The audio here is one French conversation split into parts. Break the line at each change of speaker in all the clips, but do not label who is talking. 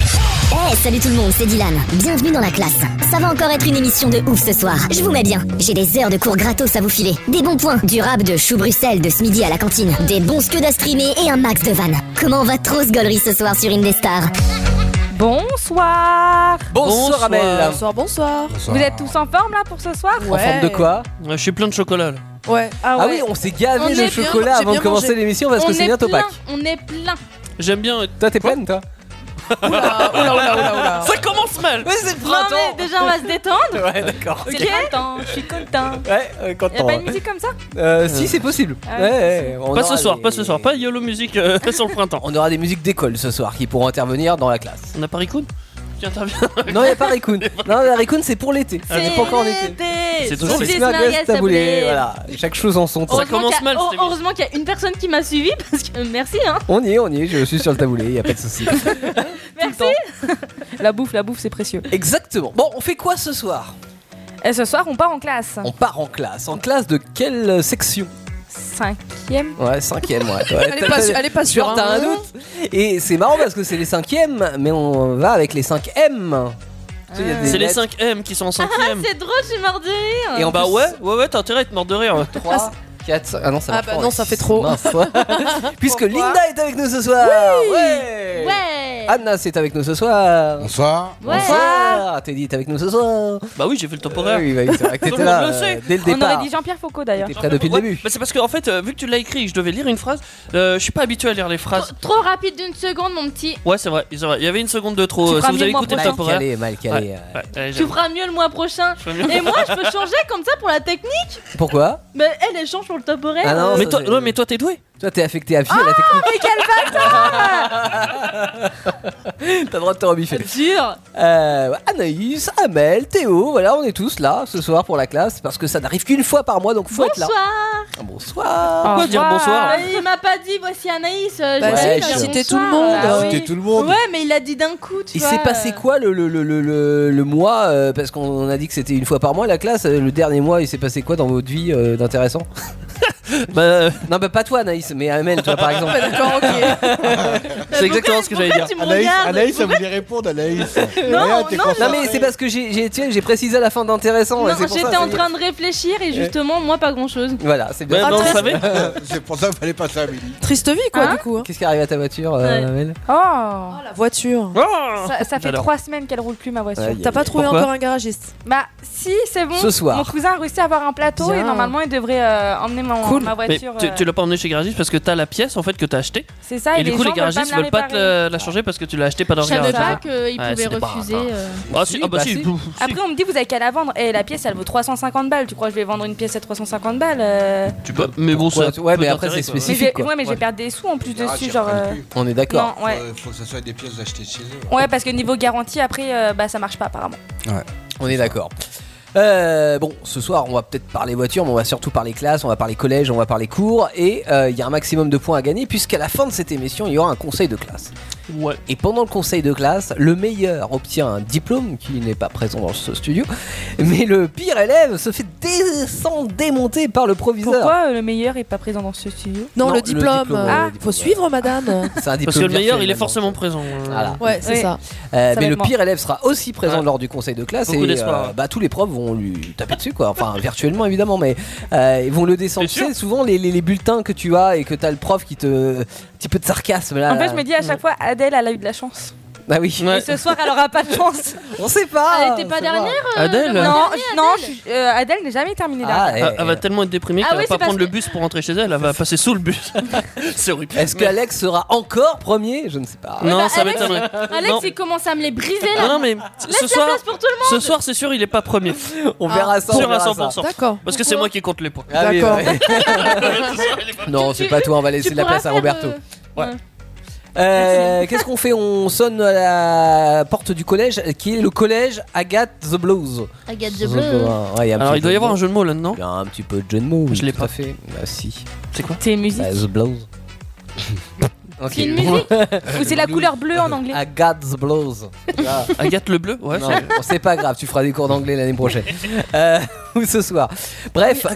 Hey, salut tout le monde, c'est Dylan. Bienvenue dans la classe. Ça va encore être une émission de ouf ce soir. Je vous mets bien. J'ai des heures de cours gratos à vous filer. Des bons points, du rap de chou Bruxelles de ce midi à la cantine, des bons scuds à streamer et un max de vannes. Comment va trop ce gaulerie ce soir sur Indestar
Bonsoir.
Bonsoir, Amel.
Bonsoir, bonsoir.
Vous êtes tous en forme là pour ce soir
En forme de quoi
Ouais, je suis plein de chocolat. là.
Ouais.
Ah,
Ah
ouais.
oui, on s'est gavé
On est
de
bien, j'ai
chocolat avant de
bien
commencer
mangé.
l'émission parce
on
que
est
c'est bientôt
plein,
Pâques.
on est plein.
J'aime bien. être-
Toi, t'es pleine, toi
Oula, oula,
Oh
oula, oula, oula.
Ça commence mal.
Mais c'est le
Non mais déjà on va se détendre.
Ouais, d'accord.
C'est le printemps, je suis content.
Ouais, euh,
Y'a
content.
pas une musique comme ça
Euh, si, c'est possible.
Ah,
Ouais, ouais, eh, on
Pas
aura
ce soir,
des-
pas ce soir. Pas YOLO musique euh, sur le printemps.
On aura des musiques d'école ce soir qui pourront intervenir dans la classe.
On a pas Raccoon qui intervient.
non, il a pas Raycoon. Non, la Raycoon, c'est pour l'été.
Ah,
C'est pas encore en été.
l'été.
C'est toujours
Sous
l'été.
les
Snug
snags,
West
ça
Taboulé,
brûle.
Voilà, chaque chose en son temps.
Ça
Heureusement
commence
qu'il y a-
mal, cette
oh,
émission.
Heureusement qu'il y a une personne qui m'a suivi parce que merci hein.
On y est, on y est, je suis sur le taboulé, y a pas de souci.
Merci.
La bouffe, la bouffe, c'est précieux.
Exactement. Bon, on fait quoi ce soir
Et Euh, ce soir on part en classe.
On part en classe. En classe de quelle section
Cinquième.
Ouais, cinquième, ouais. ouais.
Elle est pas, su- elle est pas
Sûr,
sûre. hein.
t'as un doute. Et c'est marrant parce que c'est les cinquièmes, mais on va avec les 5 M. Ah. Tu sais, il y a des
C'est les
lettres. Ah,
5 M qui sont en cinquième.
Ah, C'est drôle, je suis mort de rire. Ah,
Et en
bah
plus-
ouais, ouais, ouais, t'as intérêt à être mort de rire.
3, 4, ah non, ça
Ah
marche
bah
pas,
non,
ouais.
ça fait trop.
Mince. Puisque
Pourquoi
Linda est avec nous ce soir. Ouais.
Ouais.
Anna, c'est avec nous ce soir.
Bonsoir.
Ouais.
Bonsoir. Teddy, Ah, t'es avec nous ce soir.
Bah oui, j'ai fait le temporaire.
Euh, oui, bah oui, c'est vrai que
Tout
t'étais
le
là
monde le
euh,
sait.
dès le
On aurait
départ.
dit Jean-Pierre Faucault d'ailleurs.
T'es prêt depuis le
Ouais,
début.
bah c'est parce que en fait, euh, vu que tu l'as écrit et que je devais lire une phrase, euh, je suis pas habitué à lire les
Trop,
phrases.
trop rapide d'une seconde mon petit.
Ouais, c'est vrai, c'est vrai. il y avait une seconde de
Tu
trop. euh,
feras
Si vous
mieux
avez
le mois
écouté le
prochain.
Mal
temporaire.
calé, mal
Ouais,
calé. euh.
ouais, ouais,
Tu
j'avoue.
feras mieux le mois prochain.
Je ferai mieux.
Et moi, je peux changer comme ça pour la technique.
Pourquoi
Mais elle échange pour le top horaire.
Ah non,
Euh,
Mais
Ça,
toi,
c'est-
ouais, mais toi, t'es doué.
Toi, t'es affecté à vie à la technique.
mais quel
T'as le droit de te rebiffer.
bâtard Dur
Euh, Anaïs, Amel, Théo, voilà, on est tous là ce soir pour la classe parce que ça n'arrive qu'une fois par mois donc faut être là. Ah,
Bonsoir Ah,
Bonsoir.
Pourquoi dire bonsoir
Il m'a pas dit, voici Anaïs. euh,
Bah
je
si,
vais
il a
dire
cité
bonsoir.
tout le monde.
Ah
C'était
oui.
tout le monde.
Ouais, mais il l'a dit d'un coup, tu
Il
vois. euh,
s'est passé quoi le, le, le, le, le- le mois euh, Parce qu'on a dit que c'était une fois par mois la classe. euh, Le dernier mois, il s'est passé quoi dans votre vie euh, d'intéressant
Bah, euh,
Non, bah pas toi, Anaïs, mais Amel, toi par exemple.
D'accord, ok.
c'est exactement ce que j'allais dire.
Tu me
Anaïs,
regardes
Anaïs, elle voulait répondre, Anaïs.
Non,
Regarde, t'es
non,
Non,
concentrée.
mais c'est parce que j'ai j'ai- tu sais, j'ai précisé à la fin d'intéressant.
Non,
et c'est pour
j'étais
ça,
en
c'est-
train de réfléchir et justement, moi, pas grand chose.
Voilà, c'est
Ouais,
Ah,
bien.
bah, on le
Intéressant.
savait.
C'est pour ça qu'il fallait passer à midi.
Triste vie, quoi,
Hein
du coup. hein.
Qu'est-ce qui arrive à ta voiture, euh,
Ouais.
Amel
Oh
Oh, la voiture.
Ah
ça, ça fait
J'adore.
trois semaines qu'elle roule plus ma voiture.
Aïe, aïe,
Hein. T'as pas trouvé
Pourquoi
encore un garagiste
Bah si c'est bon.
Ce soir.
Mon cousin a réussi à avoir un plateau
Bien.
et normalement il devrait euh, emmener mon-
Cool.
ma
Mais
voiture.
tu,
euh,
tu l'as pas emmené chez Garagiste parce que t'as la pièce en fait que t'as achetée.
C'est ça.
Et, du coup, les
gens veulent
garagistes
me la
veulent pas te
réparer.
la, la changer parce que tu l'as acheté pas dans le
Je savais
garage.
pas
pas
Ah,
qu'ils
Ouais,
pouvaient
c'est des
refuser.
barres,
euh,
si, ah bah si.
Après on me dit vous avez qu'à la vendre et la pièce elle vaut 350 balles. Tu crois que je vais vendre une pièce à 350 balles euh,
Tu peux. Mais bon,
Pourquoi
ça.
tu- ouais,
peu
mais après,
d'intérêt,
c'est
quoi.
mais
spécifique,
je vais-
quoi.
Ouais mais je
Ouais.
vais perdre des sous en plus
Ah,
dessus
j'y
genre.
reprends
euh,
plus.
On est d'accord.
Non ouais.
Faut- Euh, Faut que ça soit des pièces achetées chez eux.
Ouais parce que niveau garantie après euh, bah ça marche pas apparemment.
On est d'accord. Euh, bon, ce soir, on va peut-être parler voiture, mais on va surtout parler classe, on va parler collège, on va parler cours, et euh, il y a un maximum de points à gagner, puisqu'à la fin de cette émission, il y aura un conseil de classe.
Ouais.
Et pendant le conseil de classe, le meilleur obtient un diplôme, qui n'est pas présent dans ce studio, mais le pire élève se fait descendre, démonter par le proviseur.
Pourquoi euh, le meilleur est pas présent dans ce studio
Non,
Non, le
le diplôme.
diplôme,
Ah,
le diplôme.
faut suivre, madame.
C'est un diplôme
Parce que le meilleur,
virtuel,
il est
maintenant.
forcément présent. euh.
hein. Voilà.
Ouais, c'est
Oui.
ça.
Ça
Euh, mais
va
le
être moi.
pire élève sera aussi présent
Ouais.
lors du conseil de classe
Beaucoup
et
d'espoir, ouais.
bah, tous les profs vont lui taper dessus quoi. Enfin virtuellement évidemment mais euh, ils vont le descendre.
T'es
Tu
sûr
sais souvent les, les- les bulletins que tu as et que t'as le prof qui te petit peu de sarcasme là.
En fait je me dis à chaque fois Adèle elle a eu de la chance.
Bah oui.
Ouais.
Et ce soir elle aura pas de chance.
On sait
Ah,
pas.
Elle était pas
on sait
dernière
euh,
Adèle,
non non je- euh, Adèle n'est jamais terminée
Ah,
dernière.
eh,
elle, elle va tellement être déprimée
Ah
qu'elle
oui,
va
c'est
pas prendre
parce
le bus pour rentrer chez elle. Elle va passer sous le bus. c'est horrible.
Est-ce que Alex sera encore premier Je ne sais pas.
Non,
bah,
ça
Alex-
m'étonnerait.
Alex,
Non.
il commence à me les briser
Non,
Ah,
là.
non, mais ce soir,
place pour tout le
ce soir, c'est sûr, il est pas premier.
On
Ah.
verra ça. on
Sûr à
verra ça.
100%.
D'accord.
Parce que c'est moi qui compte les points.
Ah oui,
D'accord.
ouais. non, c'est
tu-
pas toi, on va laisser
Tu
de la
pourras
place à
faire,
Roberto.
euh,
Ah,
Euh, Qu'est-ce qu'on fait On sonne à la porte du collège, qui est le collège Agathe the Blues.
Agathe the Bleu.
Ouais, y a un
Alors,
petit
il doit y
peu
avoir
de-
un jeu de mots là-dedans.
Il y a un petit peu de jeu de mots.
Je l'ai pas.
fait. Bah si.
C'est quoi
C'est une musique.
Bah, the Blows. Ok.
C'est une musique ou c'est la couleur bleue en anglais.
I got the blows. Ah,
Agathe le bleu Ouais,
non, bon, c'est pas grave, tu feras des cours d'anglais l'année prochaine. Euh, ou ce soir. Bref,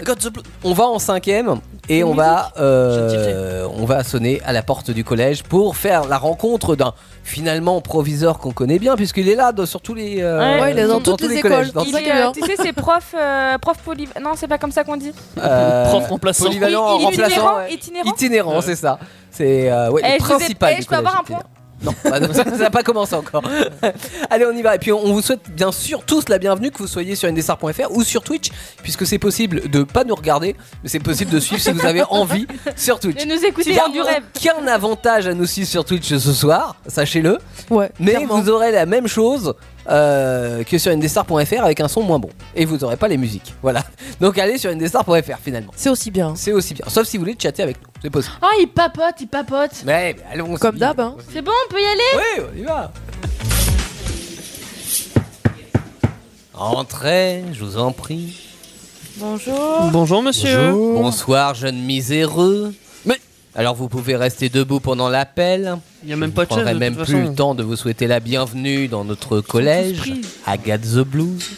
on va en cinquième. Et on va, euh, on va sonner à la porte du collège pour faire la rencontre d'un finalement proviseur qu'on connaît bien, puisqu'il est là dans- sur tous les. euh,
Ouais,
Ouais, il est dans toutes
tous
les
collèges,
écoles.
dans
Il
Il
Ça,
est,
c'est
euh,
bien.
tu sais, c'est prof, euh, prof poly... Non, c'est pas comme ça qu'on dit.
euh,
Prof remplaçant.
polyvalent en
Il- il est
remplaçant.
itinérant,
ouais.
itinérant
Itinérant,
Ouais.
c'est ça. C'est euh, ouais,
Eh,
le
je vous ai-
principal.
eh,
du
je peux avoir
collège
un point
itinérant. non, bah non, ça n'a pas commencé encore. Allez, on y va. Et puis, on on vous souhaite bien sûr tous la bienvenue, que vous soyez sur ndestar.fr ou sur Twitch, puisque c'est possible de pas nous regarder, mais c'est possible de suivre si vous avez envie sur Twitch.
Et nous écouter
Il n'y a
hein, du rêve.
aucun avantage à nous suivre sur Twitch ce soir, sachez-le.
Ouais.
Mais
clairement.
vous aurez la même chose euh, que sur ndestar.fr avec un son moins bon. Et vous n'aurez pas les musiques. Voilà. Donc allez sur ndestar.fr finalement.
C'est aussi bien.
C'est aussi bien. Sauf si vous voulez chatter avec nous. C'est possible.
Ah, il papote, il papote.
Mais mais allons
Comme d'hab, hein.
C'est bon, on peut y aller
Ouais, on y va. Entrez, je vous en prie.
Bonjour.
Bonjour monsieur.
Bonsoir, jeune miséreux.
Mais-
Alors vous pouvez rester debout pendant l'appel.
Il n'y a
Je
même
ne
pas de chaise.
prendrai
de
même
toute
plus
façon.
le temps de vous souhaiter la bienvenue dans notre collège,
pris.
Agathe the Blues.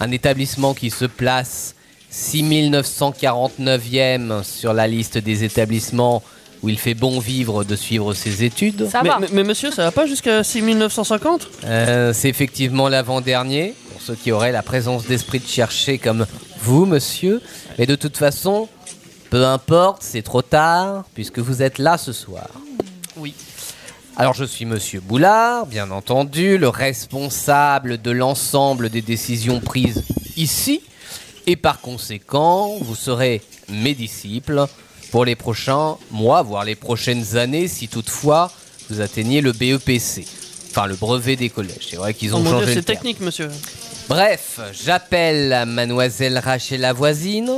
Un établissement qui se place 6949e sur la liste des établissements où il fait bon vivre de suivre ses études.
Ça
Mais,
va.
mais- mais monsieur, ça va pas jusqu'à 6950
Euh, C'est effectivement l'avant-dernier, pour ceux qui auraient la présence d'esprit de chercher comme vous, monsieur. Mais de toute façon, peu importe, c'est trop tard, puisque vous êtes là ce soir.
Oui.
Alors je suis Monsieur Boulard, bien entendu, le responsable de l'ensemble des décisions prises ici, et par conséquent, vous serez mes disciples pour les prochains mois, voire les prochaines années, si toutefois vous atteignez le BEPC, enfin le brevet des collèges. C'est vrai qu'ils
Oh
ont
mon
changé
Dieu,
le
c'est
terme.
technique monsieur.
Bref, j'appelle Mademoiselle Rachel la voisine,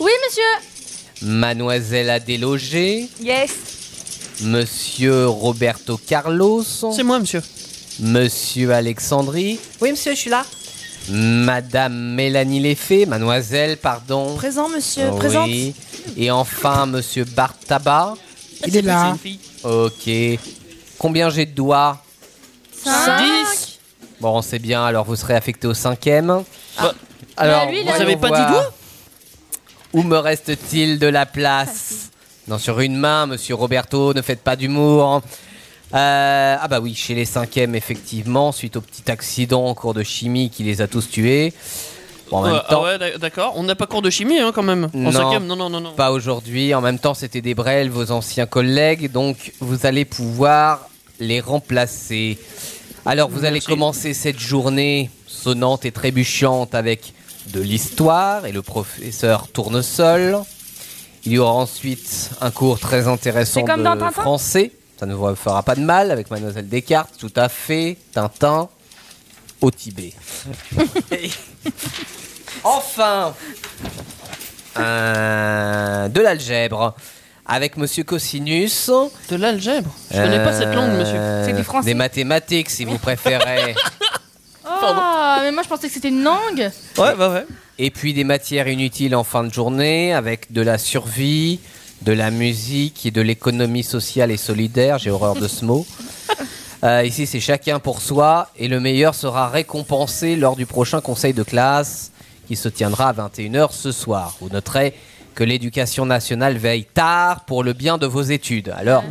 Oui, monsieur
Mademoiselle à déloger,
Yes.
Monsieur Roberto Carlos.
C'est moi monsieur.
Monsieur Alexandrie. Oui, monsieur, je suis là. Madame Mélanie Leffet, mademoiselle, pardon.
Présent, monsieur.
Oui.
Présente.
Et enfin, monsieur Bartaba.
Il est là.
Ok. Combien j'ai de doigts
10
Bon, c'est bien, alors vous serez affecté au cinquième.
Ah.
Alors,
Mais lui, il a-
voyons
Vous avez pas dit
voir.
doigts
Où me reste-t-il de la place Non, sur une main, monsieur Roberto, ne faites pas d'humour. Euh, ah bah oui, chez les cinquièmes, effectivement, suite au petit accident en cours de chimie qui les a tous tués. Bon, en même temps,
ouais, d'ac- d'accord. On n'a pas cours de chimie hein, quand même.
Non.
En cinquième, non, non, non, non.
pas aujourd'hui. En même temps, c'était des Brels, vos anciens collègues, donc vous allez pouvoir les remplacer. Alors, vous allez
Merci.
commencer cette journée sonnante et trébuchante avec de l'histoire et le professeur Tournesol. Il y aura ensuite un cours très intéressant
C'est comme
de
dans Tintin
français. Ça ne vous fera pas de mal avec Mademoiselle Descartes, tout à fait. Tintin au Tibet. Et- enfin, euh, de l'algèbre avec Monsieur Cosinus.
De l'algèbre. Je connais pas cette langue monsieur.
Euh,
C'est du français.
Des mathématiques, si vous préférez.
Ah, mais moi je pensais que c'était une langue.
Ouais, bah ouais.
Et puis des matières inutiles en fin de journée, avec de la survie, de la musique et de l'économie sociale et solidaire. J'ai horreur de ce mot. Euh, ici, c'est chacun pour soi, et le meilleur sera récompensé lors du prochain conseil de classe qui se tiendra à 21h ce soir. Vous noterez que l'éducation nationale veille tard pour le bien de vos études. Alors,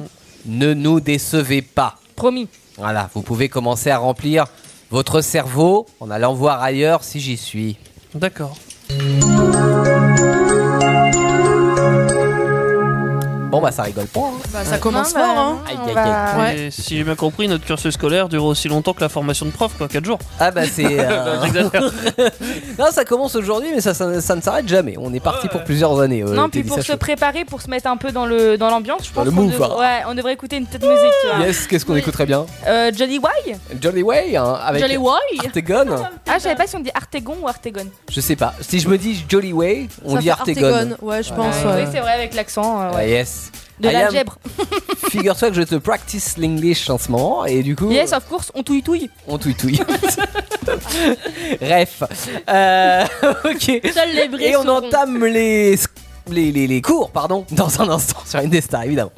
ne nous décevez pas.
Promis.
Voilà, vous pouvez commencer à remplir votre cerveau en allant voir ailleurs si j'y suis.
D'accord.
Bon bah ça rigole pas. hein.
Bah, ça commence
Non, bah,
fort, hein.
non,
Aïe,
on
aïe, aïe.
va-
Ouais.
Et si j'ai bien compris, notre cursus scolaire dure aussi longtemps que la formation de prof, quoi, 4 jours.
Ah bah c'est. euh,
J'exagère.
non ça commence aujourd'hui mais ça, ça, ça ne s'arrête jamais. On est parti pour plusieurs années. euh,
Non, puis
Teddy
pour se
Sachaud.
préparer, pour se mettre un peu dans le dans l'ambiance, je
Dans
pense
le
qu'on
move,
devrait-
hein.
ouais, on devrait écouter une petite musique. tu vois.
Yes, qu'est-ce qu'on écouterait bien
Euh, Jolly Why
Jolly Way hein, avec
J'allais why
Artegon
Ah, je savais pas si on dit Artegon ou Artegon.
Je sais pas. Si je me dis Jolly Way, on
Ça
dit
fait
Artegon.
Ouais, je pense.
Euh,
ouais.
Oui, c'est vrai avec l'accent. euh,
Ah,
ouais.
yes.
De
I am-
l'algèbre.
Figure-toi que je te practice l'English en ce moment et du coup
Yes, of course, on touille touille.
on touille touille. Bref. Euh, ok.
Seuls les vrais
Et on
sauront.
entame les, les, les, les cours, pardon, dans un instant sur Indestar, évidemment.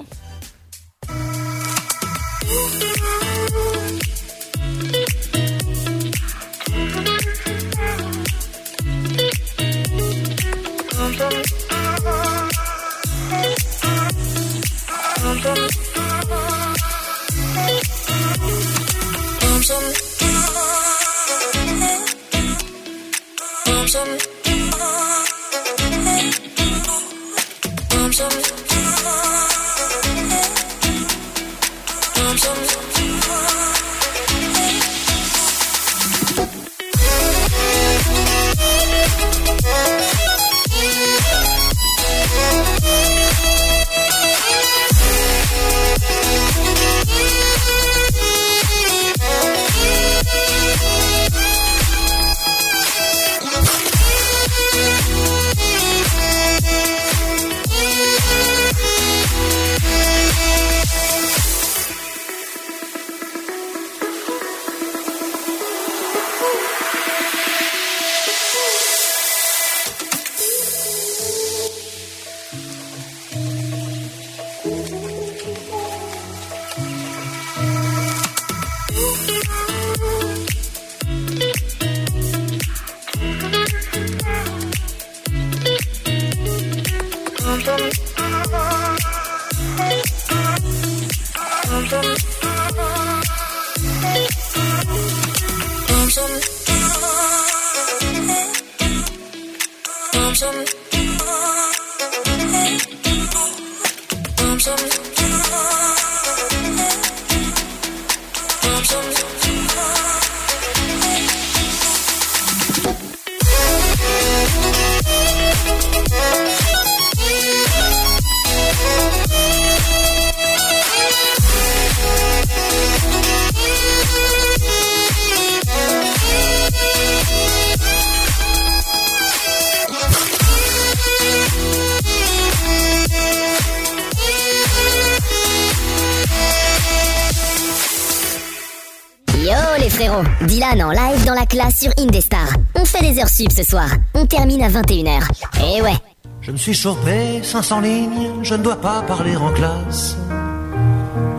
Yo les frérots, Dylan en live dans la classe sur Indestar. On fait des heures sup ce soir, on termine à 21h. Et ouais,
Je me suis chopé 500 lignes, je ne dois pas parler en classe.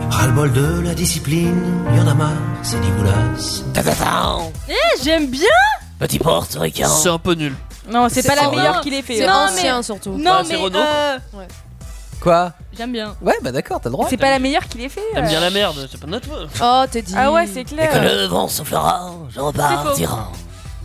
Ras-le-bol de la discipline, y en a marre, c'est des goulasses.
Eh, J'aime bien
Petit porte,
C'est un peu nul.
Non, c'est pas la
fort.
meilleure qu'il ait fait.
C'est
Non,
ancien surtout.
mais- Non,
Ouais, c'est
mais.
Renaud,
euh,
Quoi
J'aime bien.
Ouais, bah d'accord, Bah, t'as le droit.
C'est pas la meilleure qu'il ait fait.
T'aimes
euh.
bien la merde, c'est pas notre faute.
Oh, t'es dit.
Ah ouais, c'est clair.
le vent soufflera, je repartira.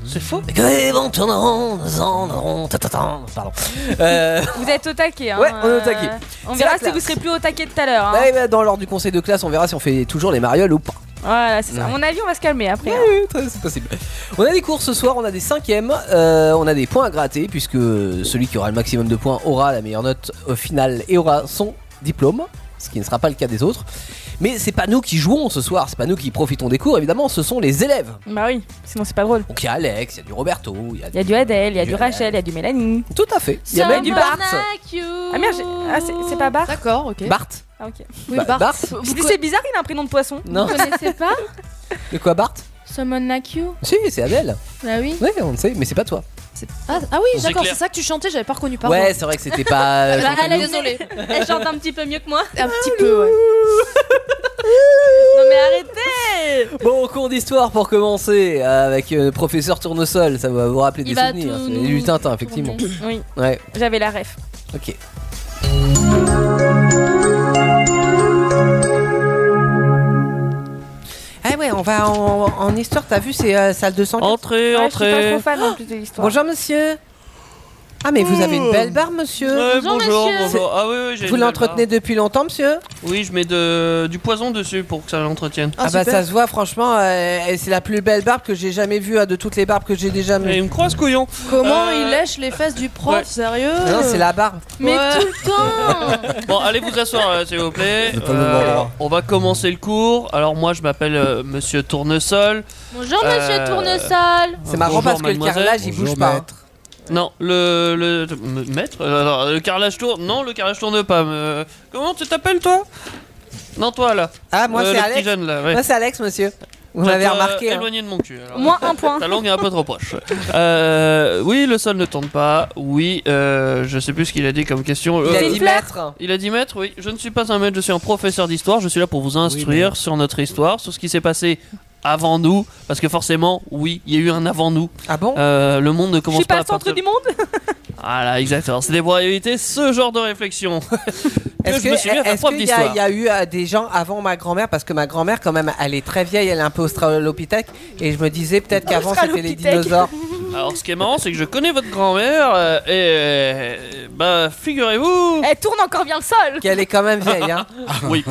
C'est faux.
Et que les vents tourneront, nous en aurons. Ta, ta, ta. Pardon.
Euh,
Vous êtes au taquet. hein,
Ouais, on est au
euh,
taquet.
On
C'est
verra
la
si vous
classe.
serez plus au taquet de tout à l'heure. hein.
ouais, bah, dans l'ordre du conseil de classe, on verra si on fait toujours les marioles ou pas.
Voilà, c'est ça. À
Ouais.
mon avis, on va se calmer après. hein.
Ouais, ouais, c'est possible. On a des cours ce soir, on a des cinquièmes, euh, on a des points à gratter puisque celui qui aura le maximum de points aura la meilleure note au final et aura son diplôme, ce qui ne sera pas le cas des autres. Mais c'est pas nous qui jouons ce soir, c'est pas nous qui profitons des cours, évidemment, ce sont les élèves.
Bah oui, sinon c'est pas drôle.
Donc il y a Alex, il y a du Roberto, il y a,
Il y a du Adèle, il y a
Du
du
Adèle.
Rachel, il y a du Mélanie.
tout à fait. Il y a même du Bart.
Ah merde, j'ai- ah, c'est- c'est pas Bart
D'accord, ok.
Bart.
Ah ok.
Oui,
Bah,
Bart.
Bart.
Vous-
Je dis, C'est bizarre, il a un prénom de poisson.
Non.
Vous connaissez pas
De quoi Bart
Summon like you
Si, c'est Adèle.
Bah oui.
Oui, on le sait, mais c'est pas toi.
Ah, ah oui,
C'est
d'accord,
clair.
c'est ça que tu chantais, j'avais pas reconnu. Pardon. Ah,
Ouais, c'est vrai que c'était pas. euh,
Bah, elle
Jean-Camille.
est désolée. Elle chante un petit peu mieux que moi.
Un petit peu, ouais.
Non mais arrêtez
Bon, cours d'histoire pour commencer avec euh, professeur Tournesol, ça va vous rappeler
Il
des
va
souvenirs.
tout
C'est
nous
du
Ah,
Tintin, effectivement.
tourner.
Oui,
Ouais,
j'avais la ref.
ok. Ah ouais, on va en, histoire, t'as vu, c'est euh, salle 200.
Ouais, je suis
Entrez,
pas
entrez.
trop fan non plus de l'histoire.
monsieur. Ah, mais vous avez une belle barbe, monsieur.
Ouais,
Bonjour,
bonjour,
monsieur.
bonjour. Ah oui, oui, j'ai une
Vous
belle
l'entretenez depuis longtemps, monsieur
barbe. Oui, je mets de, du poison dessus pour que ça l'entretienne.
Ah, bah ça se voit, franchement, euh, et c'est la plus belle barbe que j'ai jamais vue hein, de toutes les barbes que j'ai déjà vues.
Et une croix, ce couillon.
Comment
Euh,
il lèche les fesses du prof,
ouais.
sérieux
Ah Non, c'est la barbe.
Mais
Ouais.
tout le temps
Bon, allez vous asseoir, euh, s'il vous plaît. Euh,
C'est pas le moment, là.
on va commencer le cours. Alors, moi, je m'appelle euh, Monsieur Tournesol.
Bonjour
Euh,
monsieur Tournesol
C'est marrant
Bonjour,
parce que le
mademoiselle.
carrelage il
Bonjour,
bouge pas.
maître.
Non, le. le m- maître Euh, non, Le carrelage tourne. Non, le carrelage tourne pas. mais, euh, comment tu t'appelles, toi Non, toi, là.
Ah, moi
Euh,
c'est
le petit
Alex.
jeune, là. ouais.
Moi c'est Alex, monsieur. Vous
Toi,
m'avez
toi,
remarqué. hein.
Éloigné de mon cul. alors.
Moins un point.
Ta langue est un peu trop proche. Euh, oui, le sol ne tourne pas. Oui, euh, je sais plus ce qu'il a dit comme question.
Il
Euh,
a dit maître.
il a dit maître, oui. Je ne suis pas un maître, je suis un professeur d'histoire. Je suis là pour vous instruire
ben.
sur notre histoire, sur ce qui s'est passé avant nous. Parce que forcément, oui, il y a eu un avant nous.
Ah bon
Euh, le monde ne
Je
commence
suis pas
à
le centre
partir-
du monde
Voilà, exactement. C'était pour éviter ce genre de réflexion. que
Est-ce
je me suis mis à faire
est-ce
preuve
qu'il y, a-
d'histoire.
il y a eu euh, des gens avant ma grand-mère Parce que ma grand-mère, quand même, elle est très vieille, elle est un peu australopithèque. Et je me disais peut-être qu'avant c'était les
Australopithèque.
dinosaures.
Alors, ce qui est marrant, c'est que je connais votre grand-mère euh, et. euh, Bah, figurez-vous.
Elle tourne encore bien le sol.
Qu'elle est quand même vieille, hein.
Oui,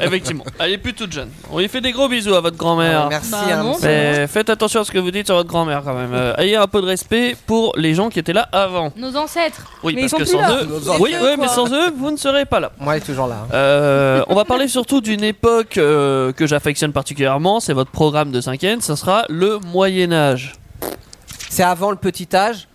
effectivement. Elle est plus toute jeune. On lui fait des gros bisous à votre grand-mère.
Merci,
Bah,
hein,
non,
monsieur.
Mais faites attention à ce que vous dites sur votre grand-mère quand même. Euh, ayez un peu de respect pour les gens qui étaient là avant.
Nos ancêtres.
Oui,
Mais
parce
ils sont
que
plus
sans
là.
eux,
Nos
oui,
ancêtres,
oui,
quoi.
mais sans eux, Euh, vous ne serez pas là.
Moi, elle est toujours là. hein.
Euh, on va parler surtout d'une époque euh, que j'affectionne particulièrement. C'est votre programme de cinquième. Ça sera le Moyen Âge.
C'est avant le petit âge.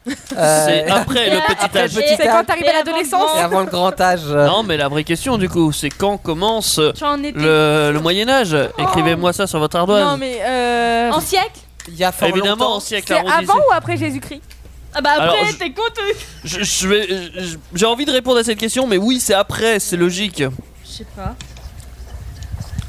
euh,
C'est après le
Ah,
petit
après
âge.
le petit
C'est
âge.
quand t'arrives à
Et avant
l'adolescence.
Et avant le grand âge. euh,
Non, mais la vraie question du coup, c'est quand commence
Tu en étais.
le, le Moyen Âge Écrivez-moi ça sur votre ardoise.
Non mais euh,
En siècle
Il y a fort
Évidemment, en
longtemps.
siècle
c'est
arrondissé.
avant ou après Jésus-Christ
Ah bah
Alors,
après, euh,
je-
t'es con, tu-
Je- je vais- je- J'ai envie de répondre à cette question, mais oui, c'est après, c'est logique.
Je sais pas.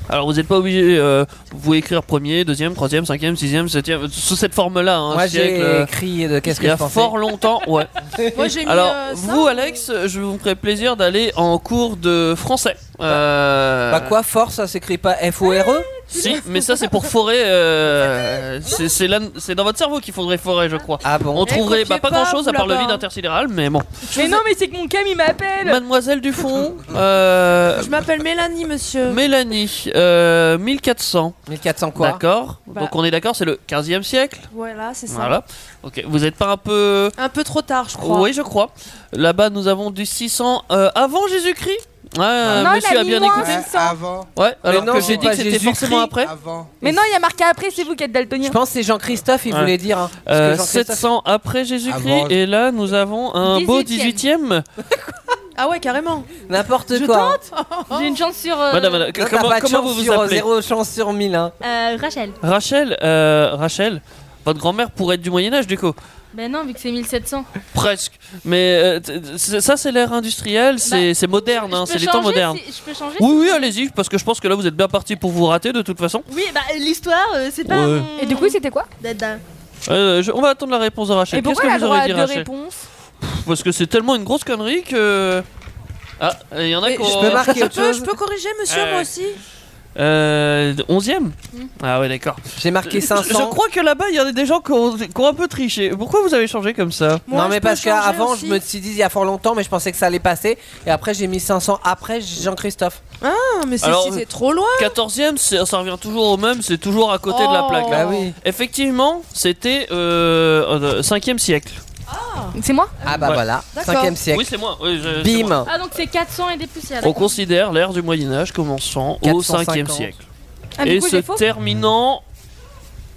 Alors vous n'êtes pas obligé, euh, vous pouvez écrire premier, deuxième, troisième, cinquième, sixième, septième, euh, sous cette forme-là. Hein,
Moi,
siècle,
j'ai
euh,
écrit de
il
qu'est-ce que
y
je
a
pensais.
fort longtemps, ouais.
Moi j'ai mis.
Alors
euh, ça,
vous,
mais-
Alex, je vous ferai plaisir d'aller en cours de français. Euh,
Bah quoi, fort, ça s'écrit pas F-O-R-E
Si, mais ça c'est pour forer. euh, c'est c'est là- c'est dans votre cerveau qu'il faudrait forer, je crois.
Ah bon
On trouverait
copiez
bah, pas
pas,
grand-chose à
vous,
part le
là-bas.
vide intersidéral, mais bon.
Mais non mais c'est que mon cam il m'appelle.
Mademoiselle Dufond, euh,
Je m'appelle Mélanie, monsieur.
Mélanie, euh, 1400.
1400 quoi
D'accord.
Bah.
Donc on est d'accord, c'est le 15e siècle.
Voilà, c'est ça.
Voilà. Ok, vous êtes pas un peu.
Un peu trop tard, je crois.
Oui, je crois. Là-bas, nous avons du 600 euh, avant Jésus-Christ. Ouais, euh,
Non, il
monsieur
a
a
mis
bien
moins.
écouté.
Ouais, avant.
Ouais, alors
non,
que
c'est
j'ai dit
pas
que c'était
Jésus-Christ. Ah
forcément après.
Avant.
Mais non il y a marqué après c'est vous qui êtes
Je
daltonien.
pense que c'est Jean-Christophe, il
Ouais.
voulait dire. hein. Parce que
Euh,
Jean-Christophe-
700 après Jésus-Christ.
Avant.
Et là, nous avons un beau
18e.
18e.
Ah ouais, carrément.
N'importe quoi.
J'ai une chance sur. euh,
Madame, madame,
Là, t'as
comment,
pas de
comment
chance
vous vous
sur
appelez
Zéro chance sur 1000. Hein.
euh, Rachel.
Rachel, euh, Rachel, votre grand-mère pourrait être du Moyen-Âge, du coup.
Ben non, vu que c'est 1700.
Presque. Mais euh, t- t- ça, c'est l'ère industrielle, c'est c'est moderne,
Bah,
hein,
Je peux
c'est les temps
changer
modernes.
si- Je peux changer
Oui, oui, allez-y, parce que je pense que là, vous êtes bien parti pour vous rater de toute façon.
si- Oui, bah l'histoire, euh, c'est pas.
Ouais.
mon-
Et du coup c'était quoi
Dada.
Euh, je- on va attendre la réponse de Rachel.
Et
Qu'est-ce
pourquoi
que
elle a
vous aurez
droit
dit,
de
Rachel
réponse
Parce que c'est tellement une grosse connerie que. Ah, il y en a
Mais
qui
je
ont.
peux marquer
Je
autre
peux,
chose
je peux corriger, monsieur,
Euh,
moi aussi.
Euh, 11ème
Hmm.
Ah, ouais, d'accord.
J'ai marqué
Je
500.
je crois que là-bas, il y en a des gens qui ont, qui ont un peu triché. Pourquoi vous avez changé comme ça
Moi,
non mais
je peux
parce
changer
qu'avant
aussi.
je me suis dit il y a fort longtemps mais je pensais que ça allait passer et après j'ai mis 500 après Jean-Christophe.
Ah, mais c'est
Alors,
si, c'est trop loin.
14ème, c'est- ça revient toujours au même, c'est toujours à côté de la
Oh.
plaque. là.
Bah oui.
Effectivement, c'était euh, 5ème siècle.
C'est moi
Ah bah
Ouais.
voilà,
D'accord.
5 e siècle.
Oui, c'est moi. oui, je- c'est moi.
Bim.
Ah, donc c'est 400 et des poussières.
On considère l'ère du Moyen-Âge commençant au 5ème
450.
siècle.
Ah
Et
du coup
se
j'ai faux.
terminant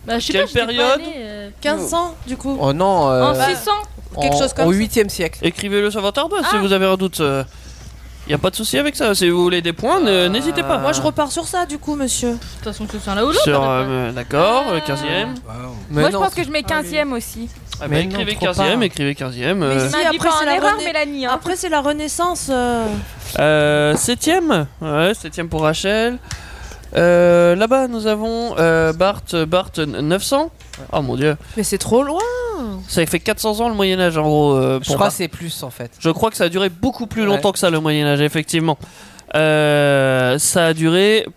Bah, je sais
Quelle
pas, j'étais pas
période
allée, euh,
1500, du coup.
Oh non, euh,
En 600
quelque
en-
chose comme
au
ça.
8 e siècle.
Écrivez-le sur votre ardoise si
Ah.
vous avez un doute. Il y a pas de souci avec ça. Si vous voulez des points, ne- n'hésitez pas.
Moi, je repars sur ça, du coup, monsieur.
De toute façon, que ce soit là ou l'autre.
Sur,
hein,
euh, D'accord,
Ah.
le 15e.
Mais
Moi je
non,
pense que je mets 15ème aussi.
Ah, bah,
Mais non,
écrivez
trop
15e,
pas.
écrivez 15e.
Mais
euh.
si,
Mais
après,
après
c'est
c'est
la
l'erreur
renaissance.
Mélanie. hein.
Après, c'est la Renaissance. euh.
Euh, 7e Ouais, 7e pour Rachel. Euh, Là-bas, nous avons euh, Bart, Bart 900. Oh mon dieu,
Mais c'est trop loin.
ça fait 400 ans le Moyen-Âge en gros. euh,
je
pour
crois
Bart.
que c'est plus en fait.
Je crois que ça a duré beaucoup plus
Ouais.
longtemps que ça, le Moyen-Âge, effectivement. Euh, ça a duré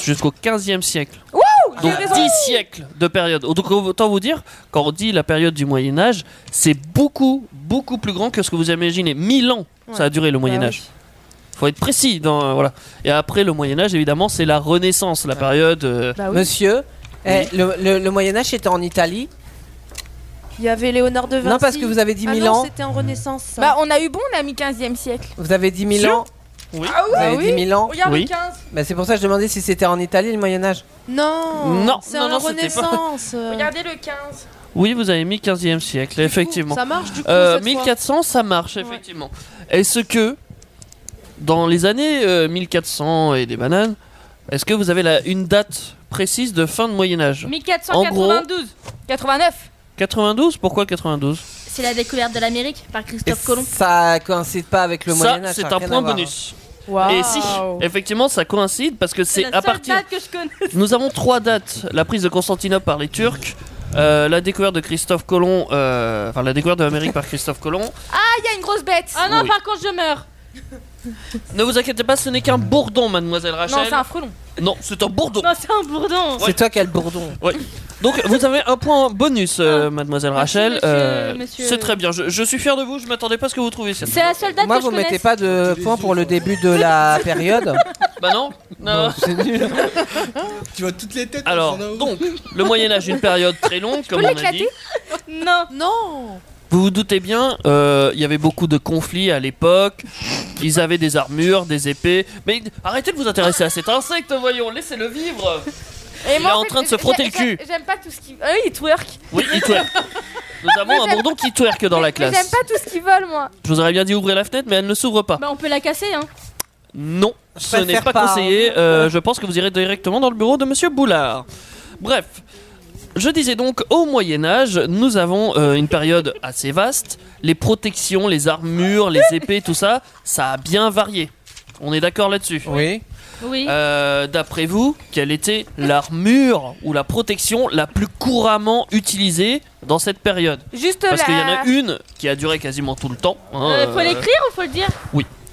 jusqu'au 15e siècle.
Ah,
Donc
j'ai raison.
10 siècles de période. Donc autant vous dire, quand on dit la période du Moyen-Âge, c'est beaucoup, beaucoup plus grand que ce que vous imaginez. 1000 ans, ça a duré le
Bah
Moyen-Âge. Faut être précis dans euh, voilà. Et après le Moyen Âge, évidemment, c'est la Renaissance, la période. euh,
Bah oui.
Monsieur, eh, le, le- le Moyen Âge était en Italie.
Il y avait Léonard de Vinci.
Non parce que vous avez dit
ah
1000
non,
ans.
c'était en Renaissance. ça.
Bah on a eu bon on a mis 15ème siècle.
Vous avez 10 000
Sûr
ans.
Oui.
Vous avez
Ah oui.
10 000 ans.
Regarde
Oui.
le 15.
Bah, c'est pour ça que je demandais si c'était en Italie le Moyen Âge.
non,
Non,
c'est
non,
en
non, c'était pas-
Renaissance. euh.
Regardez le 15.
Oui, vous avez mis 15e siècle,
Du coup,
effectivement.
Ça marche du coup.
Euh,
cette fois.
1400, ça marche, effectivement. Est-ce que, dans les années euh, 1400 et des bananes, est-ce que vous avez la, une date précise de fin de Moyen-Âge
1492.
89.
92 Pourquoi 92
C'est la découverte de l'Amérique par
Et
Christophe Colomb.
ça coïncide pas avec le Moyen
Ça,
Âge.
c'est
a
un
rien
point
à voir. hein.
bonus.
Waouh.
Et si, effectivement, ça coïncide parce que c'est
la
à
seule
partir.
date que je connais.
Nous avons trois dates la prise de Constantinople par les Turcs. euh, la découverte de Christophe Colomb, euh, enfin la découverte de l'Amérique par Christophe Colomb,
Ah il y a une grosse bête.
Ah non,
Oui.
par contre, je meurs.
Ne vous inquiétez pas, ce n'est qu'un bourdon, mademoiselle Rachel.
Non, c'est un frelon.
Non, c'est un bourdon.
Non, c'est un bourdon.
C'est toi qui as le bourdon.
Donc vous avez un point bonus, euh, mademoiselle
Ah. Merci,
Rachel.
monsieur-
Euh,
monsieur-
C'est très bien. Je, je suis fier de vous. Je m'attendais pas à ce que vous trouviez. cette-
C'est la seule date
Moi,
que je
vous mettez
connaisse.
pas de point pour le début de la période.
Bah non. non.
C'est nul.
Tu vois toutes les têtes.
Alors donc le Moyen Âge, une période très longue, comme
peux
on a
l'éclater
dit.
Non.
Non
Vous vous doutez bien, euh, il y avait beaucoup de conflits à l'époque. Ils avaient des armures, des épées. Mais arrêtez de vous intéresser à cet insecte, voyons. Laissez-le vivre.
Et
Il est en train de se frotter le cul.
J'aime pas tout ce qui. Ah oui, il twerk.
Oui, il twerk. Nous avons un
j'aime-
bourdon qui twerk dans la
Mais
classe.
j'aime pas tout ce qui vole, moi.
Je vous aurais bien dit ouvrir la fenêtre, mais elle ne s'ouvre pas.
Bah, on peut la casser, hein.
Non, ce n'est
préfère
pas,
pas,
conseillé. Euh, je pense que vous irez directement dans le bureau de Monsieur Boulard. Bref, je disais donc, au Moyen Âge, nous avons euh, une période assez vaste. Les protections, les armures, les épées, tout ça, ça a bien varié. On est d'accord là-dessus.
Oui.
Oui.
Euh, D'après vous, quelle était l'armure ou la protection la plus couramment utilisée dans cette période
Juste
Parce
la.
qu'il y en a une qui a duré quasiment tout le temps. hein,
Euh, faut
euh,
l'écrire ou faut le dire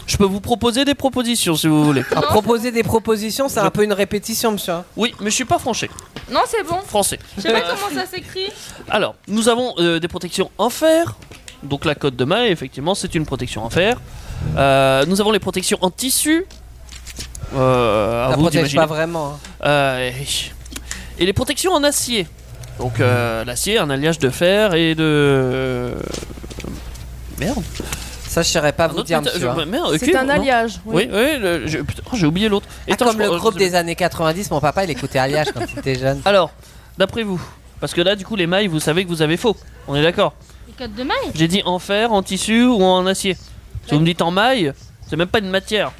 Je peux vous proposer des propositions si vous voulez.
Alors, Ah, proposer des propositions, c'est un peu une répétition, monsieur. hein.
Oui, mais je suis pas français.
Non, c'est bon.
Français.
Je sais pas comment ça s'écrit.
Alors, nous avons euh, des protections en fer. Donc la cote de maille, effectivement, c'est une protection en fer. Euh, nous avons les protections en tissu. Euh, à
Ça
vous
protège
d'imaginer.
pas vraiment. hein.
Euh, et les protections en acier. Donc euh, l'acier, un alliage de fer et de... Merde.
Ça, je saurais pas
Un
vous
autre
dire,
métal-
monsieur.
je-
hein.
Merde,
C'est
cuivre,
un
non
alliage.
Oui, oui, le- je- putain, oh, j'ai oublié l'autre.
Ah,
Attends,
comme
je-
le
je-
groupe
je-
des années 90, mon papa, il écoutait Alliage quand il était jeune.
Alors, d'après vous, parce que là, du coup, les mailles, vous savez que vous avez faux. On est d'accord
Les codes de maille
J'ai dit en fer, en tissu ou en acier. Si vous me dites en maille, c'est même pas une matière.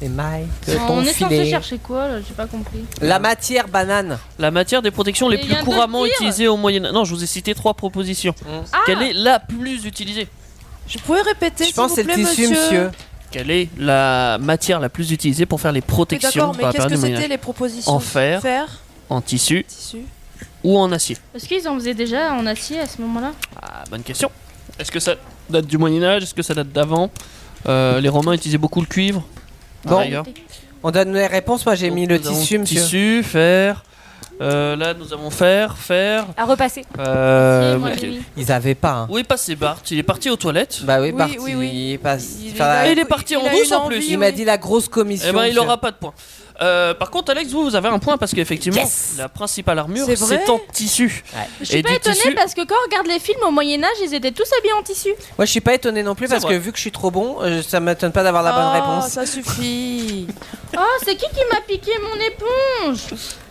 Et Mike, ton
On est censé
filet.
chercher quoi là J'ai pas compris.
La matière banane.
La matière des protections les
Mais
plus
y a un peu
couramment
pire.
utilisées au Moyen Âge. Non, je vous ai cité trois propositions.
Mm.
Quelle est la plus utilisée
Ah. Je pouvais répéter,
Je pense que c'est
s'il
le
vous plaît,
tissu, monsieur.
Quelle est la matière la plus utilisée pour faire les
Mais
protections
D'accord,
par
mais
la
qu'est-ce
période
que
du Moyen
c'était
Âge
les propositions
En fer.
Fer,
En tissu
tissu.
ou en acier
Est-ce qu'ils en faisaient déjà en acier à ce moment-là
Ah, bonne question. Est-ce que ça date du Moyen Âge Est-ce que ça date d'avant Euh, Les Romains utilisaient beaucoup le cuivre.
Bon.
Par ailleurs.
On donne les réponses, moi j'ai
Donc,
mis le
nous avons
tissu, monsieur.
Tissu, fer. Euh, là, nous avons fer, fer.
À repasser.
Euh,
Si, moi,
ok.
j'ai mis.
Ils avaient pas. hein.
Où est passé Bart Il est parti aux toilettes.
Bah oui,
Oui,
parti,
oui, oui.
il passe.
Il
enfin,
a-
il est parti en
a
douce
une
en plus.
envie,
il m'a
oui.
dit la grosse commission.
Eh ben, il
monsieur.
aura pas de points. Euh, par contre, Alex, vous, vous avez un point parce qu'effectivement,
Yes
la principale armure,
C'est vrai
c'est en tissu.
Je suis
Et
pas
du
étonnée
tissu.
parce que quand on regarde les films au Moyen-Âge, ils étaient tous habillés en tissu.
Moi je suis pas étonné non plus
C'est
parce
vrai.
que vu que je suis trop bon, euh, ça m'étonne pas d'avoir la bonne
Ah,
réponse.
ça suffit.
Oh, c'est qui qui m'a piqué mon éponge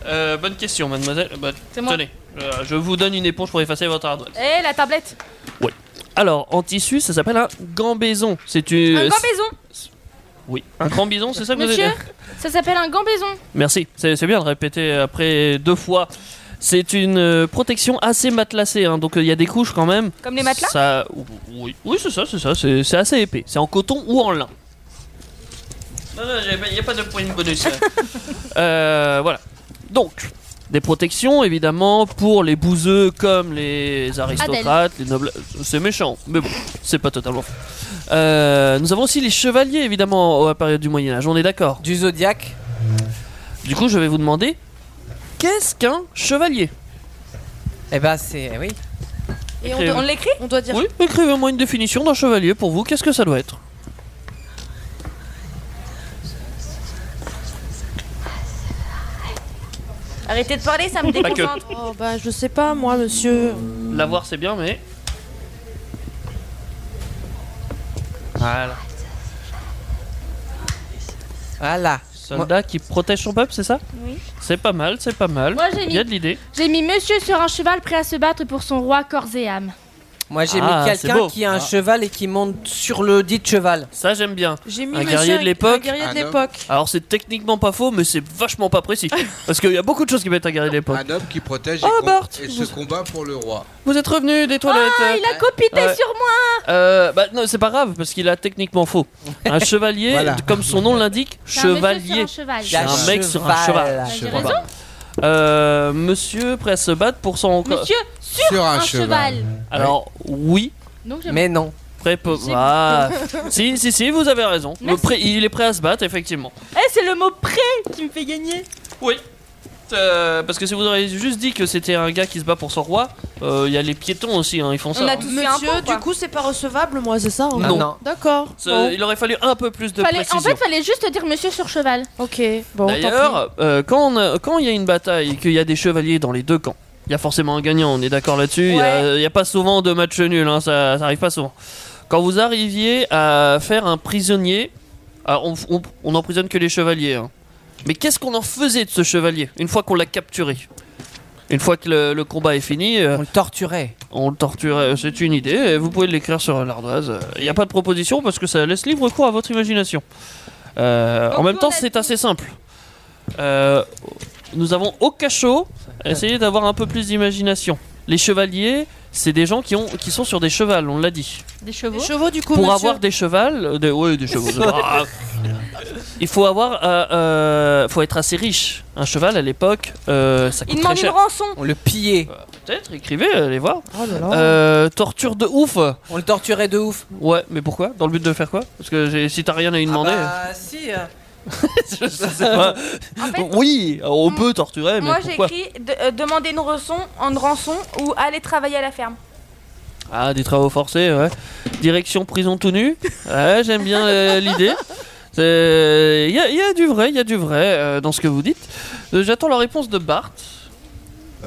Euh, bonne question, mademoiselle. Euh, bah,
C'est moi.
Tenez, euh, je vous donne une éponge pour effacer votre ardoise.
Eh, la tablette.
Alors, en tissu, ça s'appelle un gambaison. Euh, C'est une.
Un gambaison.
Oui, un gambaison, c'est ça que vous
Monsieur,
avez
ça s'appelle un gambaison.
Merci, c'est c'est bien de répéter après deux fois. C'est une euh, protection assez matelassée, hein, donc euh, il y a des couches quand même.
Comme les matelas.
Ça- Oui, oui c'est ça, c'est ça, c'est c'est assez épais. C'est en coton ou en lin. Non, non, il n'y a pas de point de bonus. euh, voilà. Donc, des protections évidemment pour les bouseux comme les aristocrates, les nobles. C'est méchant, mais bon, c'est pas totalement faux. Euh, nous avons aussi les chevaliers évidemment à la période du Moyen-Âge, on est d'accord.
Du zodiaque.
Du coup, je vais vous demander qu'est-ce qu'un chevalier
Eh ben c'est. eh oui.
Et on,
Écrivez.
doit-
On l'écrit
on doit dire
Oui, écrivez-moi une définition d'un chevalier pour vous. Qu'est-ce que ça doit être
Arrêtez de parler, ça me
Pas que.
déconcentre.
Oh bah je sais pas moi monsieur.
L'avoir, c'est bien, mais. Voilà.
Voilà.
Soldat qui protège son peuple, c'est ça
Oui.
C'est pas mal, c'est pas mal.
Moi, j'ai
Il y a
mis,
de l'idée.
j'ai mis monsieur sur un cheval prêt à se battre pour son roi corps et âme.
Moi j'ai
Ah,
mis
c'est beau.
quelqu'un qui a un cheval et qui monte sur le dit cheval.
Ça, j'aime bien.
J'ai mis
Un
monsieur
guerrier de l'époque.
Un guerrier
Un
de
homme.
l'époque.
Alors, c'est techniquement pas faux, mais c'est vachement pas précis. Parce qu'il y a beaucoup de choses qui peuvent être à l'époque.
Un homme qui protège
Oh,
et, com-
Bart,
et
vous-
se combat pour le roi.
Vous êtes revenu des toilettes. euh,
Ah, Il a copité
Ouais.
sur moi
euh, bah, non, c'est pas grave, parce qu'il a techniquement faux. Un chevalier,
Voilà.
comme son nom l'indique,
C'est un monsieur
chevalier.
sur un cheval.
C'est un mec sur un cheval.
J'ai
Voilà.
raison.
Euh, monsieur prêt à se battre pour son.
Monsieur,
Sur
un cheval.
Alors, oui,
Donc, j'ai-
Mais non.
Prépo- Ah. si, si, si, vous avez raison. Le pré- Il est prêt à se battre, effectivement.
Eh, c'est le mot prêt qui me fait gagner.
Oui. Euh, parce que si vous auriez juste dit que c'était un gars qui se bat pour son roi, euh, il y a les piétons aussi, hein, ils font ça.
On a
hein.
tous fait un
Monsieur,
point,
du
quoi.
coup, c'est pas recevable, moi, c'est ça hein
Non.
non.
D'accord.
Ça,
Bon.
Il aurait fallu un peu plus de
Fallait-
précision.
en fait, fallait juste dire monsieur sur cheval.
Ok. Bon, tant pis.
D'ailleurs, euh, quand on a- quand il y a une bataille et qu'il y a des chevaliers dans les deux camps, il y a forcément un gagnant, on est d'accord là-dessus. Il y a- Il n'y a, pas souvent de match nul, hein, ça, ça arrive pas souvent. Quand vous arriviez à faire un prisonnier, ah, on, on, on emprisonne que les chevaliers. hein. Mais qu'est-ce qu'on en faisait de ce chevalier une fois qu'on l'a capturé Une fois que le, le combat est fini, euh,
On le torturait.
on le torturait. euh, C'est une idée, et vous pouvez l'écrire sur l'ardoise. Il n'y a pas de proposition parce que ça laisse libre cours à votre imagination. Euh, en
Donc,
même
on
temps,
a
c'est
dit-
assez simple. Euh, nous avons au cachot essayé d'avoir un peu plus d'imagination. Les chevaliers, c'est des gens qui, ont, qui sont sur des chevals, on l'a dit.
Des
Les
chevaux.
chevaux, du coup,
Pour
monsieur.
avoir des chevals, euh, des, ouais, des chevaux. c'est pas grave. il faut avoir, euh, euh, faut être assez riche. Un cheval à l'époque, euh, ça coûte
Il
très
demande une
cher. Euh,
rançon.
On le pillait.
Peut-être, écrivez, allez voir.
Oh là là.
Euh, torture de ouf.
On le torturait de ouf.
Ouais, mais pourquoi Dans le but de faire quoi Parce que j'ai- si t'as rien à lui demander,
Ah si. euh,
je sais pas.
En fait,
oui, on peut torturer, mais
Moi, j'ai
pourquoi
écrit de- euh, demander une rançon, une rançon ou aller travailler à la ferme.
Ah, des travaux forcés, ouais. Direction prison tout nu. Ouais, j'aime bien euh, l'idée. C'est- Il y, a- il y a du vrai, il y a du vrai euh, dans ce que vous dites. Euh, J'attends la réponse de Bart.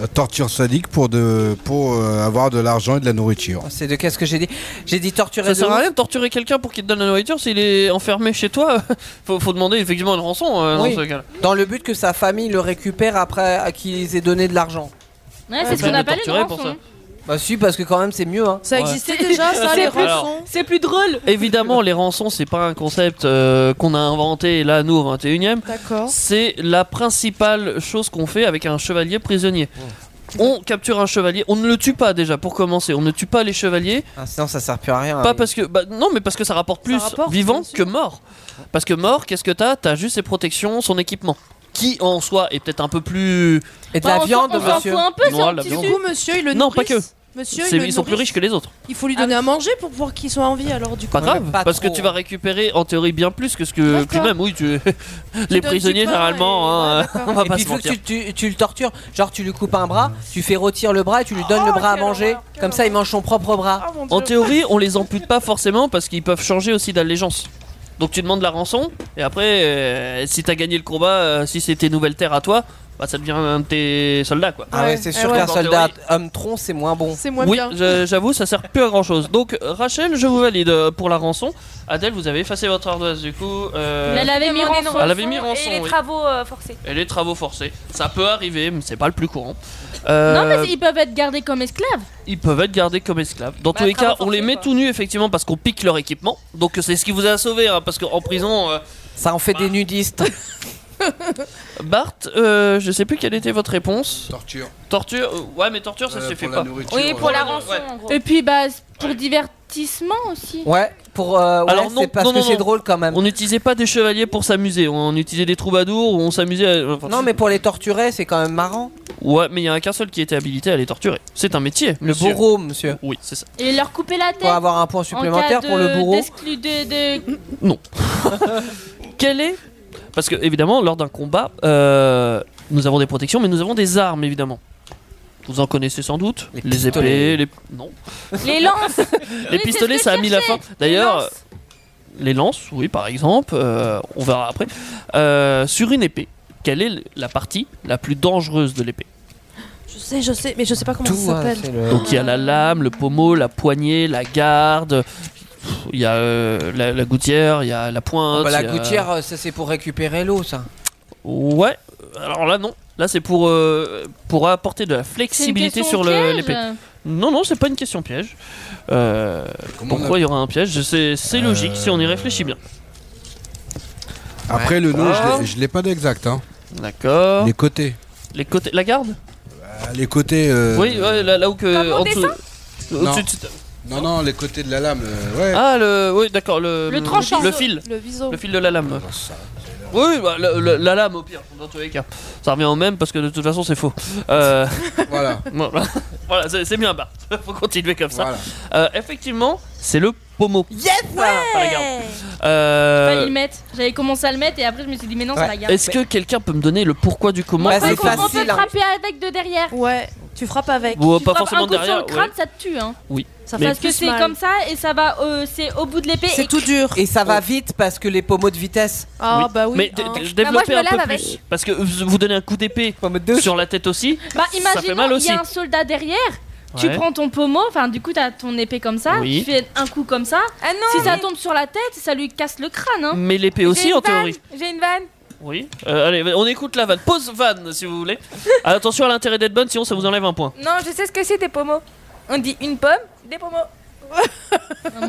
Euh, torture sadique pour, de, pour euh, avoir de l'argent et de la nourriture.
C'est de qu'est-ce que j'ai dit J'ai dit torturer
Ça
de
sert
ouf.
à rien de torturer quelqu'un pour qu'il te donne la nourriture s'il est enfermé chez toi. faut, faut demander effectivement une rançon euh,
Oui.
dans ce cas-là.
Dans le but que sa famille le récupère après à qui ils aient donné de l'argent.
Ouais, c'est ce
Faut
qu'on
bah, le
appelle une
torturer pour
rançon.
Bah si, parce que quand même c'est mieux. Hein.
Ça
Ouais.
existait déjà, ça, les
plus-
rançons
C'est plus drôle.
Évidemment, les rançons, c'est pas un concept euh, qu'on a inventé là, nous, au 21 e
D'accord.
C'est la principale chose qu'on fait avec un chevalier prisonnier. On capture un chevalier, on ne le tue pas déjà pour commencer, on ne tue pas les chevaliers,
Ah, sinon ça sert plus à rien. hein.
pas parce que bah, non mais parce que ça rapporte plus
rapporte,
vivant
bien sûr.
que mort. Parce que mort, qu'est-ce que t'as T'as juste ses protections, son équipement, qui en soi est peut-être un peu plus.
Et de
Bah,
la
on s'en-
viande,
on s'en
monsieur.
fout un peu, c'est
Noir,
un
la
petit
Du
viande.
sucre.
coup, monsieur, il le
Non, pas
nourrissent. Monsieur,
c'est-
il le
ils sont plus
nourrissent.
riches que les autres.
Il faut lui donner à manger pour pouvoir qu'il soit en vie, alors, du coup.
Pas grave,
pas
parce que
trop,
tu vas
hein.
récupérer en théorie bien plus que ce que.
D'accord.
Puis même, oui, tu. les
donnes du
prisonniers
pain
généralement,
et-
hein,
ouais, d'accord.
on va
Et
pas
puis
se
il faut que
mentir.
tu, tu- tu le tortures. Genre tu lui coupes un bras, tu fais rôtir le bras et tu lui donnes le bras à
quelle
manger.
horreur, quelle
Comme ça il mange son propre bras.
Oh mon dieu.
En théorie, on les ampute pas forcément parce qu'ils peuvent changer aussi d'allégeance. Donc tu demandes la rançon, et après, euh, si t'as gagné le combat, euh, si c'est tes nouvelles terres à toi, bah ça devient un de tes soldats quoi.
Ah ouais, c'est sûr
ouais.
qu'un
En
soldat
théorie.
homme tronc c'est moins bon.
C'est moins
oui,
bien.
je- j'avoue, ça sert plus à grand chose. Donc Rachel, je vous valide euh, pour la rançon. Adèle, vous avez effacé votre ardoise du coup. euh,
Mais Elle avait mis
Demander une
rançon.
Elle avait mis rançon,
Et les
oui.
travaux euh, forcés.
Et les travaux forcés, ça peut arriver, mais c'est pas le plus courant. Euh,
Non, mais ils peuvent être gardés comme esclaves.
ils peuvent être gardés comme esclaves. Dans
Bah,
tous les cas,
travaux
on les
forcés,
met
quoi.
tout nus effectivement parce qu'on pique leur équipement. Donc euh, c'est ce qui vous a sauvé, hein, parce qu'en prison. euh,
Ça en fait des nudistes.
Bart, euh, je sais plus quelle était votre réponse.
Torture.
Torture euh, Ouais, mais torture, ça
Euh,
se fait
pour la
pas.
nourriture,
Oui, pour
euh,
la
ouais.
rançon, en gros.
Et puis, bah, c'est pour divertissement aussi.
Ouais, pour. euh, ouais,
Alors, non,
c'est parce
non,
que
non,
c'est
non.
drôle quand même.
On n'utilisait pas des chevaliers pour s'amuser, on utilisait des troubadours où on s'amusait. à- enfin,
Non, mais pour les torturer, c'est quand même marrant.
Ouais, mais il y en a qu'un seul qui était habilité à les torturer. C'est un métier.
Le
monsieur.
bourreau, monsieur.
Oui, c'est ça.
Et leur couper la
Pour
tête.
avoir un point supplémentaire
en cas
pour
de-
le bourreau. Mm,
d'exclu- de- de-
Quel est Parce que, évidemment, lors d'un combat, euh, nous avons des protections, mais nous avons des armes, évidemment. Vous en connaissez sans doute
Les
épées, les. Non.
Les lances.
les
Oui,
pistolets,
c'est ce
ça a
que
mis
je
la
cherchais.
fin. D'ailleurs,
lances.
euh, les lances, oui, par exemple, euh, on verra après. Euh, sur une épée, quelle est la partie la plus dangereuse de l'épée
Je sais, je sais, mais je sais pas comment
Tout,
ça
hein,
s'appelle.
c'est le-
Donc il y a la lame, le pommeau, la poignée, la garde. pff, Il y a euh, la, la gouttière, il y a la pointe.
Bah, la
il y a-
gouttière, euh, ça c'est pour récupérer l'eau, ça.
Ouais. Alors là, non. Là, c'est pour, euh, pour apporter de la
C'est une
flexibilité
question
sur le-
piège.
l'épée. Non, non, c'est pas une question piège. Euh,
Comment on Euh,
pourquoi il y aura un piège Je sais- C'est logique si on y réfléchit bien. Ah.
a- Après, le nom, je l'ai- je l'ai pas d'exact. Hein.
D'accord.
Les côtés.
Les côtés, la garde
Euh, les côtés. euh,
Oui, ouais, là, là où que.
Comme au
en dessous-
Non.
au-dessus de-
Non, non, les côtés de la lame. euh, ouais.
Ah, le. Oui, d'accord, le.
Le tranchant.
Le fil.
Le viso.
Le fil de la lame. Oui, bah, le- le- la lame au pire, dans tous les cas. Ça revient au même parce que de toute façon c'est faux. Euh,
Voilà.
voilà, Voilà, c'est c'est bien bas. Faut continuer comme ça.
voilà.
Euh, effectivement, c'est le pommeau.
Yes Ouais
Euh,
Fallait le mettre. J'avais commencé à le mettre et après je me suis dit mais non, ça la garde.
Est-ce que quelqu'un peut me donner le pourquoi du comment
Moi, je
de
crois
ça
qu'on peut
hein.
frapper avec de derrière.
Ouais, tu frappes avec.
Ou, euh,
tu
pas
frappes
forcément
un coup sur
derrière,
le crâne,
ouais.
ça te tue. Hein.
Oui.
Ça
Mais-
parce que
plus
c'est
mal.
comme ça et ça va, euh, c'est au bout de l'épée. et-
Et ça va vite parce que les pommeaux de vitesse.
Ah, bah oui,
Oh. Mais
hein.
d- d-
Bah, moi, je
développez
me
un peu
lave
plus.
avec.
Parce que vous vous donnez un coup d'épée sur la tête aussi.
Bah
ça fait
imagine,
mal
il y
aussi.
a un soldat derrière. Tu
Ouais.
prends ton pommeau, enfin du coup t'as ton épée comme ça,
Oui.
tu fais un coup comme ça.
Ah
si ça tombe sur la tête, ça lui casse le crâne. Hein.
Mais l'épée aussi, en théorie.
J'ai une vanne.
Oui. Euh, allez, on écoute la vanne. Pause vanne si vous voulez. Ah, Attention à l'intérêt d'être bonne, sinon ça vous enlève un point.
Non, je sais ce que c'est des pommeaux. On dit une pomme, des pommeaux.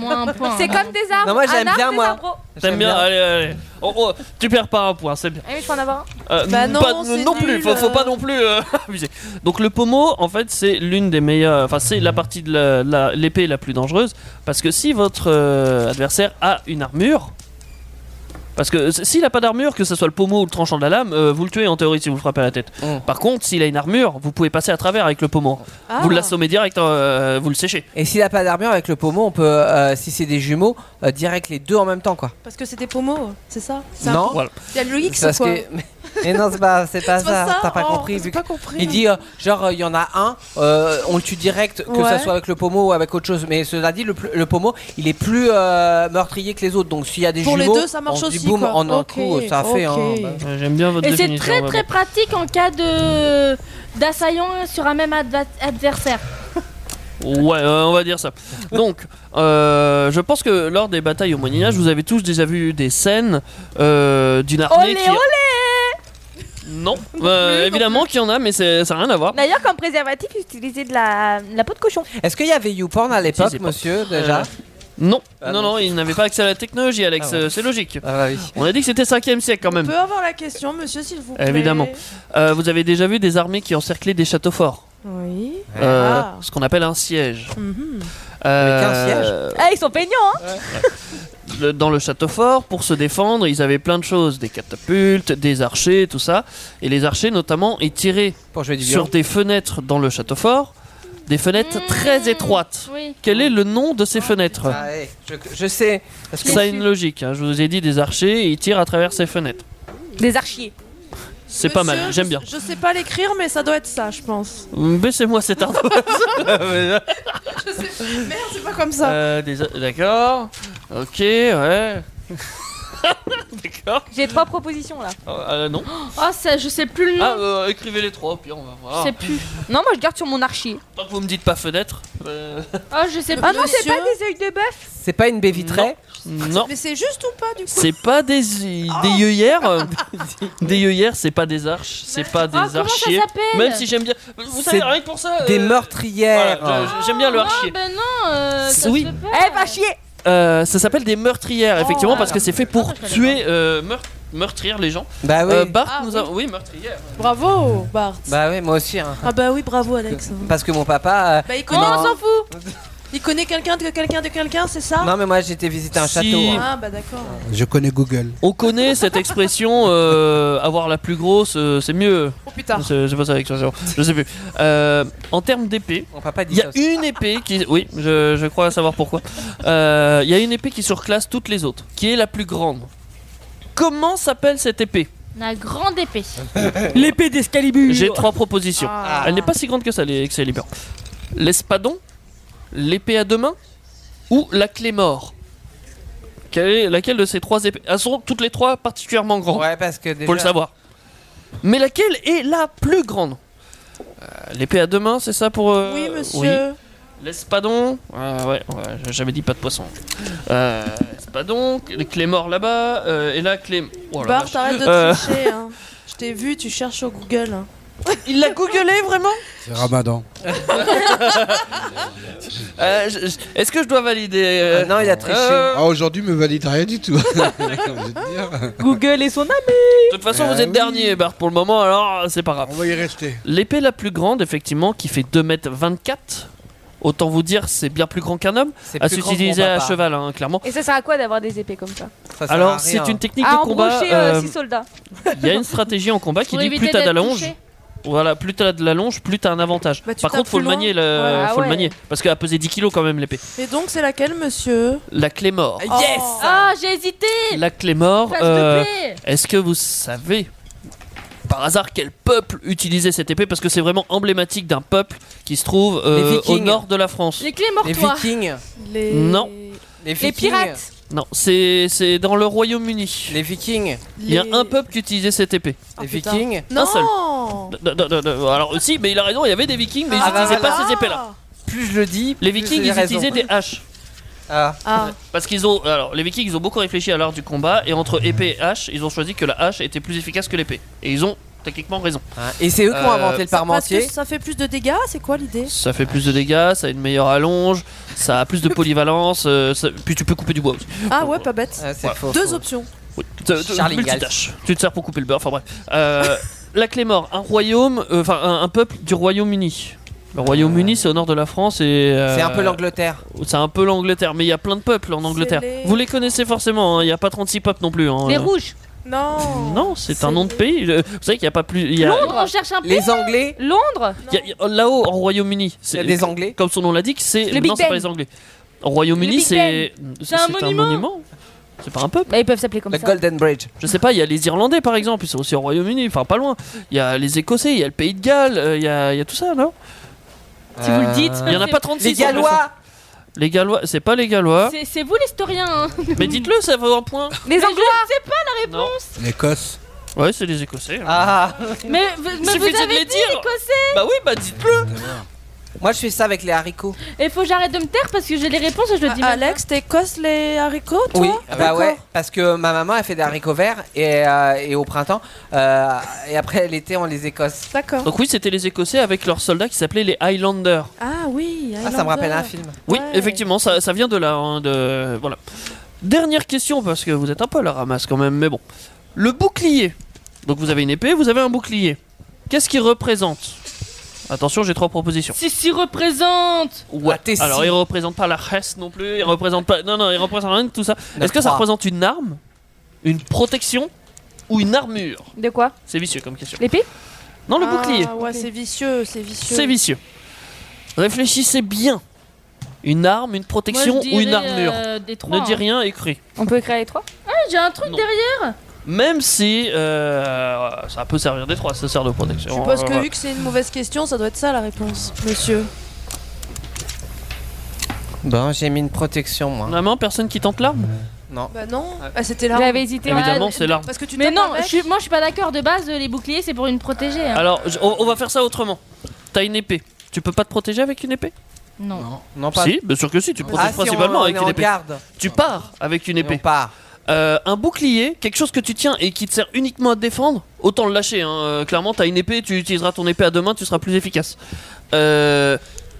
un point. hein.
C'est comme des arbres.
Non, moi, j'aime
un arbre,
bien,
des
moi.
arbres.
T'aimes bien, Allez, allez. Oh, oh, tu perds pas un point, c'est bien.
Ah oui, je peux en avoir un.
Euh,
Bah non,
pas-
c'est
non plus,
nul,
faut, faut
euh.
pas non plus euh, abuser. Donc le pommeau, en fait, c'est l'une des meilleures. Enfin, c'est la partie de la- la- l'épée la, plus dangereuse parce que si votre euh, adversaire a une armure, parce que s- s'il a pas d'armure, que ce soit le pommeau ou le tranchant de la lame, euh, vous le tuez en théorie si vous le frappez à la tête.
Mm.
Par contre, s'il a une armure, vous pouvez passer à travers avec le pommeau.
Ah.
Vous l'assommez direct, euh, vous le séchez.
Et s'il a pas d'armure avec le pommeau, on peut, euh, si c'est des jumeaux, euh, direct les deux en même temps quoi.
Parce que c'est des pommeaux, c'est ça C'est un
Non
peu- Il y a le X
Parce
quoi
que- Mais non, c'est pas, c'est pas
C'est pas
ça,
ça
t'as pas
Oh,
compris.
j'ai
vu
pas
que-
compris.
Il dit, euh, genre, il y en a un, euh, on le tue direct, que ça
Ouais.
soit avec le pommeau ou avec autre chose. Mais cela dit, le, pl- le pommeau, il est plus euh, meurtrier que les autres. Donc s'il y a des
Pour les
jumeaux,
deux, ça marche
on se dit
aussi,
boum,
quoi.
en un
Ok,
coup, ça fait. hein.
ok.
Bah,
J'aime bien votre
Et c'est
définition,
très
vraiment.
très pratique en cas de d'assaillant sur un même adva- adversaire.
Ouais, euh, on va dire ça. Donc, euh, je pense que lors des batailles au Moyen Âge, vous avez tous déjà vu des scènes euh, d'une armée
Olé,
qui...
olé
Non, euh, évidemment qu'il y en a, mais c'est- ça n'a rien à voir.
D'ailleurs, comme préservatif, j'utilisais de la, de la peau de cochon.
Est-ce qu'il y avait YouPorn à l'époque,
c'est pas-
monsieur, déjà
Euh, Non,
Ah
non,
non.
non, ils n'avaient pas accès à la technologie, Alex,
Ah bon.
euh, c'est logique.
oui.
On a dit que c'était 5ème siècle quand
On
même.
peut avoir la question, monsieur, s'il vous plaît
Évidemment. Euh, vous avez déjà vu des armées qui encerclaient des châteaux forts.
Oui.
Euh,
Ah.
Ce qu'on appelle un siège.
Mhm.
Euh,
Ah, ils sont peignants, hein
le- dans le château fort pour se défendre. Ils avaient plein de choses, des catapultes, des archers, tout ça. Et les archers, notamment, ils tiraient
du
sur
violon.
des fenêtres dans le château fort, des fenêtres
Mmh,
très étroites. Quel est le nom de ces fenêtres
Ah ouais, je, je sais. Parce que-
Ça a une logique. hein. Je vous ai dit des archers, et ils tirent à travers ces fenêtres.
Des archiers.
C'est pas mal,
Monsieur,
j'aime
je-
bien. Mmh,
Je sais pas l'écrire, mais ça doit être ça, je pense.
Baissez-moi cette ardoise.
je sais... Merde, c'est pas comme ça.
Euh, des- D'accord. Ok, ouais. D'accord.
J'ai trois propositions là.
Euh, non.
Oh, ça, je sais plus le nom.
Ah, euh, oh. écrivez les trois, puis on va voir.
Je sais plus.
Non, moi je garde sur mon archier.
Tant que vous me dites pas fenêtre. euh,
Oh, je sais
Ah
plus.
non, c'est
Monsieur
pas des œils de bœuf.
C'est pas une baie vitrée
Non.
Mais c'est juste ou pas du coup
C'est pas des, des
Ah.
œillères. euh, des œillères, c'est pas des arches, c'est pas des
Ah, comment ça
archiers.
s'appelle
Même si j'aime bien. Vous savez,
C'est
rien que pour ça. euh,
Des meurtrières.
voilà, je- J'aime bien le archier.
Ah, ben non, euh, ça
Oui.
se fait
Eh,
pas.
va chier
bah.
Euh, ça s'appelle des meurtrières, effectivement, parce que c'est fait pour
Oh, Ah, je connais
tuer, euh, meur- meurtrir les gens.
Bah oui.
Euh, Bart
Ah,
nous
oui.
a. Oui, meurtrière.
Bravo, Bart.
Bah oui, moi aussi. hein.
Ah bah oui, bravo, Alex.
Parce que mon papa. euh,
Bah il
Non,
connaît,
on s'en fout.
il connaît quelqu'un de quelqu'un de quelqu'un, c'est ça
Non, mais moi j'étais visiter un
Si.
château. hein.
hein. Ah bah d'accord.
Je connais Google.
On connaît cette expression euh, avoir la plus grosse, euh, c'est mieux.
Oh putain.
C'est c'est pas ça l'expression, je sais plus. Euh, en termes d'épée,
Mon papa dit
il y
ça
a
aussi.
une épée qui. Oui, je, je crois savoir pourquoi. Euh, Il y a une épée qui surclasse toutes les autres, qui est la plus grande. Comment s'appelle cette épée
La grande épée.
L'épée d'Escalibur
J'ai trois propositions.
Ah.
Elle n'est pas si grande que ça, les Excalibur. L'espadon, l'épée à deux mains ou la clé mort Quelle est- Laquelle de ces trois épées Elles sont toutes les trois particulièrement grandes.
Ouais, parce que déjà.
Faut le savoir. Mais laquelle est la plus grande Euh, L'épée à deux mains, c'est ça pour. euh,
Oui, monsieur.
L'espadon. Ouais, ouais, ouais, j'ai jamais dit pas de poisson. Euh, L'espadon, les clés morts là-bas, euh, et la clé. Oh la
Bart,
vache.
arrête de
Euh.
tricher. hein. Je t'ai vu, tu cherches sur Google. hein.
Il l'a googlé vraiment
C'est Ramadan.
Euh, je- je- Est-ce que je dois valider euh,
Euh, non, il a triché.
euh,
Ah, aujourd'hui, me valide rien du tout. Je vais te dire.
Google et son âme
De toute façon, vous
Ah
êtes
oui.
dernier, Bart, pour le moment, alors c'est pas grave.
On va y rester.
L'épée la plus grande, effectivement, qui fait 2m24. Autant vous dire, c'est bien plus grand qu'un homme.
C'est
À
plus grand que mon
s'utiliser à
papa.
cheval, hein, clairement.
Et ça sert à quoi d'avoir des épées comme ça
Ça sert à
Alors,
rien.
c'est une technique
À
de combat.
embrocher
euh,
6 soldats.
Il y a une stratégie en combat qui
Pour
dit
éviter
plus t'as
d'être
d'allonge,
touché.
Voilà, plus t'as de l'allonge, plus t'as un avantage.
Bah, tu
Par
tapes
contre, faut
plus
le
loin.
manier, le-
Voilà,
faut
ouais.
le manier, parce qu'elle pesait 10 kilos quand même l'épée.
Et donc, c'est laquelle, monsieur Oh.
La clé mort.
Yes
Ah, j'ai hésité
Oh. La clé mort. euh,
Face de paix.
Est-ce que vous savez par hasard quel peuple utilisait cette épée parce que c'est vraiment emblématique d'un peuple qui se trouve euh,
Les
au
Vikings.
nord de la France.
Les clés mortoires.
Vikings.
Les...
Non.
Les pirates.
Non, c'est c'est dans le Royaume-Uni.
Les Vikings.
Il y a
Les-
un peuple qui utilisait cette épée.
les Vikings.
Un seul.
Non
D- d- d- d- Alors aussi, mais il a raison, il y avait des Vikings, mais ils
Ah,
n'utilisaient
voilà.
pas ces épées-là.
Plus je le dis,
Les
plus
Vikings,
j'ai
ils
raison.
utilisaient des haches.
Ah.
Ah,
Parce qu'ils ont, alors les Vikings, ils ont beaucoup réfléchi à l'art du combat et entre épée et hache, ils ont choisi que la hache était plus efficace que l'épée. Et ils ont techniquement raison.
Ah. Et c'est eux qui ont
Euh,
inventé le
parce que
parmentier.
ça fait plus de dégâts, c'est quoi l'idée
Ça fait plus de dégâts, ça a une meilleure allonge, ça a plus de polyvalence, euh, ça- puis tu peux couper du bois aussi.
Ah ouais, pas bête.
Ah, c'est
Ouais.
faux.
Deux
faux.
options.
Oui. T'as- t'as-
Charlie
multitâche. Tu te sers pour couper le beurre, enfin bref. Euh, la clé mort, un royaume, euh, enfin un, un peuple du Royaume-Uni. Le Royaume-Uni, c'est au nord de la France et. euh,
Euh. C'est un peu l'Angleterre.
C'est un peu l'Angleterre, mais il y a plein de peuples en Angleterre.
les-
Vous les connaissez forcément, hein, il n'y a pas 36 peuples non plus. hein.
Les rouges.
Non.
Non, c'est un nom de pays. Euh, Vous savez qu'il n'y a pas plus. il Y a...
Londres, on cherche un peu.
Les Anglais.
Londres
Il y a- il y a- Là-haut, en Royaume-Uni,
Il y
c'est
a des Anglais.
comme son nom l'indique, c'est
Le Big
non, c'est pas
Ben.
les Anglais. Au
Le
Royaume-Uni,
Big Ben.
c'est c'est
un monument.
C'est pas un peuple.
Bah, ils peuvent s'appeler comme
Le
ça.
Golden Bridge.
Je sais pas, il y a les Irlandais par exemple, ils sont aussi au Royaume-Uni, enfin pas loin. Il y a les Écossais, il y a le Pays de Galles, euh, il y, a, il y a tout ça, non Euh,
Si vous le dites.
Il y en a pas 36
Les Gallois.
Les Gallois, c'est pas les Gallois.
C'est- C'est vous l'historien. hein.
Hein? Mais dites-le, ça vaut un point
Les Anglais.
Non.
L'Écosse.
Ouais, c'est les Écossais. hein.
Ah.
Mais, vous- mais
Suffisait
vous
de
avez
les
dit
dire.
écossais.
Bah oui, bah dites-le
Moi, je fais ça avec les haricots.
Et faut que j'arrête de me taire parce que j'ai les réponses et je le dis.
Ah,
même
Alex, t'es cosse les haricots, toi Ah,
bah
D'accord.
ouais, parce que ma maman, elle fait des haricots verts et, euh, et au printemps. euh, et après l'été, on les écosse.
D'accord.
Donc oui, c'était les Écossais avec leurs soldats qui s'appelaient les Highlanders.
Ah oui.
Ah, ça me rappelle
Highlander.
un film.
Oui,
Ouais.
effectivement, ça, ça vient de là. hein, de... Voilà. Dernière question, parce que vous êtes un peu à la ramasse quand même, mais bon. Le bouclier. Donc vous avez une épée, vous avez un bouclier. Qu'est-ce qu'il représente Attention, j'ai trois propositions.
Si si représente.
Ouais.
Ah, t'es
Alors,
si.
il représente pas la Hesse non plus, il représente pas. Non, non, il représente rien de tout ça.
Il y en a
Est-ce que ça
trois.
représente une arme, une protection ou une armure
De quoi
C'est vicieux comme question.
L'épée
Non, le bouclier.
Ah ouais, c'est vicieux, c'est vicieux.
C'est vicieux. Réfléchissez bien. Une arme, une protection
Moi, je
ou une
dirais,
armure.
euh, des trois,
Ne dis
hein.
rien, écrit.
On peut créer les trois
Ah, j'ai un truc
Non.
derrière.
Même si euh, ça peut servir des trois, ça sert de
Je
protection.
suppose
Euh,
que
voilà.
vu que c'est une mauvaise question, ça doit être ça la réponse, monsieur.
Bon, j'ai mis une protection, moi.
Vraiment, personne qui tente l'arme
Bah non, ah, c'était là.
J'avais hésité.
Évidemment,
Ouais,
c'est l'arme.
Parce que tu
Mais
tapes
non,
avec.
je suis- moi je suis pas d'accord. De base, euh, les boucliers c'est pour une protéger. hein.
Alors, je- on, on va faire ça autrement. T'as une épée. Tu peux pas te protéger avec une épée
Non.
Non, pas.
Si, bien sûr que si. Tu te protèges
Ah, si, on-
principalement
on
avec
est
une
en
épée.
garde.
Tu pars avec une
Et On
épée.
part.
Euh, un bouclier, quelque chose que tu tiens et qui te sert uniquement à te défendre, autant le lâcher. hein. Euh, Clairement, t'as une épée, tu utiliseras ton épée à deux mains, tu seras plus efficace. Euh,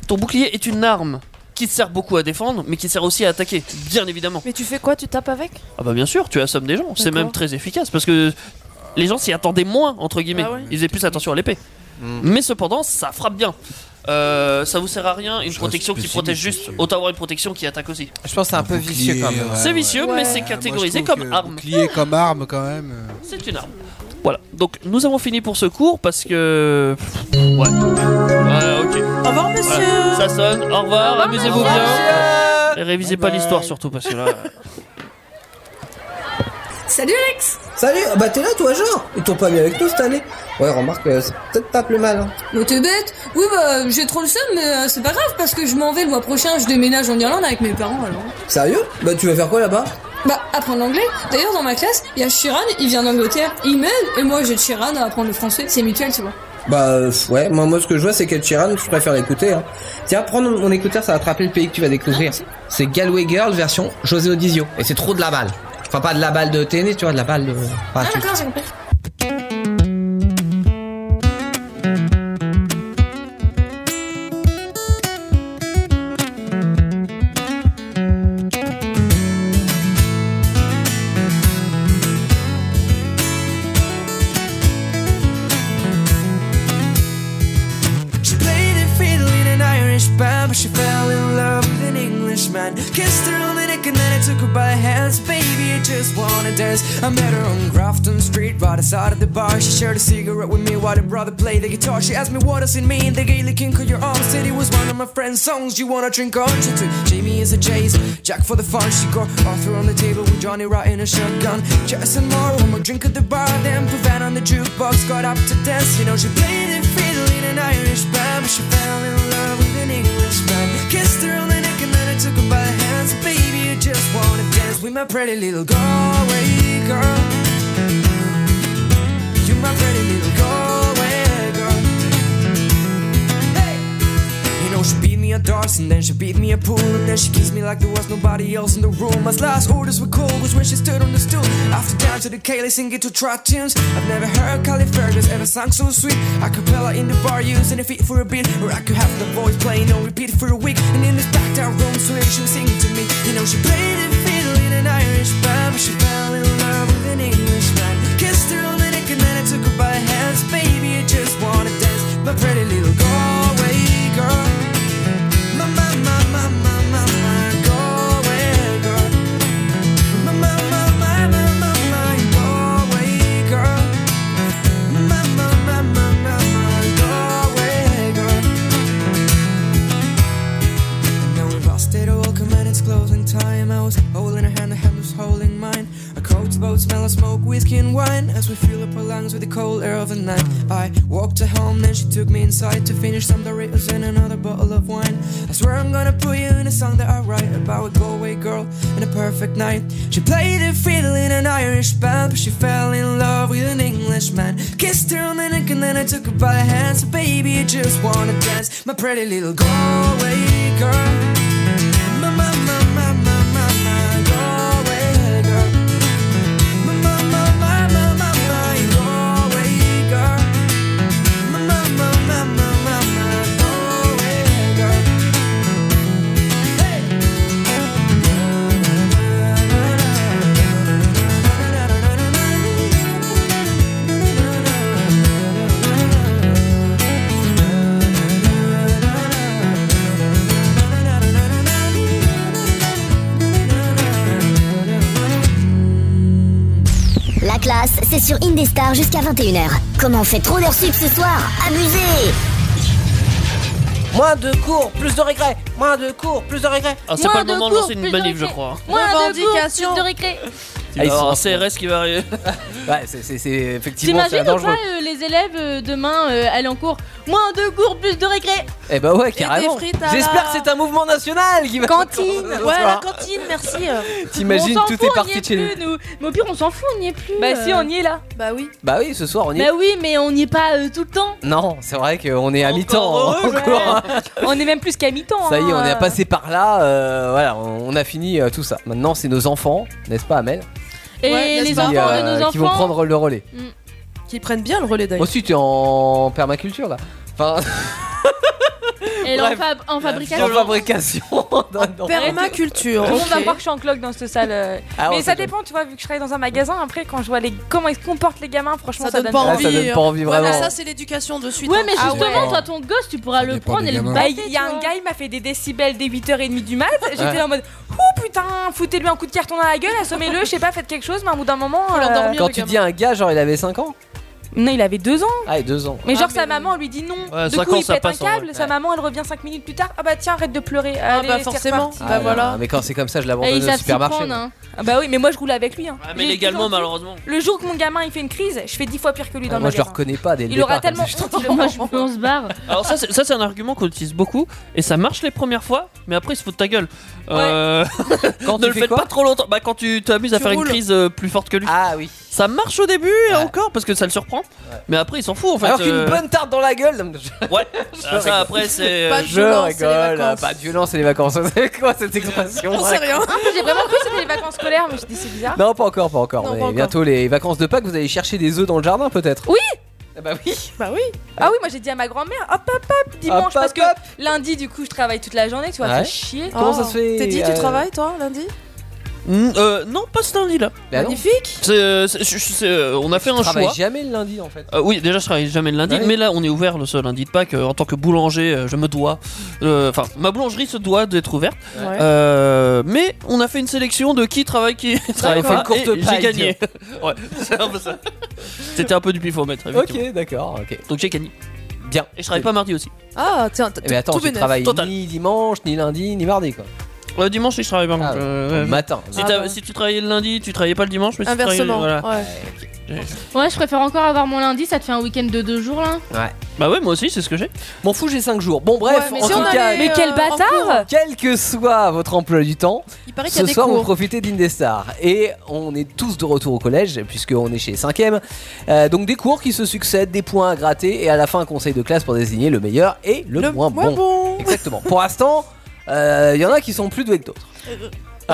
ton bouclier est une arme qui te sert beaucoup à défendre, mais qui te sert aussi à attaquer, bien évidemment.
Mais tu fais quoi Tu tapes avec
Ah bah bien sûr, tu assommes des gens, c'est
D'accord.
même très efficace parce que les gens s'y attendaient moins entre guillemets,
Ah ouais.
ils faisaient plus attention à l'épée.
Hmm.
Mais cependant, ça frappe bien. Euh, ça vous sert à rien une protection qui
pessimiste,
protège juste,
monsieur.
autant avoir une protection qui attaque aussi.
Je pense que c'est un peu vicieux quand même.
c'est vicieux,
Ouais. Ah,
mais c'est
Moi,
catégorisé comme arme.
Bouclier comme arme quand même.
C'est une arme. Voilà, donc nous avons fini pour ce cours parce que. Pff, Ouais. Ouais, ok.
Au revoir, monsieur.
Voilà. Ça sonne, au revoir, amusez-vous
Ah,
bien. Et révisez pas
Bye bye.
l'histoire surtout parce que là.
Salut Alex Salut Ah Bah t'es là toi genre Ils t'ont pas mis avec nous cette année Ouais remarque, euh, c'est peut-être pas plus mal. Hein.
Bon, t'es bête Oui, bah, j'ai trop le seum, mais euh, c'est pas grave, parce que je m'en vais le mois prochain, je déménage en Irlande avec mes parents, alors.
Sérieux Bah tu vas faire quoi là-bas
Bah, apprendre l'anglais. D'ailleurs, dans ma classe, il y a Shiran, il vient d'Angleterre, il m'aide, et moi, j'ai Shiran à apprendre le français, c'est mutuel, tu vois.
Bah euh, ouais, moi, moi ce que je vois c'est qu'Ed Sheeran, je préfère l'écouter. Hein. Tiens, prends mon mon écouteur, ça va te rappeler le pays que tu vas découvrir. C'est Galway Girl version José Odizio. Et c'est trop de la balle. Enfin pas de la balle de tennis, tu vois, de la balle de... Enfin,
Ah,
tu-
d'accord, j'ai compris.
She played the fiddle in an Irish band, but she fell in love with an Englishman. Kissed her on the neck and then I took her by the hands. Baby, she just wanna dance. I met her on Grafton Street, right outside of the bar. She shared a cigarette with me while her brother played the guitar. She asked me what does it mean, the Gaelic ink of your arm. Said it was one of my friend's songs. You wanna drink on? She took Jamie as a chase, Jack for the fun. She got Arthur on the table with Johnny right in a shotgun. Jess and Mara, one more drink at the bar. Then Pavan on the jukebox got up to dance. You know she played it fiddle in an Irish band, but she fell in love with an Englishman. Kissed her on the neck and then I took her by the hands. Baby, you just wanna dance with my pretty little Galway girl. You're my pretty little Galway girl. Hey! You know she beat me at darts and then she beat me at pool And then she kissed me like there was nobody else in the room My last orders were cold was when she stood on the stool After down to the Kaylee singing to trot tunes I've never heard Kylie Fergus ever sang so sweet A cappella in the bar using a feet for a beat Or I could have the voice playing on repeat for a week And in this back down room so she was singing to me You know she played the fiddle in an Irish band But she fell in love with an Englishman Kissed her on the neck and then I took her by the hands Baby I just wanna dance My pretty little Galway girl my, my, my, my, my, my, my Galway girl. My, my, my, my, my, my, my Galway girl. My, my, my, my, my, my Galway girl. And now we've lost it all, come and it's closing time. I was holding her hand, her hand was holding mine. Our coats both smell of smoke, whiskey, and wine. As we fill up our lungs with the cold air of the night. I walked her home, then she took me inside to finish some Doritos and another bottle of wine. I swear I'm gonna put you in a song that I write about a Galway girl and a perfect night. She played the fiddle in an Irish band, but she fell in love with an Englishman. Kissed her on the neck and then I took her by the hand. So baby, I just wanna dance, my pretty little Galway girl. My, my, my, my, my, my, my Galway girl. My, my, my, my, my, my, my Galway girl. My, my, my, my, my, my, my Galway girl.
La classe, c'est sur Indestar jusqu'à 21h. Comment on fait trop d'heures sup ce soir Abusé
Moins de cours, plus de regrets. Moins de cours, plus de regrets.
Ah, c'est pas le moment de lancer une manif, je crois.
hein.
Moins de cours, plus
Revendication.
de récré.
Il va y avoir un CRS qui va arriver.
ouais, c'est- c'est c'est- effectivement c'est
T'imagines ou
dangereux.
pas euh, les élèves euh, demain euh, aller en cours Moins de cours, plus de récré.
Eh bah ouais,
Et des
carrément.
frites à la-
J'espère que c'est un mouvement national qui va.
Cantine.
Ce
Ouais, la
soir.
cantine, merci.
T'imagines,
On s'en
tout
fout,
est
on y
parti de chez
plus, nous. Mais au pire, on s'en fout, on n'y est plus.
Bah si, on y
est là. Bah oui.
Bah oui, ce soir on y est.
Bah oui, mais on n'y est pas euh, tout le temps.
Non, c'est vrai qu'on est à mi-temps. hein, encore, hein.
On est même plus qu'à mi-temps.
Ça y est, on est
hein.
passé par là. euh, voilà, on on a fini euh, tout ça. Maintenant, c'est nos enfants, n'est-ce pas, Amel
Et
Ouais,
les
n'est-ce pas
enfants
qui, euh,
de nos
qui vont
enfants.
prendre le relais.
Qu'ils prennent bien le relais d'ailleurs.
Moi aussi, tu es en permaculture là. Enfin,
Et
Bref.
en, fab- en fabrication.
en fabrication. Non.
Permaculture.
Tout le monde va
ok.
voir que je suis en cloque dans cette salle. euh.
Ah, on
mais ça
fait
dépend, tu vois, vu que je travaille dans un magasin, après, quand je vois les... comment ils se comportent les gamins, franchement,
Ça
ça,
donne pas
Ouais, Ah,
envie.
ça
hein.
hein.
donne pas envie, hein.
Ouais, mais
vraiment.
ça, c'est l'éducation de suite.
Ouais,
hein.
mais justement,
ouais.
toi, ton gosse, tu pourras le
dépend
prendre
des
et le
gamins.
Ah Bah,
battre.
il y a un gars, il m'a fait des décibels dès 8h30 du mat. J'étais
Ouais.
en mode Ouh putain, foutez-lui un coup de carton dans la gueule, assommez-le, je sais pas, faites quelque chose, mais au bout d'un moment. euh,
l'endormir.
Quand tu dis un gars, genre il avait 5 ans
Non, il avait 2 ans.
Ah, et 2 ans.
Mais genre, sa maman lui dit non.
Ouais,
du
cinq
coup,
ans,
il
ça
pète un
passe en vrai.
câble, sa
Ouais.
maman, elle revient 5 minutes plus tard. Ah bah tiens, arrête de pleurer. Allez,
bah,
c'est
forcément.
reparti.
Bah,
Ah,
voilà.
non, Mais quand c'est comme ça, je
Et
l'abandonne
ils
au
savent s'y
supermarché.
prendre. hein.
Ah bah oui, mais moi je roule avec lui. hein.
Ah, mais
J'ai
légalement,
toujours dit,
malheureusement.
Le jour que mon gamin il fait une crise, je fais 10 fois pire que lui dans
Ah,
le
Moi, je le
magasin.
reconnais pas dès le
Il aura
départ,
tellement
comme ça, je-
honte, il
Moi, je on se barre.
Alors, ça, c'est ça, c'est un argument qu'on utilise beaucoup. Et ça marche les premières fois, mais après, il se fout de ta gueule. Euh,
Quand
ne
tu
le
fais
faites
quoi
pas trop longtemps. Bah, quand tu t'amuses à
Tu
faire
roules.
une crise euh, plus forte que lui.
Ah oui.
Ça marche au début et encore parce que ça le surprend. Mais après, il s'en fout en fait.
Alors qu'une
euh,
bonne tarte dans la gueule. non, je-
Ouais, Ah, ça après, c'est.
Pas de
Je
violence, c'est les
rigole.
vacances.
Pas de violence et les vacances. C'est quoi cette expression
On sait rien.
Ah, J'ai vraiment cru que c'était les vacances scolaires, mais je dis c'est bizarre.
Non, pas encore, pas encore.
Non,
mais
pas encore.
bientôt les vacances de Pâques, vous allez chercher des œufs dans le jardin peut-être
Oui
Ah Bah oui
Bah oui.
Ah oui, moi j'ai dit à ma grand-mère, hop hop hop, dimanche,
Hop,
parce
hop,
que
hop.
lundi du coup je travaille toute la journée, tu vois,
Ouais.
fais chier.
Comment ça se fait
T'es dit, tu
euh,
travailles toi lundi
Mm, euh, non, pas ce lundi-là.
Bah non.
Magnifique.
C'est, euh, c'est- je- je- c'est, euh, on a fait un
Je travaille
choix.
jamais le lundi en fait.
Euh, oui, déjà je travaille jamais le lundi,
Ouais.
mais là on est ouvert le seul lundi de Pâques. Euh, en tant que boulanger, euh, je me dois. euh, Enfin, ma boulangerie se doit d'être ouverte.
Ouais.
Euh, mais on a fait une sélection de qui travaille, qui travaille
on fait
pas.
une courte
et j'ai
paille.
gagné. ouais, c'est un peu ça. C'était un peu du pifomètre. effectivement.
Ok, d'accord. Ok.
Donc j'ai gagné.
Bien.
Et je travaille pas mardi aussi.
Ah, tiens, t-
Eh Mais attends,
tout
tu
bénef.
travailles
Total.
ni dimanche, ni lundi, ni mardi quoi. Ah,
Ouais, dimanche, si je travaille pas. donc, euh, ouais.
matin.
Si,
Ah
t'as-
bah.
si tu travaillais le lundi, tu travaillais pas le dimanche, mais si tu travaillais-
Inversement,
voilà.
ouais.
J'ai-
Ouais, je préfère encore avoir mon lundi, ça te fait un week-end de deux jours là.
Ouais.
Bah ouais, moi aussi, c'est ce que j'ai.
M'en fous, j'ai 5 jours. Bon, bref,
Ouais, mais
en
si
tout
on
cas,
allait, Mais quel euh, en bâtard
Quel que soit votre emploi du temps,
Il paraît qu'il y a
ce
des
soir, vous
cours.
profitez d'Indestar. Et on est tous de retour au collège, puisqu'on est chez 5 e Donc, des cours qui se succèdent, des points à gratter, et à la fin, un conseil de classe pour désigner le meilleur et le, moins,
moins bon.
Exactement. pour l'instant, euh, il y en a qui sont plus doués que d'autres.
Il y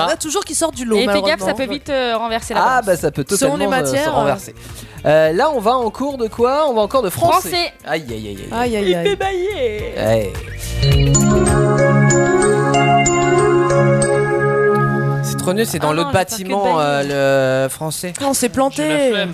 en
Ah.
a toujours qui sortent Euh, du lot.
Et fais gaffe,
malheureusement.
ça peut vite euh, renverser la
Ah,
balance.
bah ça peut
Selon
totalement
les
euh, se
matières,
renverser. Euh, là, on va en cours de quoi On va encore de français.
Français.
Aïe, aïe, aïe, aïe.
Aïe aïe aïe.
bailler.
Ouais. C'est trop nul, c'est
Ah
dans
non,
l'autre
je vais faire que
bâtiment
bailler.
euh, le français.
On s'est
la
planté.
flemme.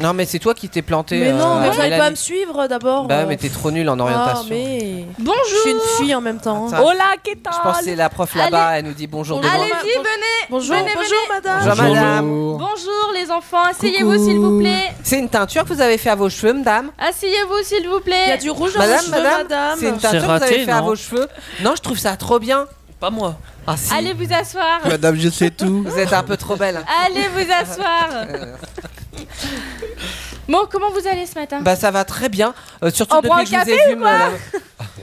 Non mais c'est toi qui t'es planté.
Mais non,
euh,
mais j'allais
Mélanie.
pas à me suivre d'abord.
Bah
euh.
mais t'es trop nul en orientation.
Ah, mais.
Bonjour.
Je suis une fille en même temps. hein.
Attends,
Hola, qu'est-ce
Je pense que c'est la prof là-bas, elle nous dit bonjour devant.
Allez-y, venez.
Bonjour,
Venez,
bonjour
venez.
madame.
Bonjour madame.
Bonjour les enfants, asseyez-vous s'il vous plaît.
C'est une teinture que vous avez fait à vos cheveux, madame.
Asseyez-vous s'il vous plaît.
Il y a du rouge à
Madame,
cheveux,
madame,
madame.
c'est une
C'est
teinture que vous
raté,
avez fait à
non
vos cheveux. Non, je trouve ça trop bien.
Pas moi.
Ah si.
Allez vous asseoir.
Madame, je sais tout.
Vous êtes un peu trop belle.
Allez vous asseoir.
Euh.
bon, comment vous allez ce matin
Bah ça va très bien. Euh, surtout
On prend
depuis que je
un
vous ai
café
vu, madame.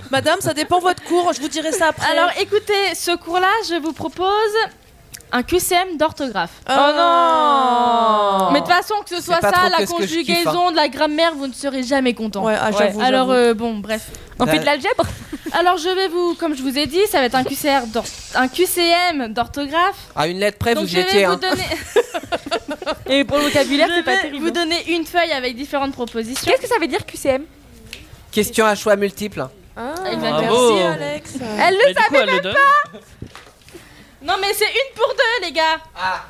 Madame, ça dépend votre cours, je vous dirai ça après.
Alors écoutez, ce cours-là, je vous propose un QCM d'orthographe.
Oh non
Mais de toute façon, que ce soit
pas
ça,
trop
la
que ce que je kiffe, hein.
conjugaison, de la grammaire, vous ne serez jamais content.
Ouais, ah, j'avoue.
Alors
j'avoue.
euh, bon, bref.
On fait de
l'algèbre Alors je vais vous, comme je vous ai dit, ça va être un, QCR d'or- un QCM d'orthographe.
À une lettre près,
Donc
vous
je
y
vais
étiez.
vous
hein.
donner,
Et pour le vocabulaire,
je
c'est pas
vais
terrible.
vous donner une feuille avec différentes propositions.
Qu'est-ce que ça veut dire QCM
Question à choix multiple.
Ah,
Bravo.
Merci Alex.
Elle le
Mais du coup, elle le donne.
Non mais c'est une pour deux les gars.
Ah.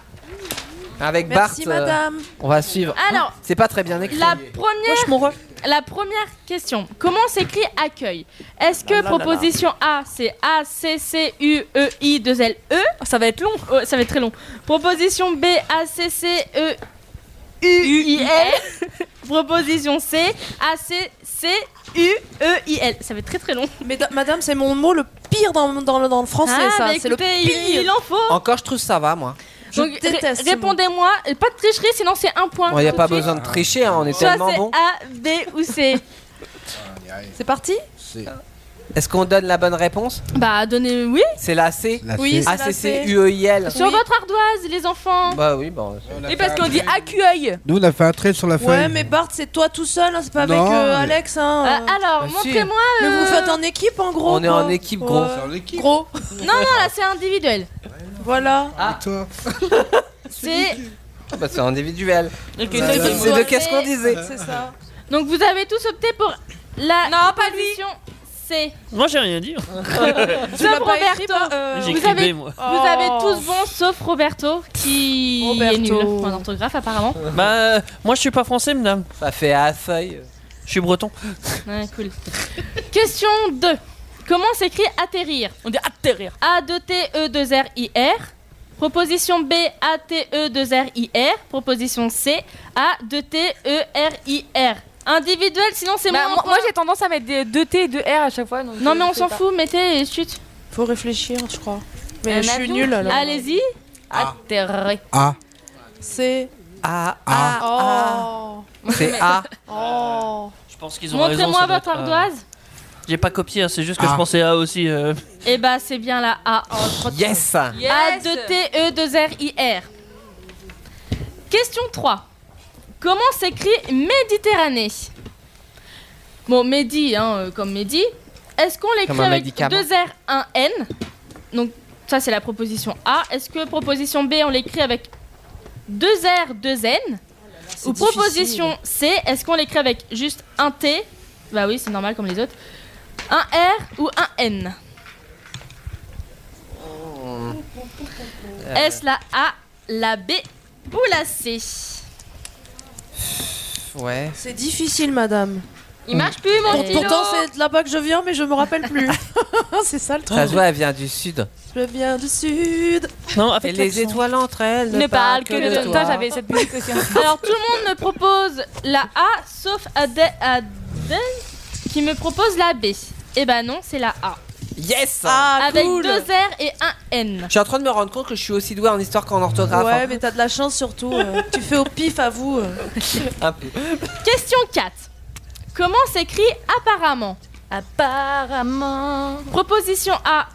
Avec
Merci
Bart, euh,
madame.
on va suivre. Hein,
Alors
C'est pas très bien écrit.
la première, la première question. Comment s'écrit accueil Est-ce que
Ah, Là, là, là, là.
proposition A c'est A C C U E I 2 L E Ça va être long. Oh, ça va être très long. Proposition B A C C E U I L. Proposition C A C C U E I L. Ça va être très très long.
Mais da- madame, c'est mon mot le pire dans, dans, le- dans le français,
Ah,
ça.
mais
C'est le
écoutez, il, il
pire.
en faut.
Encore, je trouve ça va, moi.
Je
Donc, ré-
déteste ce mot.
répondez-moi, Et pas de tricherie, sinon c'est un point.
Il n'y a
tout
pas
de suite.
besoin de tricher, hein, on est
Soit
tellement
c'est
bon.
A, B ou C.
C'est parti
Euh. Est-ce qu'on donne la bonne réponse
bah donnez oui.
C'est la C
La
Oui,
fée.
A,
c'est
C,
la
C,
C.
U, E, I, L.
Sur
Oui.
votre ardoise, les enfants.
Bah oui, bon.
Oui, parce qu'on dit
E,
accueil.
Nous, on a fait un trait sur la
Ouais,
feuille.
mais Bart, c'est toi tout seul, hein, c'est pas
Non,
avec euh,
mais-
Alex. Hein.
Euh, alors
Bah, si.
montrez-moi.
Mais
euh,
vous faites en équipe en gros.
On est
quoi.
en équipe, gros.
Ouais.
Sur l'équipe.
Gros,
Ah, Non non là c'est individuel. Ah.
voilà.
Toi.
C'est
Ah, bah, c'est individuel.
c'est
C'est
individuel.
de qu'est-ce qu'on disait
C'est ça.
donc vous avez tous opté pour la
Non, pas lui.
proposition C.
Moi j'ai rien dit.
Tu l'as
Sauf
pas écrit,
Roberto.
pas- euh,
J'ai
vous
clippé
avez-
moi.
Vous avez
Oh.
tous bon sauf Roberto qui est
Roberto.
nul en orthographe apparemment.
Bah, euh, moi je suis pas français, madame.
Ça fait A, feuille.
Je suis breton.
Ouais, cool. Question 2. Comment s'écrit atterrir
On dit atterrir.
A 2 T E 2 R I R. Proposition B A T E 2 R I R. Proposition C A 2 T E R I R. Individuel, sinon c'est
Bah,
moins un
moi,
point.
moi, j'ai tendance à mettre des 2 T et 2 R à chaque fois. donc
Non
je
mais on
sais
s'en
pas.
fout, mettez chute.
Faut réfléchir, je crois. Mais
Un
je suis
avion.
nulle alors.
Allez-y.
Ah.
Atterrir.
A.
C'est.
A,
Ah.
A.
Oh.
c'est
Ah.
A.
Oh.
Je pense qu'ils ont raison.
Montrez-moi
ça doit
votre
être, euh,
ardoise.
J'ai pas copié, hein, c'est juste que
Ah.
je pensais à aussi. euh,
Et bah c'est bien la A.
Yes
A 2 T E 2 R I R. Question 3. Comment s'écrit Méditerranée Bon, Mehdi, hein, euh, comme Mehdi. Est-ce qu'on l'écrit
Comme un
avec 2
médicament.
R 1 N Donc ça c'est la proposition A. Est-ce que proposition B on l'écrit avec 2 R 2 N Ou proposition C, est-ce qu'on l'écrit avec juste un T Bah oui, c'est normal comme les autres. Un R ou un N
Euh.
Est-ce la A, la B ou la C
Ouais.
C'est difficile, madame.
Il marche plus, mon
Pour-
stylo.
Pourtant, c'est de là-bas que je viens, mais je me rappelle plus. c'est ça le truc.
Ça se voit, elle vient du sud.
Je viens du sud.
Non,
Et les étoiles entre elles ne, parlent que de toi.
cette musique aussi. Alors tout le monde me propose la A sauf Adèle, qui me propose la B. Eh ben non, c'est la A.
Yes
Ah, Avec deux R et un N.
Je suis en train de me rendre compte que je suis aussi doué en histoire qu'en orthographe.
ouais,
hein.
mais t'as de la chance surtout. euh, tu fais au pif à vous. euh.
Un peu.
Question 4. Comment s'écrit apparemment Apparemment. Proposition A.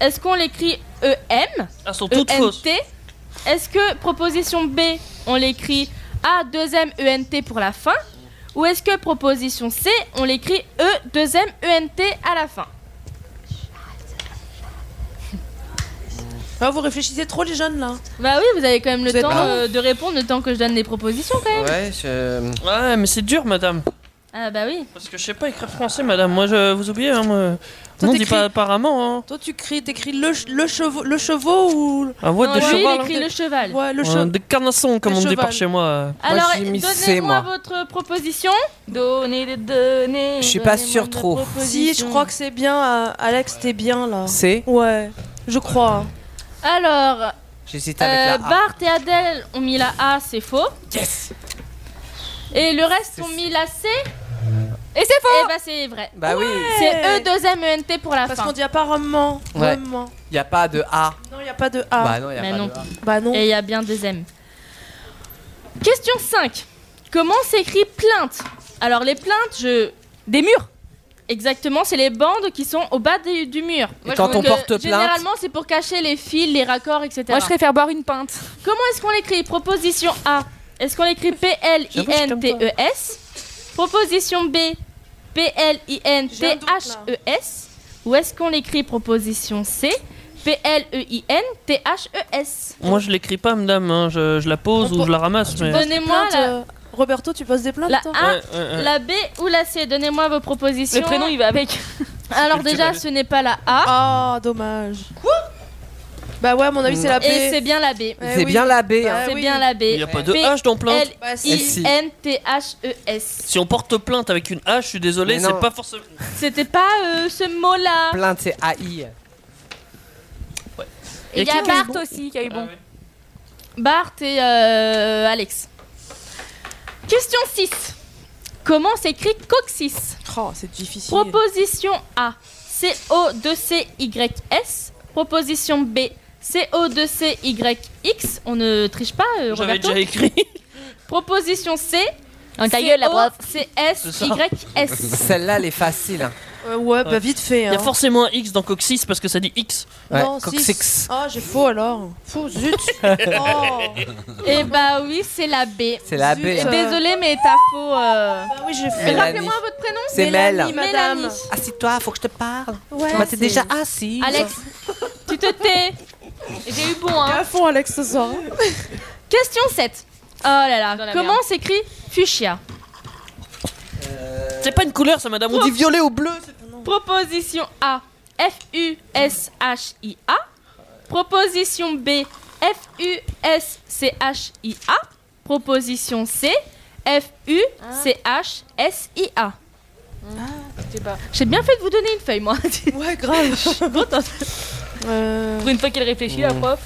Est-ce qu'on l'écrit E EM
Elles Ah, sont toutes
ENT?
fausses.
Est-ce que proposition B, on l'écrit A 2M ENT pour la fin Ou est-ce que proposition C, on l'écrit E 2M ENT à la fin
Ah, vous réfléchissez trop, les jeunes, là.
Bah oui, vous avez quand même le
Vous êtes
temps
pas
euh, de répondre, le temps que je donne les propositions quand même.
Ouais, je...
Ouais, mais c'est dur, madame.
Ah bah oui.
Parce que je sais pas écrire français, madame. Moi, je vous oubliez. Hein, moi.
Toi,
Non, on dit
t'écris-
pas apparemment. Hein.
Toi, tu cries, t'écris le, ch- le, chevau, le chevaux ou.
Ah ouais, Non, de lui, il cheval, écrit
hein. le cheval.
Ouais, le
Ouais,
cheval.
Des carnassons, comme
Le
on dit
cheval.
par chez
euh,
moi.
Alors, donnez-moi votre proposition. Donnez, donnez.
Je suis pas donnez-moi sûr votre trop.
Si, je crois que c'est bien. euh, Alex, t'es bien là.
C'est
Ouais, je crois.
Alors,
J'hésite
euh,
avec la A.
Bart et Adèle ont mis la A, c'est faux.
Yes
Et le reste ont mis la C. Et c'est faux Et bah c'est vrai.
Bah oui.
C'est E E2MENT pour la fin.
Parce qu'on dit apparemment.
Ouais.
Vraiment.
Il n'y a pas de A.
Non, il a pas de A.
Bah non, il a pas de A.
Bah non.
Et il y a bien des M. Question 5. Comment s'écrit plainte Alors les plaintes, je... Des murs Exactement, c'est les bandes qui sont au bas des- du mur. je
quand
trouve
on
que
porte plainte-
Généralement, c'est pour cacher les fils, les raccords, etc.
Moi, je préfère boire une pinte.
Comment est-ce qu'on l'écrit Proposition A. Est-ce qu'on l'écrit E P-L-I-N-T-E-S Proposition B. P-L-I-N-T-H-E-S Ou E est-ce qu'on l'écrit proposition C E P-L-E-I-N-T-H-E-S
Moi, je l'écris pas, madame. hein. Je, je la pose ou je la
Ah,
ramasse. Mais...
Donnez-moi la...
euh, Roberto, tu poses des plaintes
La
toi
A,
Ouais, ouais, ouais.
la B ou la C Donnez-moi vos propositions.
Le prénom, il va avec.
Alors déjà,
culturel.
ce n'est pas la A.
Ah, dommage. Quoi Bah ouais, à mon avis, c'est la B. Eh
Et c'est bien la B.
C'est bien la B. hein.
C'est bien la B.
Il y a pas de H dans plainte.
Bah,
E L-I-N-T-H-E-S.
Si on porte plainte avec une H, je suis désolé,
Mais
c'est
non.
pas forcément.
C'était pas euh, ce mot-là.
Plainte, c'est AI.
Et il y a
qui a eu
Bart
bon
aussi
Ah
qui a eu bon. Bart et euh, Alex. Question 6. Comment s'écrit coccyx
Oh, c'est difficile.
Proposition A. C-O-2-C-Y-S. Proposition B. C-O-2-C-Y-X. On ne triche pas, euh,
J'avais
Roberto.
déjà écrit.
Proposition C.
Dans ta gueule, la prof.
C-O-C-S-Y-S.
Celle-là, elle est facile. hein.
ouais, bah vite fait.
Il y a
hein.
forcément un X dans Coccyx parce que ça dit X.
Non, six. Oh. Ah, j'ai faux alors. Faux, zut.
Et bah Oh. oui, c'est la B.
C'est la B. Euh.
Et Désolée, mais t'as faux. euh.
Bah oui, j'ai
Mélanie.
Rappelez-moi votre prénom.
C'est Mel.
Mélanie.
Assis-toi, faut que je te parle.
Ouais,
Bah, t'es
c'est-
déjà assis.
Alex, tu te tais. J'ai eu bon, hein.
À fond, Alex, ce soir.
Question 7. Oh là là,
la
comment
merde.
s'écrit fuchsia
C'est pas une couleur, ça, madame. On dit violet ou bleu. c'est-
Proposition A, F-U-S-H-I-A. Proposition B, F-U-S-C-H-I-A. Proposition C, F-U-C-H-S-I-A. J'ai bien fait de vous donner une feuille, moi.
Ouais, grave. Je suis
contente.
Euh.
Pour une fois qu'elle réfléchit, la prof.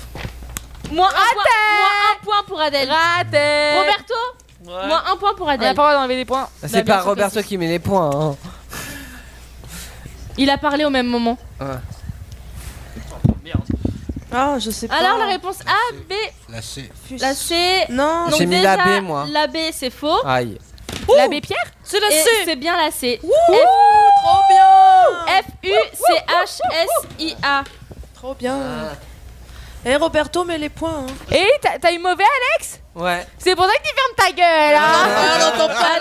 Moins un, point, moins un point pour Adèle. Roberto,
Ouais.
moins un point pour
On n'a pas le
Adèle.
droit d'enlever des
Ah,
points.
Bah,
C'est
Bah, bien
pas
sûr que
Roberto qui met les points. hein.
Il a parlé au même moment.
Ah, je sais pas.
Alors la réponse A, B,
La C.
la C.
Non.
Donc
J'ai mis
déjà,
la B, moi. Ah,
La B, c'est faux.
Aïe.
La B Pierre
C'est la
Et
C.
C'est bien la C.
Trop bien
F-U-C-H-S-I-A.
Trop bien. Eh, Roberto, mets les points. hein.
Et t'as t'as eu mauvais, Alex
Ouais.
C'est pour ça que tu fermes ta gueule,
Ah,
hein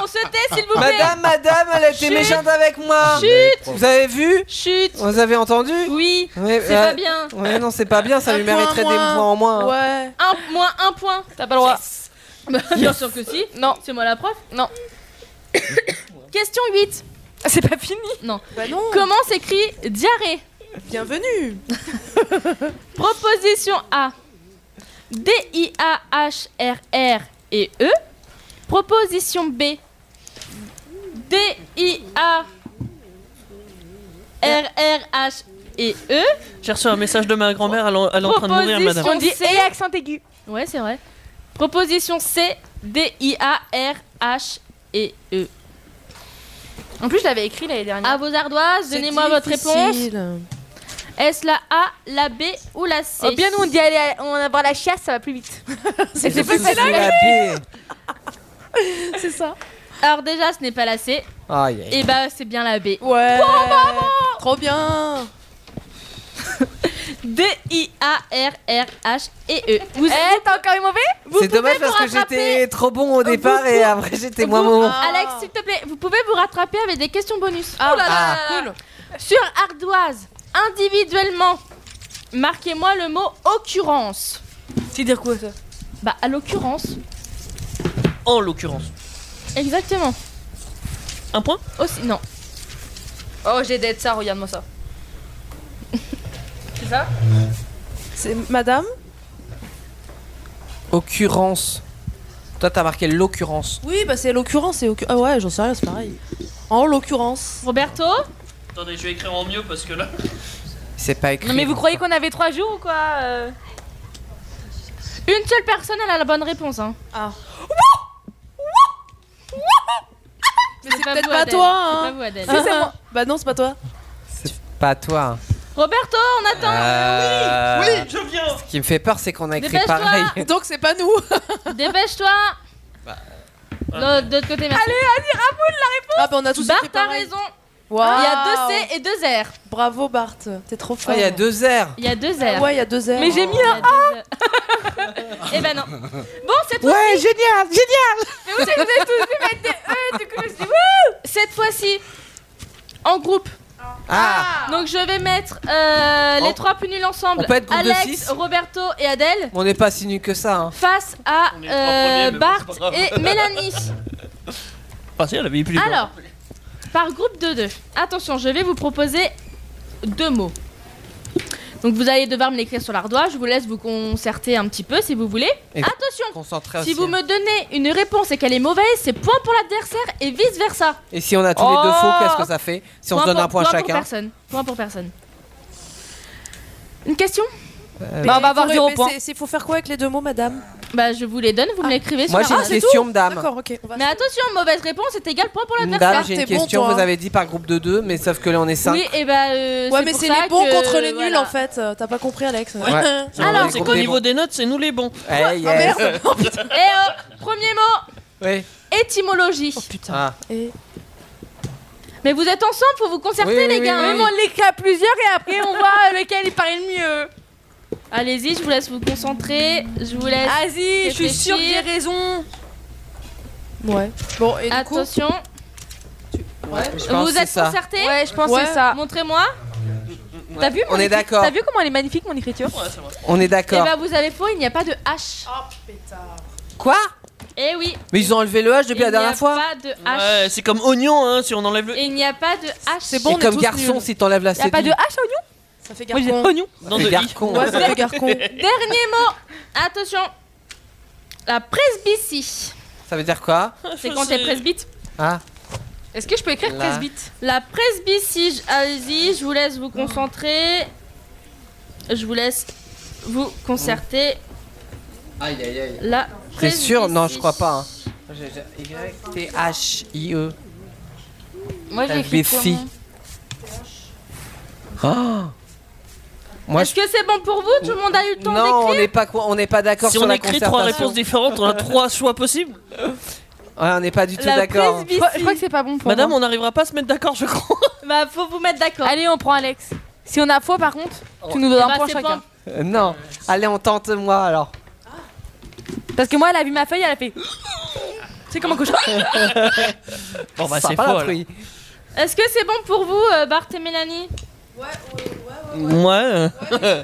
Eh, on se tait s'il vous plaît.
Madame, madame, elle a été
Chut.
méchante avec moi.
Chut.
Vous avez vu
Chut.
Vous avez entendu
Oui.
Ouais,
C'est
euh,
pas bien.
Ouais, non, c'est pas bien, ça lui mériterait des points en moins. hein.
Ouais.
Un, moins un point.
T'as pas le droit.
Bah, Bien sûr que si. Non. C'est moi la prof Non. Question 8.
C'est pas fini.
Non.
Bah non.
Comment s'écrit diarrhée Bienvenue Proposition A. D-I-A-H-R-R et E. Proposition B. D-I-A-R-R-H et E.
J'ai reçu un message de ma grand-mère, elle, en- elle est en train de mourir, madame.
Proposition C. Et accent aigu. Ouais, c'est vrai. Proposition C. D-I-A-R-H et E. En plus, je l'avais écrit l'année dernière. À vos ardoises,
C'est
donnez-moi votre réponse.
difficile.
Est-ce la A, la B ou la C
Oh, bien, nous, on dit
aller on avoir la chiasse, ça va plus vite.
C'est
plus
plus
facile
facile
à
la B.
C'est ça. Alors déjà, ce n'est pas la C.
Aïe, aïe.
Et bah, c'est bien la B. Ouais. Trop bien. D I A R R H E E. Vous êtes encore eu mauvais
C'est dommage parce que j'étais trop bon au départ et après j'étais moins bon.
Alex, s'il te plaît, vous pouvez vous rattraper avec des questions bonus. Ah,
Ah.
cool. Sur ardoise, individuellement, marquez-moi le mot occurrence. C'est dire quoi ça Bah à l'occurrence,
En l'occurrence.
exactement.
Un point
Aussi non. Oh j'ai d'être ça, regarde-moi ça.
C'est ça C'est madame
Occurrence. Toi, t'as marqué l'occurrence.
Oui, bah c'est l'occurrence. c'est occu- Ah ouais, j'en sais rien, c'est pareil. En l'occurrence.
Roberto
Attendez, je vais écrire en mieux parce que là.
C'est pas écrit.
Non, mais vous
croyez qu'on avait trois jours ou quoi euh Une seule personne, elle a la bonne réponse. Hein. Ah. Mais
C'est peut-être
vous,
pas
Adèle.
toi.
C'est
Hein.
pas vous, Adèle.
Si, c'est moi. Bah non, c'est pas toi.
Pas toi.
Ah, Roberto, on attend.
Euh,
je viens.
Ce qui me fait peur, c'est qu'on a écrit
Dépêche-toi.
pareil.
Donc c'est pas nous. Dépêche-toi.
Bah,
De de l'autre côté, merci. Allez, allez, Ramoul, la réponse.
Ah bah on a tous
Bart
écrit
a
pareil.
raison.
Waouh.
Il y a deux C et deux R.
Bravo Bart, t'es trop fort.
Ah, il y a deux airs.
Il y a deux R.
Ah ouais, il y a deux R.
Mais j'ai mis un A. Eh ben non. Bon, cette fois-ci.
Ouais, génial, génial.
Mais vous avez, vous avez tous vu mettre des E, du coup je me suis dit wouh Cette fois-ci, en groupe.
Ah.
Donc je vais mettre euh,
Oh.
les trois plus nuls ensemble.
On peut être groupe de
Alex,
six
Roberto et Adèle
On n'est pas si nul que ça. hein.
face à
les trois
euh,
premiers, mais bon,
Bart
c'est pas grave.
et Mélanie.
Ah si, elle avait plus les
Alors, par groupe de deux. Attention, je vais vous proposer deux mots. Donc vous allez devoir me l'écrire sur l'ardoise. Je vous laisse vous concerter un petit peu si vous voulez.
Et
Attention.
Concentré
Si
aussi. hein.
vous me donnez une réponse et qu'elle est mauvaise, c'est point pour l'adversaire et vice versa.
Et si on a tous les deux
Oh
faux, qu'est-ce que ça fait Si on se donne
pour-
un point,
Pour
chacun.
personne. Point pour personne. Une question
Euh,
Bah, on va avoir
Mais
zéro
c'est-
point.
c'est- faut faire quoi avec les deux mots, madame Ah.
Bah je vous les donne, vous me l'écrivez sur
Moi,
la
j'ai une
page.
question, madame.
D'accord, ok. on va-
Mais attention, mauvaise réponse est égal point pour l'adversaire.
Madame, j'ai une question. vous avez dit par groupe de deux, mais sauf que là on est cinq.
Oui, et bah. euh,
Ouais, mais
pour
c'est
ça
les bons
que,
contre les nuls
voilà.
en fait. Euh, T'as pas compris, Alex
Ouais.
Alors, c'est
groupe
qu'au
des
niveau des notes, c'est nous les bons.
Eh, yes.
Eh oh, premier mot,
Oui.
Oh,
étymologie.
Ah.
Mais vous êtes ensemble, faut vous concerter
Oui, oui,
les
oui,
gars.
oui,
hein.
oui. Même on
l'écrit à plusieurs et après on voit lequel il paraît le mieux. Allez-y, je vous laisse vous concentrer. Je vous laisse.
Vas-y, je suis sûre que j'ai
raison.
Ouais. Bon, et du coup,
Attention.
je pense
vous
que
êtes
c'est ça.
concertés
Ouais, je pense que c'est
Ouais.
ça.
Montrez-moi.
T'as vu mon On est écrit- d'accord. t'as vu
comment elle est magnifique mon écriture
On est d'accord.
Eh bah vous avez faux, il n'y a pas de H. Oh pétard.
Quoi
Eh oui.
Mais ils ont enlevé le H depuis
il n'y
la
a
dernière fois.
pas de H.
Ouais, c'est comme oignon, hein, si on enlève le.
Il n'y a pas de H. C'est
C'est comme garçon si t'enlèves la
Il n'y a pas de H à oignon
Ça fait
Moi, j'ai garçon. oignon.
Non,
C'est
de
garçon.
i.
Ouais,
c'est garçon.
Dernier mot Attention La presbytie.
Ça veut dire quoi
C'est quand t'es presbyte
Ah.
Est-ce que je peux écrire
La- presbyte
La presbytie, je- allez-y, je vous laisse vous concentrer. Je vous laisse vous concerter.
Aïe aïe aïe.
La
T'es
presbytie.
sûr Non, je crois pas. hein. Y T H I E.
Moi, j'ai écrit
Presbytie.
comment
Ah. Moi,
Est-ce que c'est bon pour vous Tout le monde a eu le temps
non, Oh, on
d'écrire
n'est pas quoi- on n'est pas d'accord
Si
sur
on
la
écrit trois
concertation.
réponses différentes, on a trois choix possibles.
Ouais, on n'est pas du tout d'accord.
Je crois que c'est pas bon pour
Madame, on n'arrivera pas à se mettre d'accord, je crois.
Bah, faut vous mettre d'accord. Oh. Eh bah, Allez, on prend Alex.
Si on a faux, par contre,
tu nous donnes un point
chacun.
Euh, non. Allez, on tente moi alors.
Parce que moi, elle a vu ma feuille, elle a fait.
C'est comment que je.
Bon, bah,
Ça
c'est faux,
va, la
alors.
truie.
Est-ce que c'est bon pour vous, euh, Bart et Mélanie
Ouais.
Euh.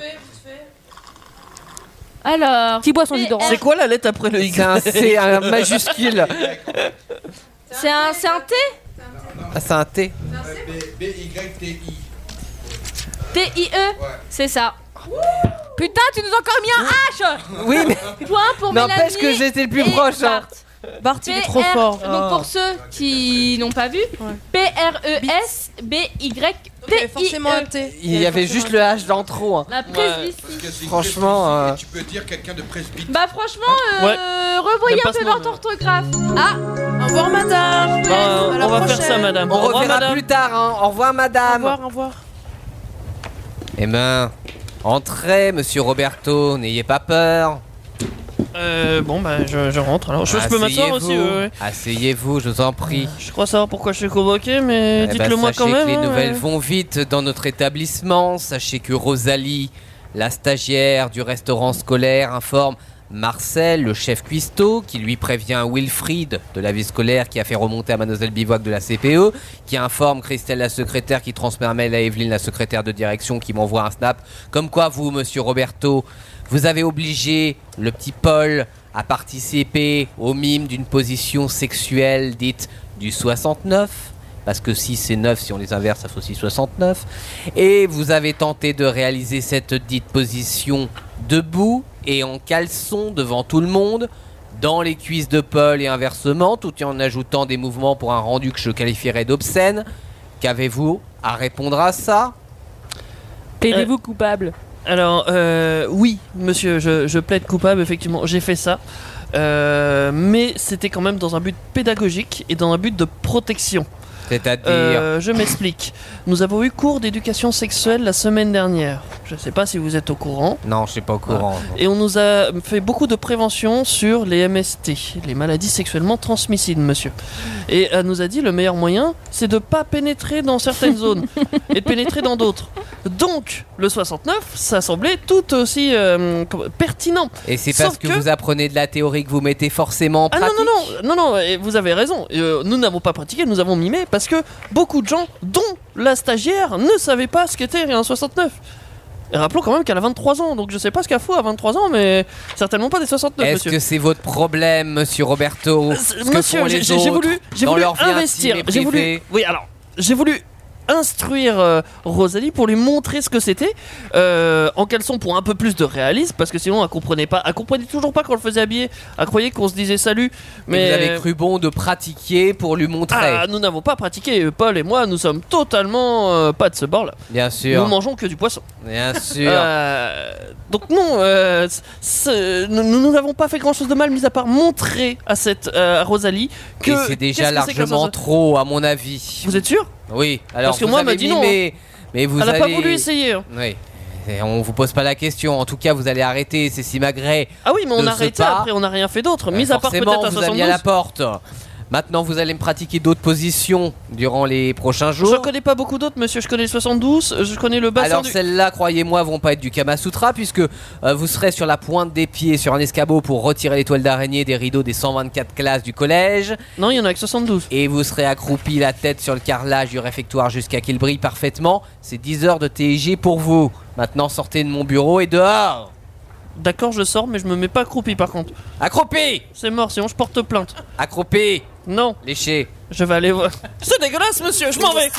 Alors. Qui boit son jus d'orange
C'est quoi la lettre après le i
C'est un C, un majuscule.
C'est un, c'est un T
Ah, c'est un T.
B-Y-T-I.
T D-I-E C'est ça. Putain, tu nous as encore mis un H
Oui, mais-
Point pour Mélanie
N'empêche que j'étais le plus
et
proche. hein.
Bart,
il est trop fort.
Donc
Oh.
pour ceux qui n'ont pas vu, E P-R-E-S-B-Y-T-I-E. Forcément un T.
Il y avait juste le H dans trop. hein.
La presbytie.
Franchement, euh,
Tu peux dire quelqu'un de presbyte.
Bah franchement, euh,
Ouais.
revoyez
Même pas
un peu
ce nom,
votre orthographe. Ah
Au revoir, madame.
Bon, euh, on va faire ça, madame.
On
Au revoir,
reverra
madame.
plus tard. hein. Au revoir,
Au
madame.
revoir, au revoir.
Eh ben, entrez, monsieur Roberto, n'ayez pas peur.
Euh, bon, bah, je, je rentre alors. Je, je peux m'asseoir aussi,
Ah, Asseyez-vous.
ouais, ouais.
Asseyez-vous, je vous en prie.
Je crois savoir pourquoi je suis convoqué, mais
Eh ben,
Euh, dites-le moi
sachez
quand
que
même.
les
hein,
nouvelles
ouais.
vont vite dans notre établissement. Sachez que Rosalie, la stagiaire du restaurant scolaire, informe Marcel, le chef cuistot, qui lui prévient Wilfried de la vie scolaire qui a fait remonter à Mademoiselle Bivouac de la CPE, qui informe Christelle, la secrétaire, qui transmet un mail à Evelyne, la secrétaire de direction, qui m'envoie un snap. Comme quoi, vous, monsieur Roberto, vous avez obligé le petit Paul à participer au mime d'une position sexuelle dite du 69 parce que 6 et 9, si on les inverse, ça fait aussi 69. Et vous avez tenté de réaliser cette dite position debout et en caleçon devant tout le monde, dans les cuisses de Paul et inversement, tout en ajoutant des mouvements pour un rendu que je qualifierais d'obscène. Qu'avez-vous à répondre à ça
Plaidez-vous
coupable
Alors, euh, oui, monsieur, je, je plaide coupable, effectivement, j'ai fait ça. Euh, mais c'était quand même dans un but pédagogique et dans un but de protection.
C'est-à-dire
Euh, Je m'explique. Nous avons eu cours d'éducation sexuelle la semaine dernière. Je ne sais pas si vous êtes au courant.
Euh, Non, je suis pas au courant.
Et on nous a fait beaucoup de prévention sur les MST, les maladies sexuellement transmissibles, monsieur. Et elle nous a dit le meilleur moyen, c'est de pas pénétrer dans certaines zones et de pénétrer dans d'autres. Donc, le 69, ça semblait tout aussi euh, com- pertinent.
Et c'est
Sauf
parce que, vous apprenez de la théorie que vous mettez forcément en
ah
pratique.
non, non, non, non, non, et vous avez raison. Euh, nous n'avons pas pratiqué, nous avons mimé parce que beaucoup de gens, dont la stagiaire, ne savaient pas ce qu'était un 69. Et rappelons quand même qu'elle a 23 ans, donc je sais pas ce qu'elle fout à 23 ans, mais certainement pas des 69,
Est-ce
monsieur.
que c'est votre problème, monsieur Roberto
Euh,
Ce que
monsieur,
font les
j'ai- j'ai j'ai
autres
voulu, j'ai
dans
voulu
leur vie intime
investir.
et
J'ai voulu,
privée
oui, alors, j'ai voulu instruire euh, Rosalie pour lui montrer ce que c'était euh, en caleçon pour un peu plus de réalisme parce que sinon elle comprenait pas elle comprenait toujours pas qu'on le faisait habiller elle croyait qu'on se disait salut mais
Mais vous avez cru bon de pratiquer pour lui montrer.
ah, nous n'avons pas pratiqué Paul et moi nous sommes totalement euh, pas de ce bord là
Bien sûr.
nous mangeons que du poisson
Bien sûr.
Euh, donc non, euh, c- c'est- nous- nous n'avons pas fait grand-chose de mal, mis à part montrer à cette euh, à Rosalie que
Et c'est déjà
qu'est-ce que c'est que la
largement
sauce-
trop, à mon avis.
Vous êtes sûr
Oui. Alors
Parce que
vous
moi, elle
avez
m'a dit non, hein.
mimé, Mais vous
Elle a pas
allez-
voulu essayer, hein.
Oui. Et on vous pose pas la question. En tout cas, vous allez arrêter, c'est si magret.
Ah oui, mais on
de
a
ce
arrêté
pas. Bah,
après, on n'a rien fait d'autre, mis à part
Forcément,
peut-être à
vous alliez à la
72.
porte. Maintenant, vous allez me pratiquer d'autres positions durant les prochains jours.
Je connais pas beaucoup d'autres, monsieur. Je connais le 72, euh, je connais le bassin
Alors
du-
celles-là, croyez-moi, vont pas être du Kama Sutra puisque euh, vous serez sur la pointe des pieds sur un escabeau pour retirer l'étoile d'araignée des rideaux des 124 classes du collège.
Non, il y en a que 72.
Et vous serez accroupi la tête sur le carrelage du réfectoire jusqu'à qu'il brille parfaitement. C'est 10 heures de TIG pour vous. Maintenant sortez de mon bureau et dehors.
D'accord, je sors, mais je me mets pas accroupi par contre.
Accroupi
C'est mort, sinon je porte plainte.
Accroupi
Non.
Léché.
Je vais aller voir. C'est dégueulasse, monsieur, je m'en vais.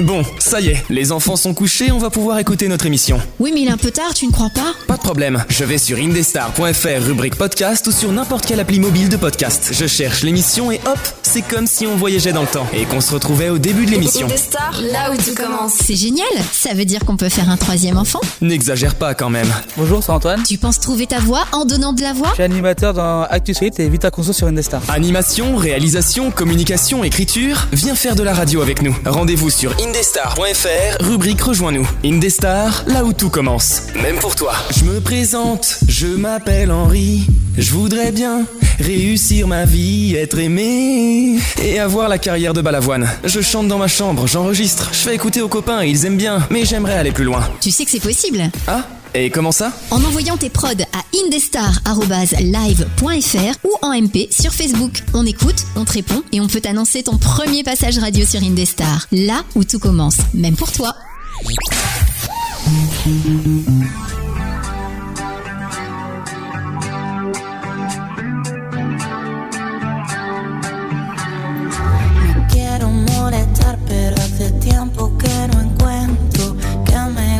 Bon, ça y est, les enfants sont couchés, on va pouvoir écouter notre émission.
Oui, mais il est un peu tard, tu ne crois pas
Pas de problème, je vais sur indestar.fr, rubrique podcast ou sur n'importe quelle appli mobile de podcast. Je cherche l'émission et hop, c'est comme si on voyageait dans le temps et qu'on se retrouvait au début de l'émission.
stars, là où tout commence. C'est génial Ça veut dire qu'on peut faire un troisième enfant
N'exagère pas quand même.
Bonjour, c'est Antoine.
Tu penses trouver ta voix en donnant de la voix
Je suis animateur dans ActuScript et Vita Conso sur Indestar.
Animation, réalisation, communication, écriture, viens faire de la radio avec nous. Rendez-vous sur indestar.fr, rubrique Rejoins-nous. Indestar, là où tout commence. Même pour toi. Je me présente, je m'appelle Henri. Je voudrais bien réussir ma vie, être aimé et avoir la carrière de balavoine. Je chante dans ma chambre, j'enregistre, je fais écouter aux copains, ils aiment bien, mais j'aimerais aller plus loin.
Tu sais que c'est possible
Ah Et comment ça
En envoyant tes prods à indestar.live.fr ou en MP sur Facebook. On écoute, on te répond et on peut t'annoncer ton premier passage radio sur Indestar. Là où tout commence, même pour toi.
Quiero molestar, pero hace tiempo que no encuentro que me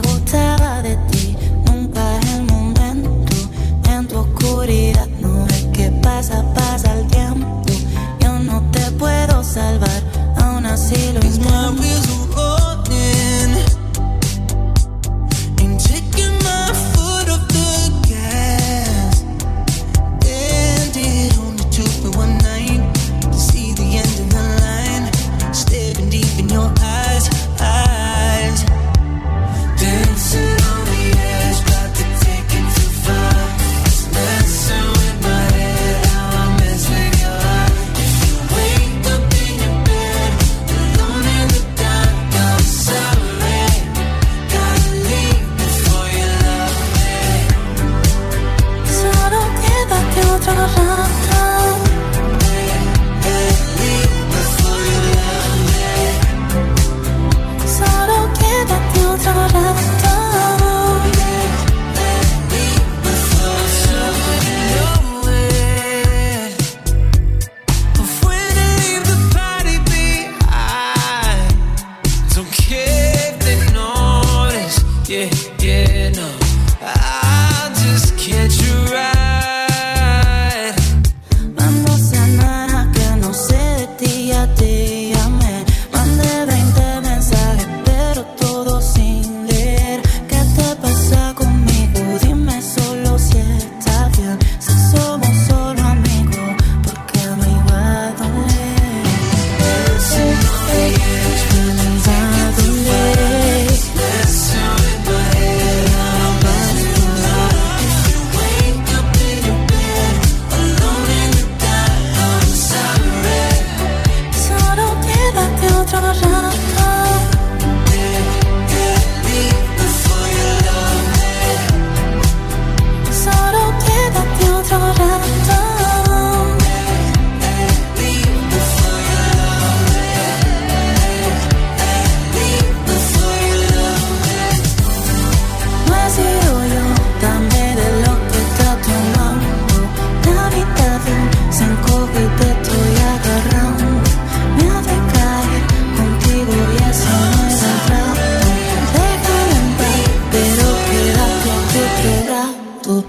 Oh,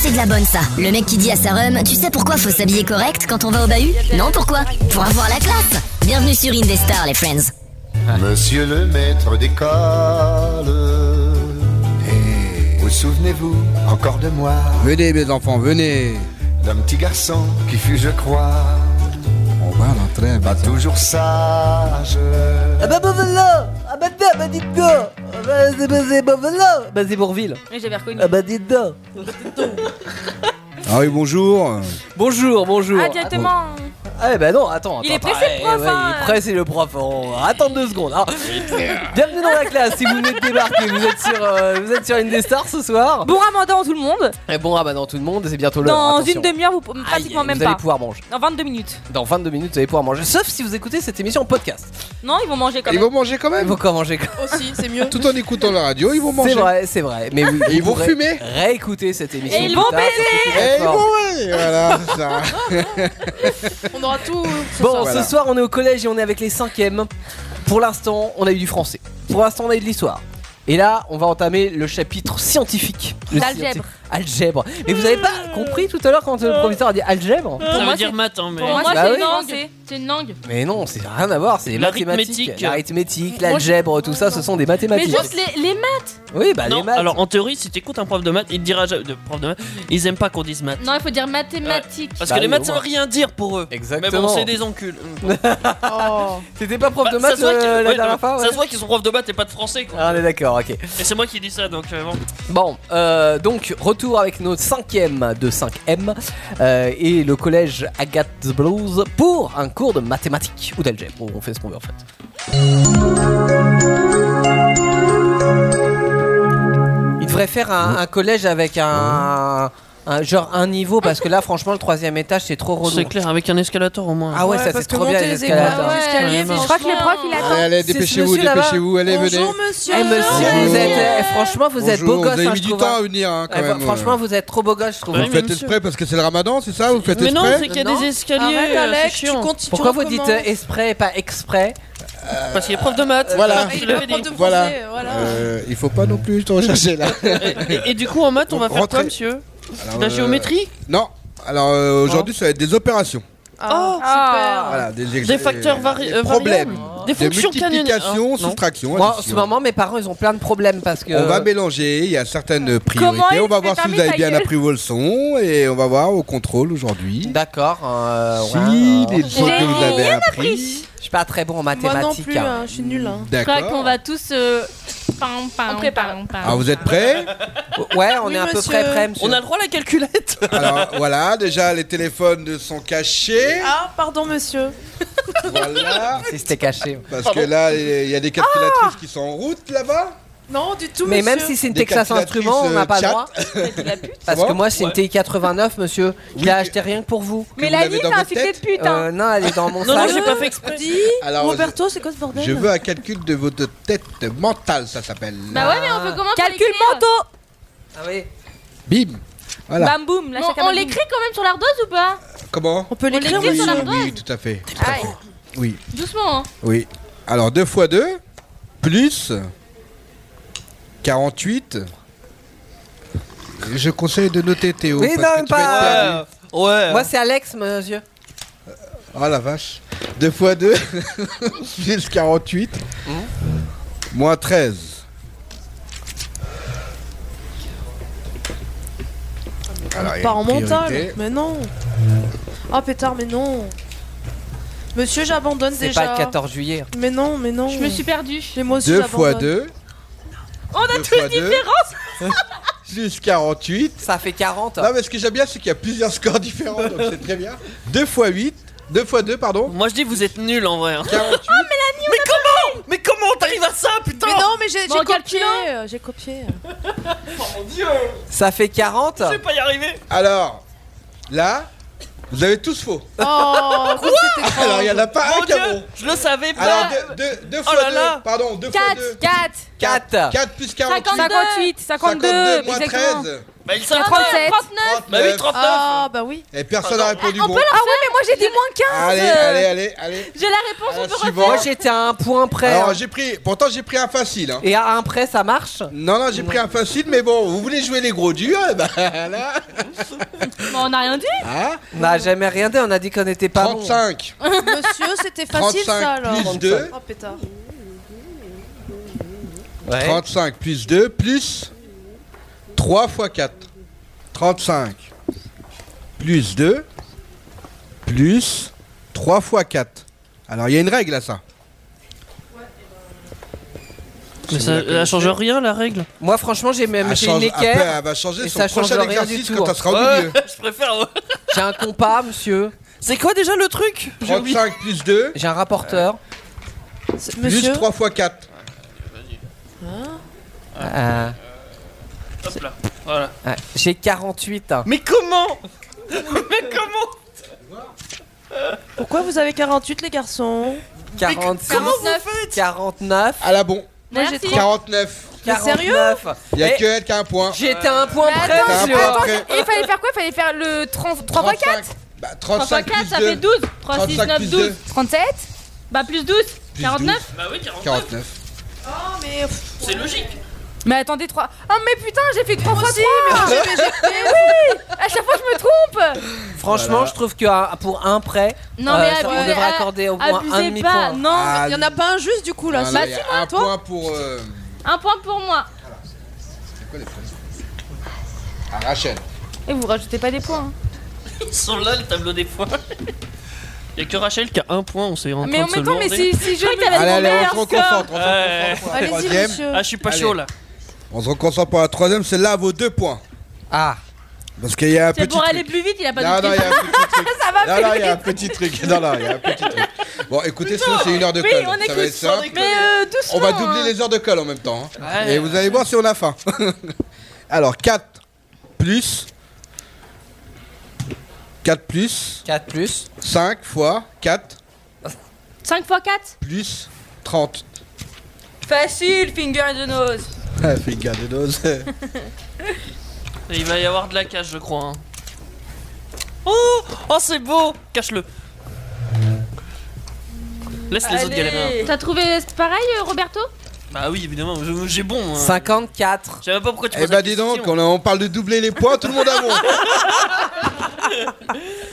c'est de la bonne ça. Le mec qui dit à sa rhum, tu sais pourquoi faut s'habiller correct quand on va au bahut Non, pourquoi Pour avoir la classe. Bienvenue sur Indestar, les friends.
Monsieur le maître d'école, vous souvenez-vous encore de moi
Eh. Venez, mes enfants, venez.
D'un petit garçon qui fut, je crois,
On va l'entrée.
pas toujours sage.
Ah bah bon voilà Ah bah tiens, bah dites donc Ah bah c'est bah c'est bah voilà Bah c'est Bourville
Oui, j'avais reconnu.
Ah bah dites donc
Ah oui, bonjour.
Bonjour, bonjour
Ah, directement.
Ah bah non, attends,
Il est
attends,
pressé, le
eh
prof,
ouais,
hein.
Il est pressé le prof, on va attendre deux secondes hein. Bienvenue dans la classe, si vous venez de débarquer, vous êtes sur, euh, vous êtes sur une des stars ce soir
Bon ramadan tout le monde.
Et bon, ah bah dans tout le monde, c'est bientôt l'heure
Dans
attention.
une demi-heure, vous pratiquement même
vous
pas.
allez pouvoir manger.
Dans 22 minutes.
Dans 22 minutes, vous allez pouvoir manger, sauf si vous écoutez cette émission en podcast
Non, ils vont manger quand
Ils
même.
vont manger quand même.
Ils vont quand manger quand
Aussi, c'est mieux.
Tout en écoutant la radio, ils vont manger.
C'est vrai, c'est vrai. Mais oui,
Et ils vont fumer.
Réécouter cette émission.
ils
plus
vont
tard sur toutes les
Et ils
plateformes.
vont, oui, voilà, ça.
On aura tout. euh,
Bon,
Voilà.
ce soir on est au collège et on est avec les cinquièmes. Pour l'instant, on a eu du français. Pour l'instant, on a eu de l'histoire. Et là, on va entamer le chapitre scientifique. Le
L'algèbre.
scientifique- Algèbre. Mais vous avez pas compris tout à l'heure quand le professeur a dit algèbre
Ça veut
moi,
dire
c'est-
maths, hein, mais.
Pour moi,
Bah
c'est
oui.
une langue. C'est une langue.
Mais non, c'est rien à voir, c'est mathématiques.
L'arithmétique. euh.
L'arithmétique, l'algèbre, tout ça, ce sont des
Mais
mathématiques.
juste les, les maths.
Oui, bah les
non,
maths.
alors en théorie, si t'écoutes un prof de maths, il te dira. ja- De, prof de maths, ils aiment pas qu'on dise maths.
Non, il faut dire mathématiques.
Parce
Bah
que les
oui,
maths,
au
ça veut
moins.
rien dire pour eux. Mais
Exactement.
bon, c'est des enculs.
C'était pas prof
Bah,
de
ça
maths
se voit
euh,
qu'ils-
la
ouais, non,
dernière fois
Ça
ouais
se voit qu'ils sont profs de maths et pas de français, quoi.
Ah, on est d'accord, ok.
Et c'est moi qui dis ça, donc euh, bon.
Bon, euh, donc retour avec notre cinquième de 5M euh, et le collège Agathe Blues pour un cours de mathématiques ou d'algèbre. Bon, On fait ce qu'on veut en fait. Il devrait faire un, un collège avec un, un- genre un niveau parce que là franchement le troisième étage c'est trop relou.
C'est clair, avec un escalator au moins.
Ah ouais, ça
parce
c'est
que
trop bien
monter
les
les écoles,
escalators.
ouais, escalier,
Vraiment.
Je crois que les profs, ils
Allez,
attendent.
allez,
C'est ce
dépêchez-vous,
monsieur là-bas.
dépêchez-vous, allez, venez.
Bonjour monsieur.
Eh monsieur,
Bonjour.
vous êtes, eh, franchement vous êtes beau
Bonjour,
gosse.
Vous
hein,
avez mis
je
du
trouve,
temps à
hein.
venir, hein, quand
Eh, fr-
même.
Franchement vous êtes trop beau gosse je trouve.
Vous
Oui,
faites
monsieur.
exprès parce que c'est le ramadan, c'est ça Vous faites
Mais non,
exprès
c'est qu'il y a
Non.
des escaliers.
Arrête,
euh,
Alex,
c'est
tu
chiant.
continues,
Pourquoi
tu
vous dites
recommences.
euh, exprès et pas exprès
Euh, Parce qu'il est prof de maths.
Voilà.
Je
Il
l'avais
est prof
dit.
de
Voilà.
français, voilà.
Euh, il faut pas non plus te rechercher là.
Et, et du coup, en maths, on va faire quoi,
Rentrez.
monsieur
Alors,
La
euh,
géométrie
Non. Alors euh, aujourd'hui,
Oh.
ça va être des opérations.
Ah,
Ah.
Voilà, des,
Des facteurs vari-
des
euh,
problèmes.
variables.
Des,
Des fonctions
multiplications,
canoniques. Ah, non.
soustractions,
Moi en ce
additions.
moment mes parents ils ont plein de problèmes parce que.
On va mélanger, il y a certaines
Comment
priorités.
il
On va
s'est
voir si
fermé
vous avez
ta
bien
gueule
appris vos leçons et on va voir au contrôle aujourd'hui.
D'accord. euh,
Si
ouais,
les
euh,
leçons que vous avez appris.
Je suis pas très bon en
Moi non
mathématiques.
plus,
hein.
hein, je suis nulle. hein.
Je crois
D'accord.
qu'on va tous. euh, pam, pam,
On prépare.
pam, pam.
Alors vous êtes prêts
Ouais, on
Oui,
est à peu
monsieur.
près prêts, monsieur.
On a le droit à la calculette
Alors voilà, déjà les téléphones sont cachés.
Ah, pardon monsieur.
Voilà.
Si c'était caché. Ah.
Parce que là, il y a des calculatrices qui sont en route là-bas.
Non, du tout
Mais
monsieur.
même si c'est une
Des
Texas
calculatrices,
Instruments, on n'a pas le
euh,
droit. Parce
Ça
que
va
moi, c'est une TI-89, monsieur. Je l'ai acheté rien que pour vous.
Mais
vous
la
l'avez
vie,
dans
t'as un
votre
filet de
tête
pute. hein.
Euh, non, elle est dans mon
Non, non,
sac.
j'ai pas fait exprès.
Dis,
Alors,
Roberto, c'est quoi ce bordel
Je veux un calcul de votre tête mentale, ça s'appelle.
Bah ouais, mais on peut comment
Calcul manteau.
Ah oui.
Bim. Voilà.
Bam boum. la
on
chacamam, boum.
l'écrit quand même sur l'ardoise ou pas
Comment
On peut l'écrire
l'écrit
oui,
sur
monsieur.
l'ardoise.
oui, tout à fait.
Aïe.
Oui,
Doucement, hein.
oui. Alors 2 fois 2 plus 48. Je conseille de noter Théo.
Oui,
parce
non,
que tu vas
pas-
être perdu.
Ouais. Ouais.
Moi, c'est Alex, monsieur.
Ah la vache. 2 fois 2 plus 48. Moins 13. Alors, il y a
Pas en
une priorité.
mental. Mais non. Ah pétard, mais non. Monsieur, j'abandonne
C'est
déjà.
pas le 14 juillet.
Mais non, mais non.
je me suis perdue.
Mais moi aussi,
2 fois
j'abandonne.
2. On a tous
Ah,
Plus 48.
Ça fait 40.
Non, mais ce que j'aime bien, c'est qu'il y a plusieurs scores différents, donc c'est très bien. 2 fois 8. 2 fois 2, pardon.
Moi je dis vous êtes nuls en vrai. hein.
48.
arrive à ça, putain
Ah, Mais non, mais j'ai
Bon,
j'ai copié.
calculant.
euh, J'ai copié.
Oh mon dieu
Ça fait 40
Je vais pas y arriver
Alors, là, vous avez tous faux.
Oh,
Quoi
Alors, il n'y en a pas
Mon
un qui a
Dieu,
bon.
Je le savais pas
Alors, deux, deux, deux fois
Oh là
deux.
là.
Pardon, deux fois
4,
deux.
4,
4
4 plus 48.
58, 52,
52 moins
exactement.
13.
Bah, il
Il y a 37.
39.
Bah oui, 39
Ah, bah oui.
Et personne n'a répondu bon.
Ah ouais, mais moi j'ai dit moins 15
Allez, allez, allez, allez.
J'ai la réponse,
À la
on peut
suivante.
Moi j'étais à un point près.
Alors,
hein.
j'ai pris. Pourtant, j'ai pris un facile. hein.
Et à un près, ça marche
Non, non, j'ai pris un facile, mais bon, vous voulez jouer les gros durs eh ben, là,
Mais on n'a rien dit
hein
On n'a jamais rien dit, on a dit qu'on n'était pas bon.
35
Monsieur, c'était facile ça
35
alors.
plus deux.
Oh pétard.
35 plus 2 plus 3 fois 4. 35 plus 2 plus 3 fois 4. Alors il y a une règle à ça.
Mais ça, elle change rien la règle
Moi franchement, j'ai même
Elle
j'ai
change-
une équerre.
après, elle va changer
et
son
ça change
prochain
rien
exercice
du tout,
quand
hein.
elle sera au Ouais, milieu.
Je préfère
J'ai un compas, monsieur.
C'est quoi déjà le truc J'ai oublié.
35 plus 2
J'ai un rapporteur.
plus
Monsieur
3 fois 4.
Euh,
Hop là, voilà.
euh, j'ai 48. hein.
Mais comment Mais comment
Pourquoi vous avez 48 les garçons
46.
Comment vous
49.
faites
49.
À la bon.
Moi j'ai
Merci.
49.
Mais sérieux
49.
Il n'y a
Et
que elle qui a un point.
J'étais à un point
Mais
près,
T'as un
monsieur.
point après.
Et il fallait faire quoi Il fallait faire le 30 3 fois 4
Bah,
3 fois
35
4,
plus
ça fait
2
12. 3, 6,
35
9,
plus
12.
2.
37
Bah plus 12,
Plus
49.
Bah oui, 49
49.
Oh mais. pff,
C'est logique
Mais attendez, 3. Oh, mais putain, j'ai fait 3 fois 3
j'ai- j'ai- j'ai-
À chaque fois, je me trompe
Franchement, je trouve que à- pour un près,
Non,
euh,
mais
ça- on
abusez-
devrait
a-
accorder au moins un
Abusez pas,
demi-point.
non.
Ah,
Il y en a pas un juste du coup là.
non,
Bah,
là, il y
hein,
a un
toi
point pour euh,
Un point pour moi.
à Rachel.
Et vous rajoutez pas des points. hein.
Ils sont là le tableau des points Y'a que Rachel qui a un point, on s'est en
Mais
train
en
de se
même temps, mais
demander.
si, si je
croyais que
me-
t'avais
Allez, allez,
demandé
on
un
se
score.
reconcentre. on se
Ouais.
reconcentre pour la
Allez-y
Eh, troisième.
monsieur.
Ah, je suis pas
Allez.
chaud là
On se reconcentre pour la troisième, celle-là vaut deux points.
Ah,
Parce qu'il y a un
C'est
petit
pour
truc.
aller plus vite, il a
non,
pas
non,
de
il y a un petit truc.
Ça va
non,
plus
non, il y a un petit truc. Non, non, il y a un petit truc. Bon, écoutez, sinon, c'est une heure de
Oui,
colle.
on
Ça va
écoute,
être simple.
Mais euh, doucement.
On va doubler les heures de colle en même temps. hein.
Ouais.
Et vous allez voir si on a faim. Alors, 4 plus. 4 plus.
4 plus.
5 fois 4
5 x 4
plus 30.
Facile, finger in the nose.
Ah, fais gaffe des doses.
Et Il va y avoir de la cache, je crois. hein. Oh, oh c'est beau Cache-le Laisse les autres
Allez.
galérer. hein.
T'as trouvé pareil, euh, Roberto
Bah oui, évidemment, je- j'ai bon. hein.
euh,
54.
Je savais pas pourquoi tu
Eh
poses
bah,
la
dis
question.
donc, on, on parle de doubler les points, tout le monde a bon.
C'est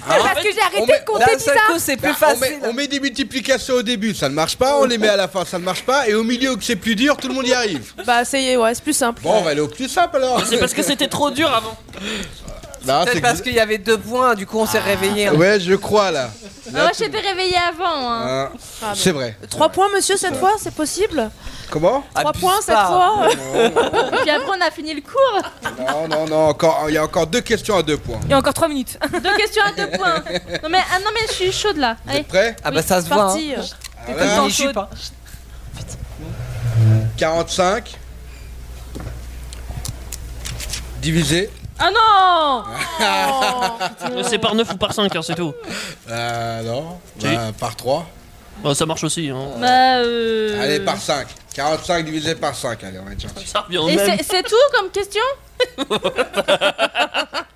Ah, parce que j'ai
on
arrêté
met-
de
D'un
compter
seul
bizarre.
coup, c'est
Bah,
plus
on, met,
facile.
on met des multiplications au début, ça ne marche pas, on les met à la fin, ça ne marche pas, et au milieu où c'est plus dur, tout le monde y arrive.
Bah ça y est, ouais, c'est plus simple.
Bon, on va aller au plus simple alors.
C'est parce que c'était trop dur avant.
Non, Bah,
Peut-être
c'est
parce qu'il y avait deux points, du coup, on s'est réveillé. hein.
Ouais, je crois là.
Ah, Moi, j'étais réveillé avant. hein.
Hein,
Ah,
c'est vrai.
3 points monsieur cette fois, c'est possible
Comment
3
Abuse
points cette
pas.
fois
Et puis après, on a fini le cours.
Non, non, non, encore, il y a encore deux questions à deux points.
Il y a encore 3 minutes.
Deux questions à deux points. Non, mais, ah, non, mais je suis chaude là.
Vous
Allez.
êtes prêts
Ah bah ça se
C'est
voit.
parti.
hein.
Ah,
Comme
là,
dans les jupes, hein.
45 divisé.
Ah non
Oh,
Euh, C'est par 9 ou par 5, hein, c'est tout.
Ah non, bah, par 3.
Bah, ça marche aussi. Hein.
Bah euh.
Allez, par 5. 45 divisé par 5, allez, on va être gentil.
Ça revient au
Et
même.
c'est- c'est tout comme question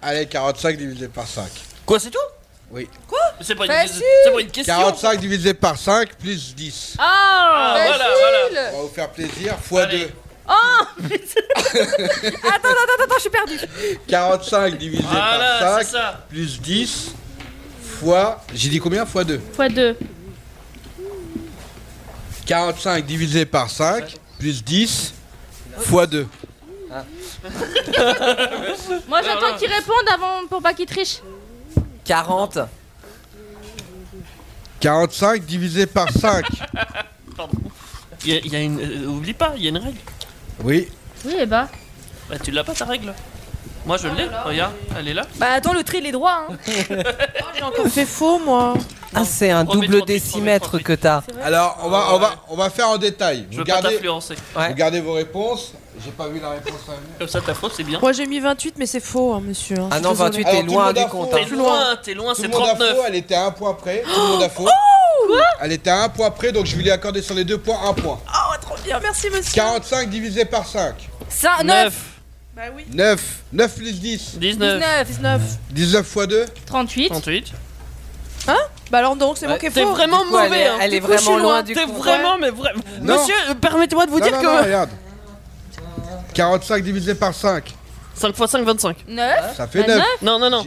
Allez, 45 divisé par 5.
Quoi, c'est tout
Oui.
Mais C'est pas, une...
Facile.
c'est pas une question.
45 divisé par 5 plus 10.
Ah
Ah, voilà, voilà.
On va vous faire plaisir, fois
Allez.
2.
Oh,
Attends, attends, attends, attends, je suis perdue.
45 divisé
Voilà,
par
c'est
5
ça.
plus 10 fois. J'ai dit combien Fois 2.
Fois 2.
45 divisé par 5 plus 10 fois 2.
Moi j'attends qu'ils répondent avant pour pas qu'ils trichent.
40.
45 divisé par 5.
Il y a- il y a une... euh, oublie pas, il y a une règle.
Oui.
Oui, et bah.
Bah, tu l'as pas ta règle Moi,
Ah
je l'ai, regarde, elle est là.
Oh,
Bah attends, le tri, il est droit. Hein.
J'ai encore fait faux moi.
Ah, c'est un double décimètre que t'as.
Alors, on va, on, va, on va faire en détail.
Je
vous
veux pas
gardez,
t'influencer.
vous gardez vos réponses. J'ai pas vu la réponse.
Comme ça, ta faute, c'est bien.
Moi j'ai mis 28, mais c'est faux, hein, monsieur. hein,
Ah
je suis
non, 28,
désolée.
t'es Alors, loin tout le monde du a compte, faux. hein.
T'es loin, t'es loin,
Tout
c'est
le monde a
39.
faux, elle était à un point près. Tout le monde a faux.
Oh
elle était à un point près, donc je lui ai accordé sur les deux points un point.
Oh, trop bien, merci monsieur.
45 divisé par 5.
5, 9. Bah oui.
9. 9 plus 10.
19. 19.
19 fois 2.
38.
38.
Hein Bah alors donc, c'est moi qui ai faux.
T'es vraiment mauvais. hein. Du coup, je suis T'es
coup.
vraiment,
Ouais.
mais vraiment.
Non.
Monsieur, euh, permettez-moi de vous
Non,
dire
non,
que.
non, regarde. 45 divisé par 5.
5 x 5, 25.
9.
Ça fait 9.
Non, non, non.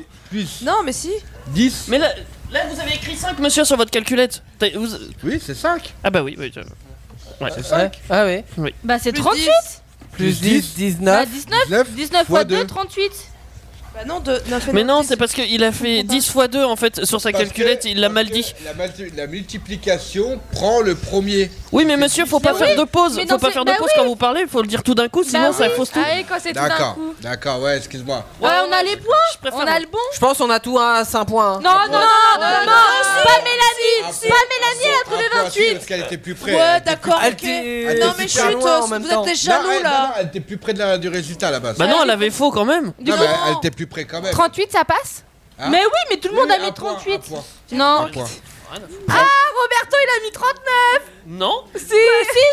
Non, mais si.
10.
Mais là, là, vous avez écrit 5, monsieur, sur votre calculette. T'as- vous-
Oui, c'est 5.
Ah bah oui, oui. je- Ouais.
C'est
cinq. Ah oui.
Oui.
Bah c'est
Plus
38
Plus 10, 19.
Bah 19 19, fois 2, 38
Bah non, de, non, fait
Mais non, c'est parce qu'il a fait 10 x 2 en fait sur sa
Parce
calculette,
que-
il l'a
parce
mal
que
dit.
La, multi- la multiplication prend le premier.
Oui, mais monsieur, faut pas
Mais
faire
oui,
de pause.
mais
Faut
dans
pas
ce-
faire de
bah
pause
oui.
quand vous parlez, faut le dire tout d'un coup,
Bah
sinon
Bah
ça fausse tout.
D'accord, d'accord, ouais, excuse-moi.
Ouais, Euh, on a les points On a le bon
Je pense qu'on a tout à 5 points. hein. Ah,
Non, non, non, non, non, Pas Mélanie
si.
Pas Mélanie, elle a trouvé
Ah, si,
28
Parce qu'elle était plus près.
Ouais,
elle était
d'accord,
plus-
ok. Elle était Non, mais
super
chut, euh,
loin en
vous
même
êtes
temps.
des jaloux,
elle-
là. Ah,
non, elle était plus près de la- du résultat là-bas.
Bah non, elle avait faux quand même.
Non, mais elle- elle était plus près quand même.
38 ça passe
Hein
Mais oui, mais tout le
bah Oui,
monde a
un
mis
point, un
38
point.
Non
Un point.
Ah, Roberto, il a mis 39
Non
Si, si,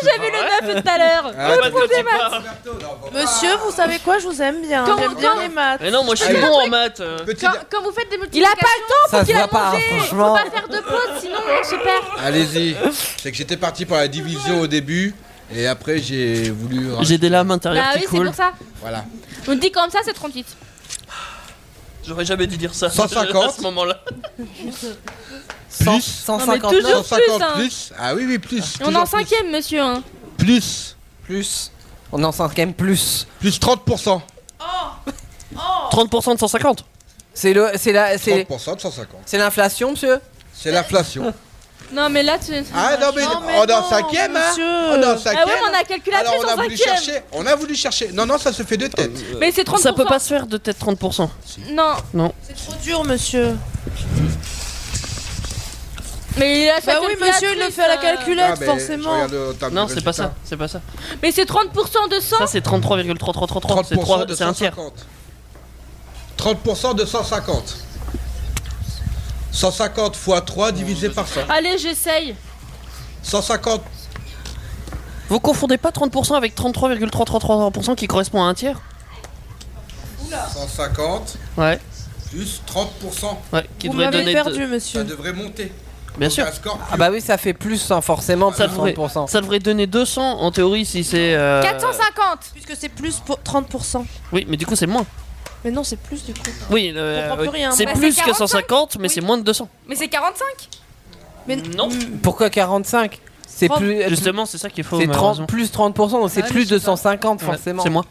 j'ai vu le 9 tout à l'heure
Ah,
Le prof des maths
Monsieur, vous savez quoi, je vous aime bien.
Comment-
J'aime bien
comment-
les maths.
Mais non, moi je suis
Allez.
bon en maths. euh.
Petit-
quand, quand vous faites des
Il a
multiplications
pas le temps,
Ça se voit pas, franchement.
Faut pas faire de pause, sinon on se perd
Allez-y. C'est que j'étais parti pour la division au début et après j'ai voulu.
J'ai des lames intérieures
Bah
qui
oui, c'est
coulent.
pour ça
Voilà.
On dit comme ça, c'est 38
J'aurais jamais dû dire ça.
150.
à ce moment-là.
Plus.
Non, mais toujours plus,
150
hein.
plus. Ah oui, oui, plus.
On est en
toujours plus.
cinquième, monsieur hein.
Plus.
Plus. On en sort quand même plus.
Plus 30%.
30% de 150.
C'est le, c'est la, c'est,
30% de 150.
c'est l'inflation, monsieur.
C'est l'inflation.
Non, mais là, tu...
Ah non mais,
mais
on est en
non,
cinquième hein
monsieur.
On est en cinquième
Ah ouais, mais on a calculé
Alors
après
on a
en
voulu
cinquième.
chercher, on a voulu chercher. Non non ça se fait de tête.
Euh,
Mais c'est 30%.
Ça peut pas se faire de tête 30%.
Non,
Non.
Ah,
C'est trop dur, monsieur.
mais il a sa
Bah oui,
calculatrice,
monsieur, il le fait à la
euh.
calculette,
Ah, mais je
forcément.
regarde au tableau
Non,
de
c'est pas
résultats.
ça. C'est pas ça.
Mais c'est 30% de 100
Ça c'est 33,3333. C'est
30%
trois-
de
C'est un tiers.
150. 30% de 150. 150 fois 3 divisé par 100.
Allez, j'essaye
150.
Vous confondez pas 30% avec 33,3333% qui correspond à un tiers
150
Ouais.
plus 30%.
Ouais, qui
Vous
devrait
m'avez
donner.
perdu,
de-
Ça
monsieur.
devrait monter.
Bien sûr.
Un score
Ah bah oui, ça fait plus, hein, forcément, plus
Ça devrait,
30%.
ça devrait donner 200 en théorie si c'est. euh,
450
Puisque c'est plus pour 30%.
Oui, mais du coup c'est moins.
Mais non, c'est plus du coup.
Oui, euh,
comprend plus
oui.
rien.
c'est
Bah,
plus
c'est
que
45,
150, mais c'est moins de 200.
Mais c'est Hmm. 45
Mais
non.
Pourquoi 45 C'est
Trente.
plus,
Justement, c'est ça qu'il faut.
c'est 30
malheureusement.
plus 30%, donc c'est
Ah
Ouais, mais
plus
je sais
de
pas.
150
Ouais,
forcément.
C'est moins.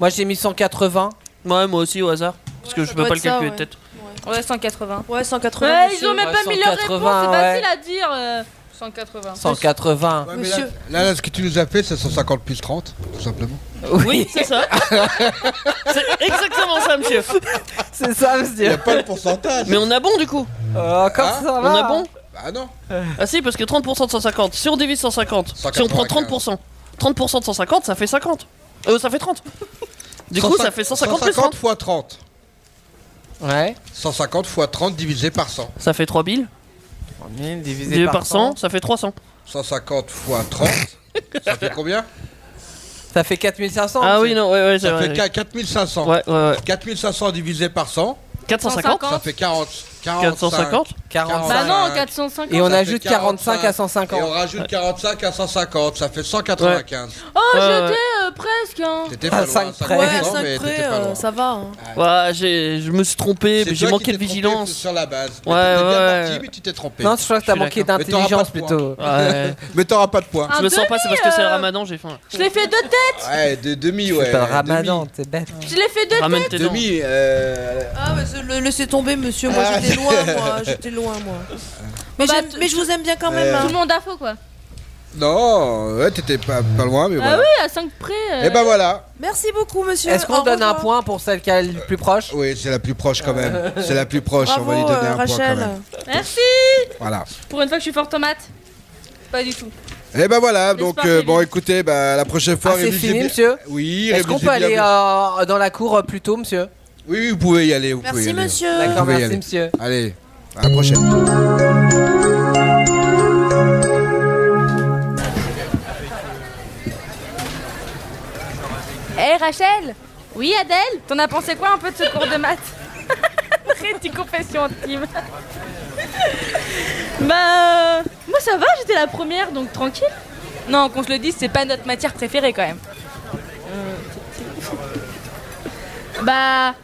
Moi j'ai mis 180.
Ouais, moi aussi au hasard. Parce que
Ouais,
je
ça
peux
doit
pas le
être ça,
calculer de
ouais.
tête.
Ouais, 180
Ouais, 180.
Ouais, ils
monsieur.
ont même
Ouais,
pas mis leur
180,
réponse, c'est facile
hein.
ouais.
à dire euh, 180
180.
Ouais, mais là-
Monsieur.
Là, là, ce que tu nous as fait, c'est 150 plus 30, tout simplement.
Oui,
C'est ça. c'est exactement ça, monsieur.
c'est ça,
Il n'y a
monsieur.
pas le pourcentage.
Mais on a bon du coup.
Oh, comme
Hein
ça va.
On a bon.
Bah non.
Ah si, parce que 30% de 150. Si on divise 150, si on prend 30%, 30% de 150, ça fait 50. Euh, ça fait 30. Du coup, ça fait 150 plus hein.
150
30.
fois 30.
Ouais.
150 fois 30 divisé par 100.
Ça fait 3000.
3000
Divisé par 100, ça fait 300.
150 fois 30. ça fait combien
Ça fait 4500.
Ah
monsieur.
oui, non, ouais, ouais, c'est
Ça
vrai.
fait qua- 4500.
Ouais, ouais, ouais.
4500 divisé par 100,
450
ça fait 40.
450
45.
Bah non,
Et
450
on
Ça
ajoute
fait
45 à
Et on
150.
rajoute 45 à 150, ça fait 195.
Oh,
Ouais,
j'étais euh, presque hein.
T'étais
À
pas loin,
Ah, cinq
50
près.
Ouais,
mais
à 5
t'étais
près,
pas
euh,
loin.
ça va. hein.
Ouais, j'ai- je me suis trompé,
C'est
mais j'ai
toi qui
manqué de
t'es trompé
vigilance.
Sur la base. Mais
Ouais,
t'étais bien
ouais.
parti, mais tu t'es trompé.
Non, je crois que t'as
Je suis
manqué
d'accord. Mais t'auras
d'intelligence
pas de
plutôt.
Ouais.
Mais t'auras pas de points.
Ah.
je me sens pas, c'est parce que c'est le ramadan, j'ai faim.
Je l'ai fait deux têtes
Ouais, de demi, ouais.
C'est pas le
demi.
ramadan, t'es bête.
Je l'ai fait deux têtes
Ramène tes dents.
Demi, euh,
Ah, mais c'est- le- laissez tomber, monsieur. Moi,
Ah.
j'étais loin, moi. J'étais loin, moi. Mais,
Bah,
j'aime-
tu-
mais je vous aime bien quand même.
Euh.
Tout
hein.
le monde a faux, quoi
Non, ouais, t'étais pas, pas loin, mais voilà.
Ah oui, à 5 près.
Et ben voilà.
Merci beaucoup, monsieur.
Est-ce
Au
qu'on donne un
revoir.
point pour celle qui est la plus proche
Euh,
Euh,
Oui, c'est la plus proche quand même. C'est la plus proche, on va lui donner
euh,
euh,
un point quand même.
Merci
Voilà.
Pour une fois que je suis forte en maths Pas du tout.
Et ben voilà,
N'est-ce
donc
pas,
euh,
Félix
bon écoutez, bah, la prochaine fois...
Ah, c'est
révisez
fini,
bien-
monsieur
Oui,
Est-ce qu'on
révisez
peut
bien
aller
vos-
euh, dans la cour euh, plus tôt, monsieur
Oui, oui, vous pouvez y aller. Vous
Merci,
pouvez y aller.
monsieur. D'accord,
Vous pouvez y
merci,
aller.
monsieur.
Allez, à la prochaine.
Hé
Eh,
Rachel Oui Adèle T'en as pensé quoi un peu de ce cours de maths Petite confession intime.
Bah. euh, Moi ça va, j'étais la première donc tranquille.
Non, qu'on se le dise, c'est pas notre matière préférée quand même.
Bah.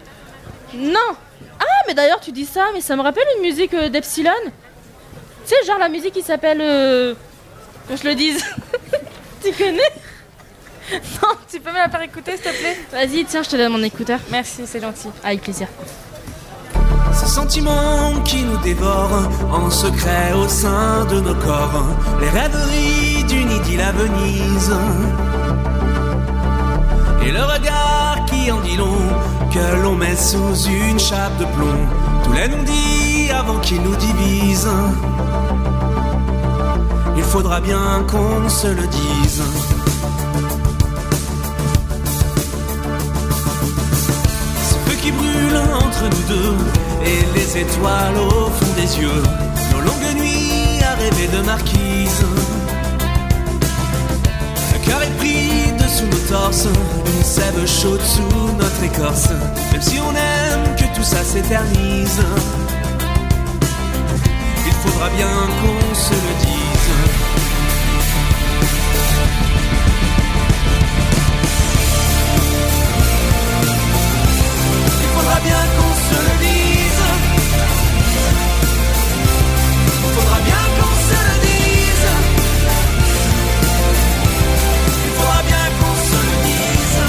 Non Ah, mais d'ailleurs, tu dis ça, mais ça me rappelle une musique euh, d'Epsilon. Tu sais, genre la musique qui s'appelle. euh, Qu'on se le dise. tu connais
Non, tu peux me la faire écouter s'il te plaît
Vas-y, tiens, je te donne mon écouteur.
Merci, c'est gentil.
Avec plaisir.
Ce sentiment qui nous dévore en secret au sein de nos corps, les rêveries d'une idylle à Venise. Et le regard qui en dit long, que l'on met sous une chape de plomb, tous les non-dits avant qu'ils nous divisent. Il faudra bien qu'on se le dise. Ce feu qui brûle entre nous deux et les étoiles au fond des yeux. Nos longues nuits à rêver de marquise. Le cœur est pris dessous nos torses, une sève chaude sous notre écorce. Même si on aime que tout ça s'éternise, il faudra bien qu'on se le dise. Il faudra bien qu'on se le dise. Il faudra bien qu'on se le dise. Il faudra bien qu'on se le dise.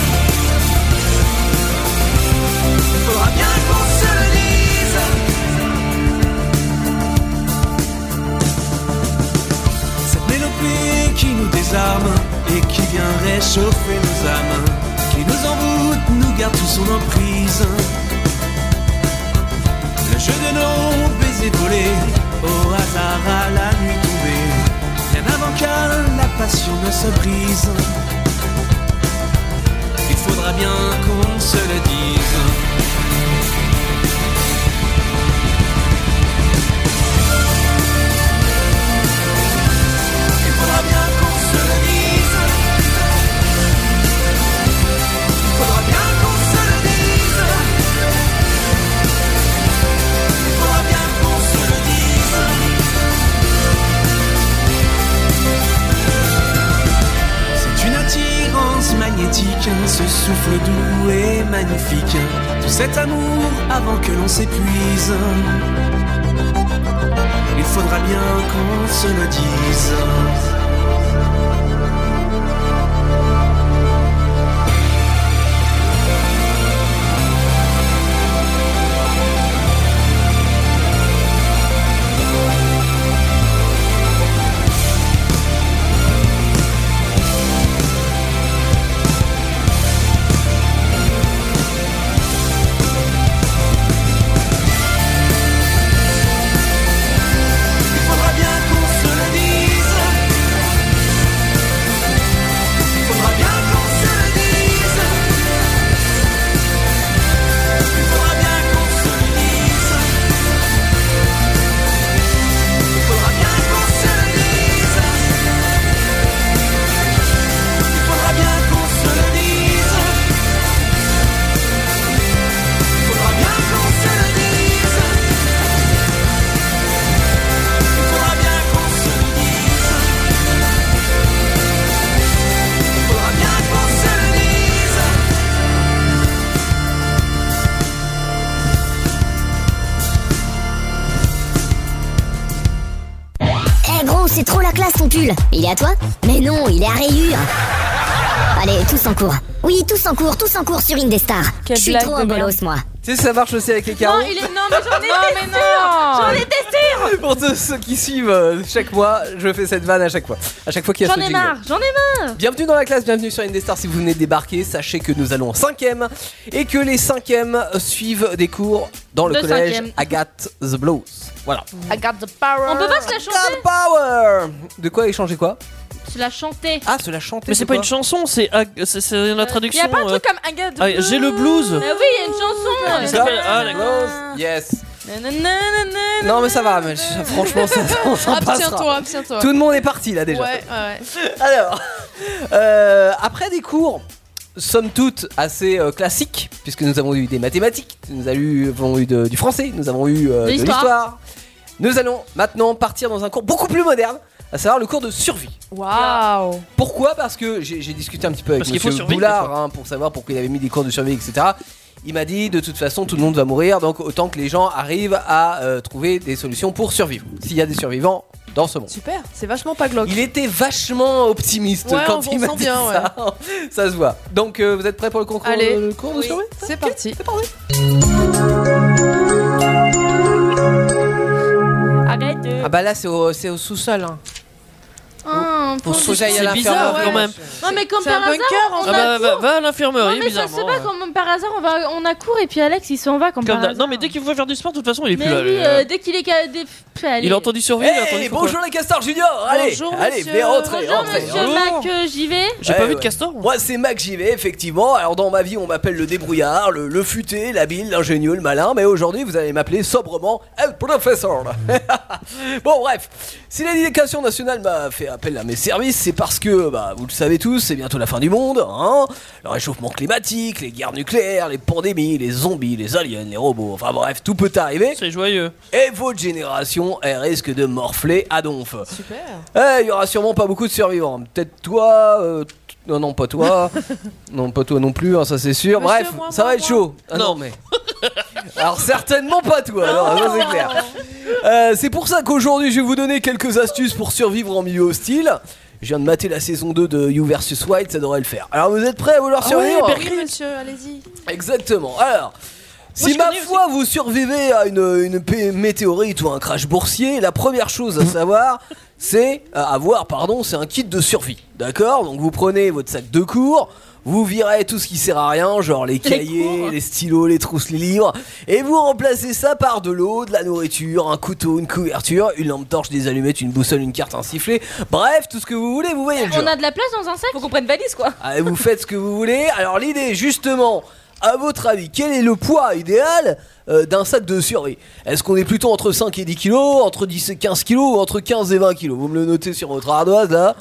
Il faudra bien qu'on se le dise. Cette mélopée qui nous désarme et qui vient réchauffer nos âmes, qui nous envoûte, nous garde sous son emprise. Le jeu de nos baisers volés, au hasard à la nuit tombée, bien avant que la passion ne se brise. Il faudra bien qu'on se le dise. Il faudra bien qu'on se le dise. Il faudra bien qu'on se le dise. Il faudra bien qu'on se le dise. C'est une attirance magnétique, ce souffle doux et magnifique. Tout cet amour avant que l'on s'épuise. Il faudra bien qu'on se le dise. Il faudra bien qu'on se le dise. Il faudra bien qu'on se le dise. Il faudra bien qu'on se le dise. Il faudra bien qu'on se le dise. Il faudra bien qu'on se le dise. Il faudra bien qu'on se le dise. Il faudra bien qu'on se le dise. Il faudra bien qu'on se le dise.
Eh gros, c'est trop la classe ton pull. Il est à toi Mais non, il est à rayures. Allez, tous en cours. Oui, tous en cours, tous en cours sur Indestar.
Quelle
Je suis
blague
trop
de
un bolos,
merde.
moi.
Tu sais, ça marche aussi avec les carreaux.
Non, il est... non mais j'en
Non, mais
étais
non.
sûre J'en étais sûre
Pour tous ceux qui suivent euh, chaque mois, je fais cette vanne à chaque fois. À chaque fois qu'il y a
J'en
ce
ai
jingle.
marre, j'en ai marre
Bienvenue dans la classe, bienvenue sur Indestar. Si vous venez de débarquer, sachez que nous allons en cinquième et que les cinquièmes suivent des cours dans le
De
collège
cinquième.
Agathe the Blows. Voilà.
I got the power On peut pas se la chanter
Power De quoi échanger quoi
Se la chanter
Ah, se la chanter.
Mais c'est pas une chanson, c'est ag- c'est- c'est la
Il
traduction.
y a pas un truc
euh,
comme I got the
ah, J'ai le blues.
Ah oui, il y a une chanson
Il
euh,
s'appelle- ah, d'accord.
Blows Yes.
Nanananana.
Non, mais ça va, mais je- franchement, ça, on s'en
Abstiens-toi,
passera.
abstiens-toi.
Tout le monde est parti là déjà.
Ouais, ouais, ouais.
Alors, euh, après des cours, somme toute assez euh, classiques, puisque nous avons eu des mathématiques, nous avons eu, avons eu de- du français, nous avons eu euh,
De
de
l'histoire.
l'histoire. Nous allons maintenant partir dans un cours beaucoup plus moderne, à savoir le cours de survie.
Waouh
Pourquoi Parce que j'ai j'ai discuté un petit peu avec
Parce qu'il faut
Monsieur
survivre, des
Boulard hein, pour savoir pourquoi il avait mis des cours de survie, etc. Il m'a dit de toute façon tout le monde va mourir, donc autant que les gens arrivent à euh, trouver des solutions pour survivre. S'il y a des survivants dans ce monde.
Super, c'est vachement pas glauque.
Il était vachement optimiste
Ouais,
quand
on-
il
on
m'a
sent
dit
bien,
ça. Ça se voit. Donc euh, vous êtes prêts pour le concours
Allez.
le cours de
Oui,
survie
c'est parti.
C'est parti.
Arrête de...
Ah bah là c'est au, c'est au sous-sol. Hein.
Ah,
Oh. Faut
pour-
déjà y aller à
C'est bizarre
l'infirmerie.
quand même.
Non mais comme
C'est un
par hasard,
bunker, en
on
Ah
a
bah, va,
cours.
va à l'infirmerie,
Non mais ça
bizarrement. hein.
se pas comme par hasard on va on a cours et puis Alex il s'en va comme,
Comme
par
d'hab-
hasard.
non mais dès qu'il faut faire du sport, de toute façon, il est
Mais
plus là.
oui,
le-
euh, dès qu'il est ca- dès- Pff, allez.
Il a entendu survivre. il a entendu
Hey,
pourquoi.
Eh, bonjour les castors juniors. Allez,
Bonjour,
allez,
monsieur.
venez rentrer,
Bonjour
rentrer.
monsieur Mac, euh, j'y vais.
J'ai
Ouais,
pas vu de
ouais.
castor. moi.
Moi, c'est Mac JV, effectivement. Alors, dans ma vie, on m'appelle le débrouillard, le, le futé, l'habile, l'ingénieux, le malin. Mais aujourd'hui, vous allez m'appeler sobrement El Professeur. bon, bref. Si l'éducation nationale m'a fait appel à mes services, c'est parce que, bah, vous le savez tous, c'est bientôt la fin du monde. Hein le réchauffement climatique, les guerres nucléaires, les pandémies, les zombies, les aliens, les robots. Enfin, bref, tout peut arriver.
C'est joyeux.
Et votre génération, elle risque de morfler à donf.
Super.
Eh, il y aura sûrement pas beaucoup de survivants. Peut-être toi. euh, t- non, non, pas toi. non, pas toi non plus, hein, ça c'est sûr.
Monsieur,
Bref,
moi,
ça
moi,
va être
moi.
chaud. Ah non, mais. Alors, certainement pas toi, alors, ça c'est clair. Euh, c'est pour ça qu'aujourd'hui, je vais vous donner quelques astuces pour survivre en milieu hostile. Je viens de mater la saison 2 de You vs Wild, ça devrait le faire. Alors, vous êtes prêts à vouloir
Ah ouais,
survivre
Berkeley, monsieur, allez-y.
Exactement. Alors, si
je
ma
connais
foi vous survivez à une, une p- météorite ou un crash boursier, la première chose à savoir, c'est à avoir, pardon, c'est un kit de survie. D'accord Donc vous prenez votre sac de cours. Vous virez tout ce qui sert à rien, genre les cahiers, les, stylos, les trousses, les livres, et vous remplacez ça par de l'eau, de la nourriture, un couteau, une couverture, une lampe torche, des allumettes, une boussole, une carte, un sifflet, bref, tout ce que vous voulez, vous voyez le jeu.
On a de la place dans un sac. Bah, Faut qu'on prenne valise quoi.
Allez, Ah, vous faites ce que vous voulez. Alors l'idée, justement, à votre avis, quel est le poids idéal euh, d'un sac de survie Est-ce qu'on est plutôt entre 5 et 10 kilos, entre 10 et 15 kilos, ou entre 15 et 20 kilos Vous me le notez sur votre ardoise là.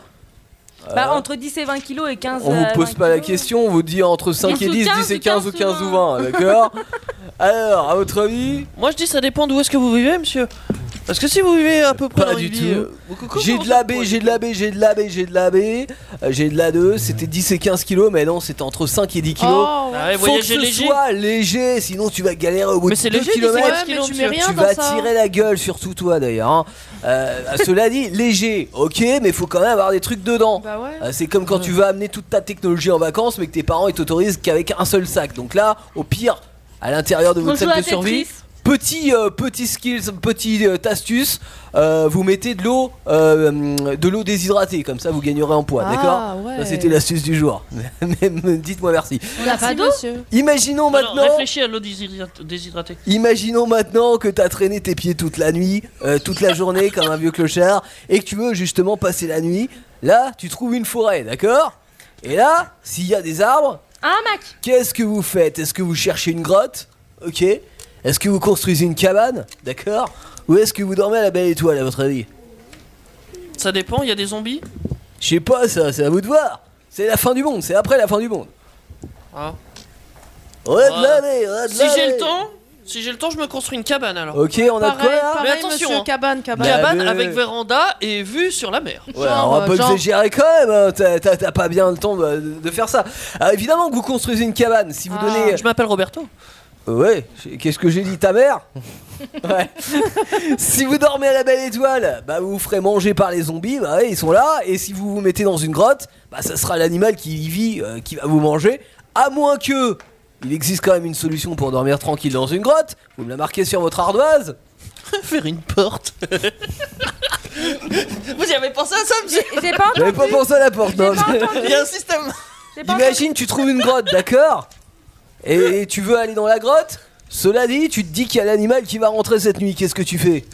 Bah entre 10 et 20 kilos et 15
On vous
euh,
pose
20
pas la
kilos.
question, on vous dit entre 5 et
ou
10, 10 et 15 ou 15 ou 20, d'accord Alors, à votre avis
Moi je dis ça dépend d'où est-ce que vous vivez, monsieur. Parce que si vous vivez à peu près
Pas
dans
du
une
tout.
ville, euh, vous- comment
J'ai
vous-
de la B, j'ai de la B, j'ai de la B, j'ai de la B, euh, j'ai de la 2, c'était 10 et 15 kilos, mais non, c'était entre 5 et 10 kilos.
Oh,
Ah ouais,
Faut que
voyager
ce
léger.
soit léger, sinon tu vas galérer au bout
Mais
de
c'est
2
léger, 10 et
km.
ouais,
kilos,
mais tu mets
monsieur.
rien
tu
dans
vas
ça.
tirer la gueule, surtout toi d'ailleurs. hein. Euh, cela dit, léger, ok, mais faut quand même avoir des trucs dedans.
Bah ouais.
Euh, C'est comme quand tu vas amener toute ta technologie en vacances, mais que tes parents ils t'autorisent qu'avec un seul sac. Donc là, au pire, à l'intérieur de
On
votre
joue
sac
à
de survie,
Tetris.
petit, euh, petit skills, petit euh, astuce, euh, vous mettez de l'eau, euh, de l'eau déshydratée, comme ça vous gagnerez en poids,
Ah,
d'accord
ouais.
Ça, C'était l'astuce du jour. Mais me- Dites-moi merci.
On a pas
Merci,
d'eau.
monsieur.
Imaginons
Non, non,
maintenant.
réfléchis à l'eau déshydrat- déshydratée.
Imaginons maintenant que t'as traîné tes pieds toute la nuit, euh, toute la journée comme un vieux clochard, et que tu veux justement passer la nuit. Là, tu trouves une forêt, d'accord Et là, s'il y a des arbres,
Ah, Un Mac.
qu'est-ce que vous faites Est-ce que vous cherchez une grotte Ok. Est-ce que vous construisez une cabane D'accord Ou est-ce que vous dormez à la belle étoile, à votre avis
Ça dépend, il y a des zombies.
Je sais pas, ça, c'est à vous de voir. C'est la fin du monde, c'est après la fin du monde.
Ah.
Redelà-les,
Si
redelà-les.
j'ai le temps, si j'ai le temps, je me construis une cabane alors.
Ok, on a de quoi
Pareil,
là
pareil,
Mais attention,
monsieur,
hein.
cabane, cabane.
Bah,
Cabane
mais-
avec véranda et vue sur la mer.
Ouais,
Genre,
on va pas
euh, genre-
exagérer quand même, hein, t'as- t'as t'as pas bien le temps de, de faire ça. Ah, évidemment que vous construisez une cabane, si vous
Ah.
donnez... euh,
Je m'appelle Roberto.
Ouais, j'ai- qu'est-ce que j'ai dit, ta mère Ouais. si vous dormez à la belle étoile, bah vous vous ferez manger par les zombies, bah ouais, ils sont là, et si vous vous mettez dans une grotte, bah ça sera l'animal qui y vit, euh, qui va vous manger, à moins que il existe quand même une solution pour dormir tranquille dans une grotte. Vous me la marquez sur votre ardoise.
Faire une porte. Vous y avez pensé à ça, monsieur
J'ai pas
J'avais pas pensé à la porte, non.
Il y a un système.
Imagine, tu trouves une grotte, d'accord Et tu veux aller dans la grotte Cela dit, tu te dis qu'il y a l'animal qui va rentrer cette nuit. Qu'est-ce que tu fais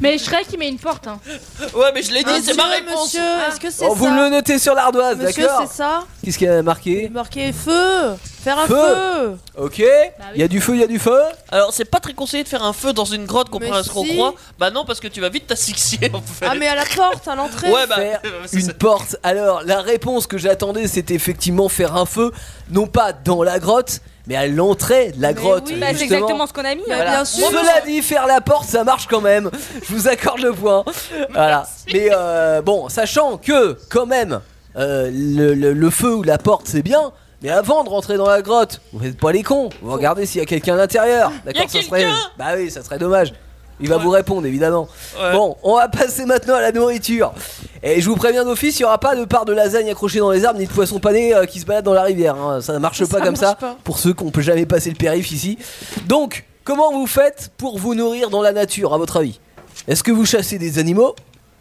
Mais Shrek, il met une porte. Hein.
Ouais, mais je l'ai dit,
Monsieur,
c'est ma réponse. Ah.
Monsieur, est-ce que c'est
Oh, Vous
ça
me le notez sur l'ardoise,
Monsieur,
d'accord
c'est ça
Qu'est-ce qu'il y a marqué
Marqué feu Faire un
Feu.
feu,
Ok
Bah
Il y a du feu, il y a du feu
Alors, c'est pas très conseillé de faire un feu dans une grotte, comparé
Mais
à ce qu'on
si.
croit. Bah non, parce que tu vas vite t'asphyxier en fait.
Ah, mais à la porte, à l'entrée
Ouais, bah.
Faire
c'est
une
ça.
porte. Alors, la réponse que j'attendais, c'était effectivement faire un feu, non pas dans la grotte, mais à l'entrée de la grotte.
Bah, c'est
justement.
exactement ce qu'on a mis. hein.
Voilà.
bien sûr.
Cela dit, faire la porte, ça marche quand même. Je vous accorde le point. Voilà. Mais euh, bon, sachant que quand même, euh, le, le- le feu ou la porte, c'est bien. Mais avant de rentrer dans la grotte, vous faites pas les cons. Vous regardez s'il y a quelqu'un à l'intérieur. D'accord, ça serait. Bah oui, ça serait dommage. Il va vous répondre évidemment.
Ouais.
Bon, on va passer maintenant à la nourriture. Et je vous préviens d'office, il y aura pas de part de lasagne accrochée dans les arbres ni de poisson pané euh, qui se balade dans la rivière. hein. Ça ne marche pas comme ça pour ceux qu'on peut jamais passer le périph ici. Donc, comment vous faites pour vous nourrir dans la nature, à votre avis Est-ce que vous chassez des animaux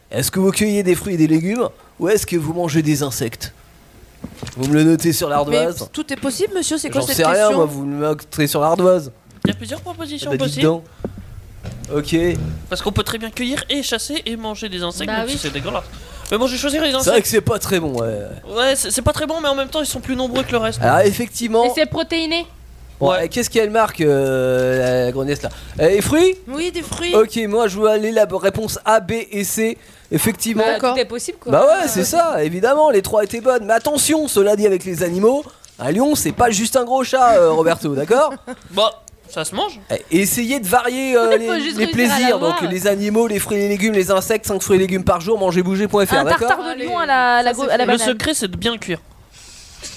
Est-ce que vous cueillez des fruits et des légumes Ou est-ce que vous mangez des insectes Vous me le notez sur
Mais
l'ardoise
tout est possible, monsieur, c'est quoi
J'en
cette
sais
question
rien, moi, vous me le notez sur l'ardoise.
Il y a plusieurs propositions
Bah, dites
possibles.
donc. Ok. C'est
Parce qu'on peut très bien cueillir et chasser et manger des insectes,
Bah
même
oui.
si c'est dégueulasse. Mais moi, je vais choisir les
vrai
insectes.
que c'est pas très bon, ouais.
Ouais, c'est c'est pas très bon, mais en même temps, ils sont plus nombreux que le reste.
Alors,
Et
effectivement.
c'est protéiné.
Bon, euh, Qu'est-ce qu'elle marque, euh, la grenasse là Euh, Les fruits
Oui, des fruits
Ok, moi je vois aller la bo- réponse A, B et C. Effectivement.
Bah, tout est possible quoi.
Bah ouais, c'est ça, évidemment, les trois étaient bonnes. Mais attention, cela dit avec les animaux, un lion, c'est pas juste un gros chat, euh, Roberto, d'accord
Bah, ça se mange.
Eh, Essayez de varier euh,
Faut
les,
juste
les
réussir à
plaisirs.
l'avoir.
Donc les animaux, les fruits et les légumes, les insectes, 5 fruits et légumes par jour, mangezbouger.fr,
Un
d'accord
tartare de lion à la, la, go- à la
Le
banane.
secret, c'est de bien le cuire.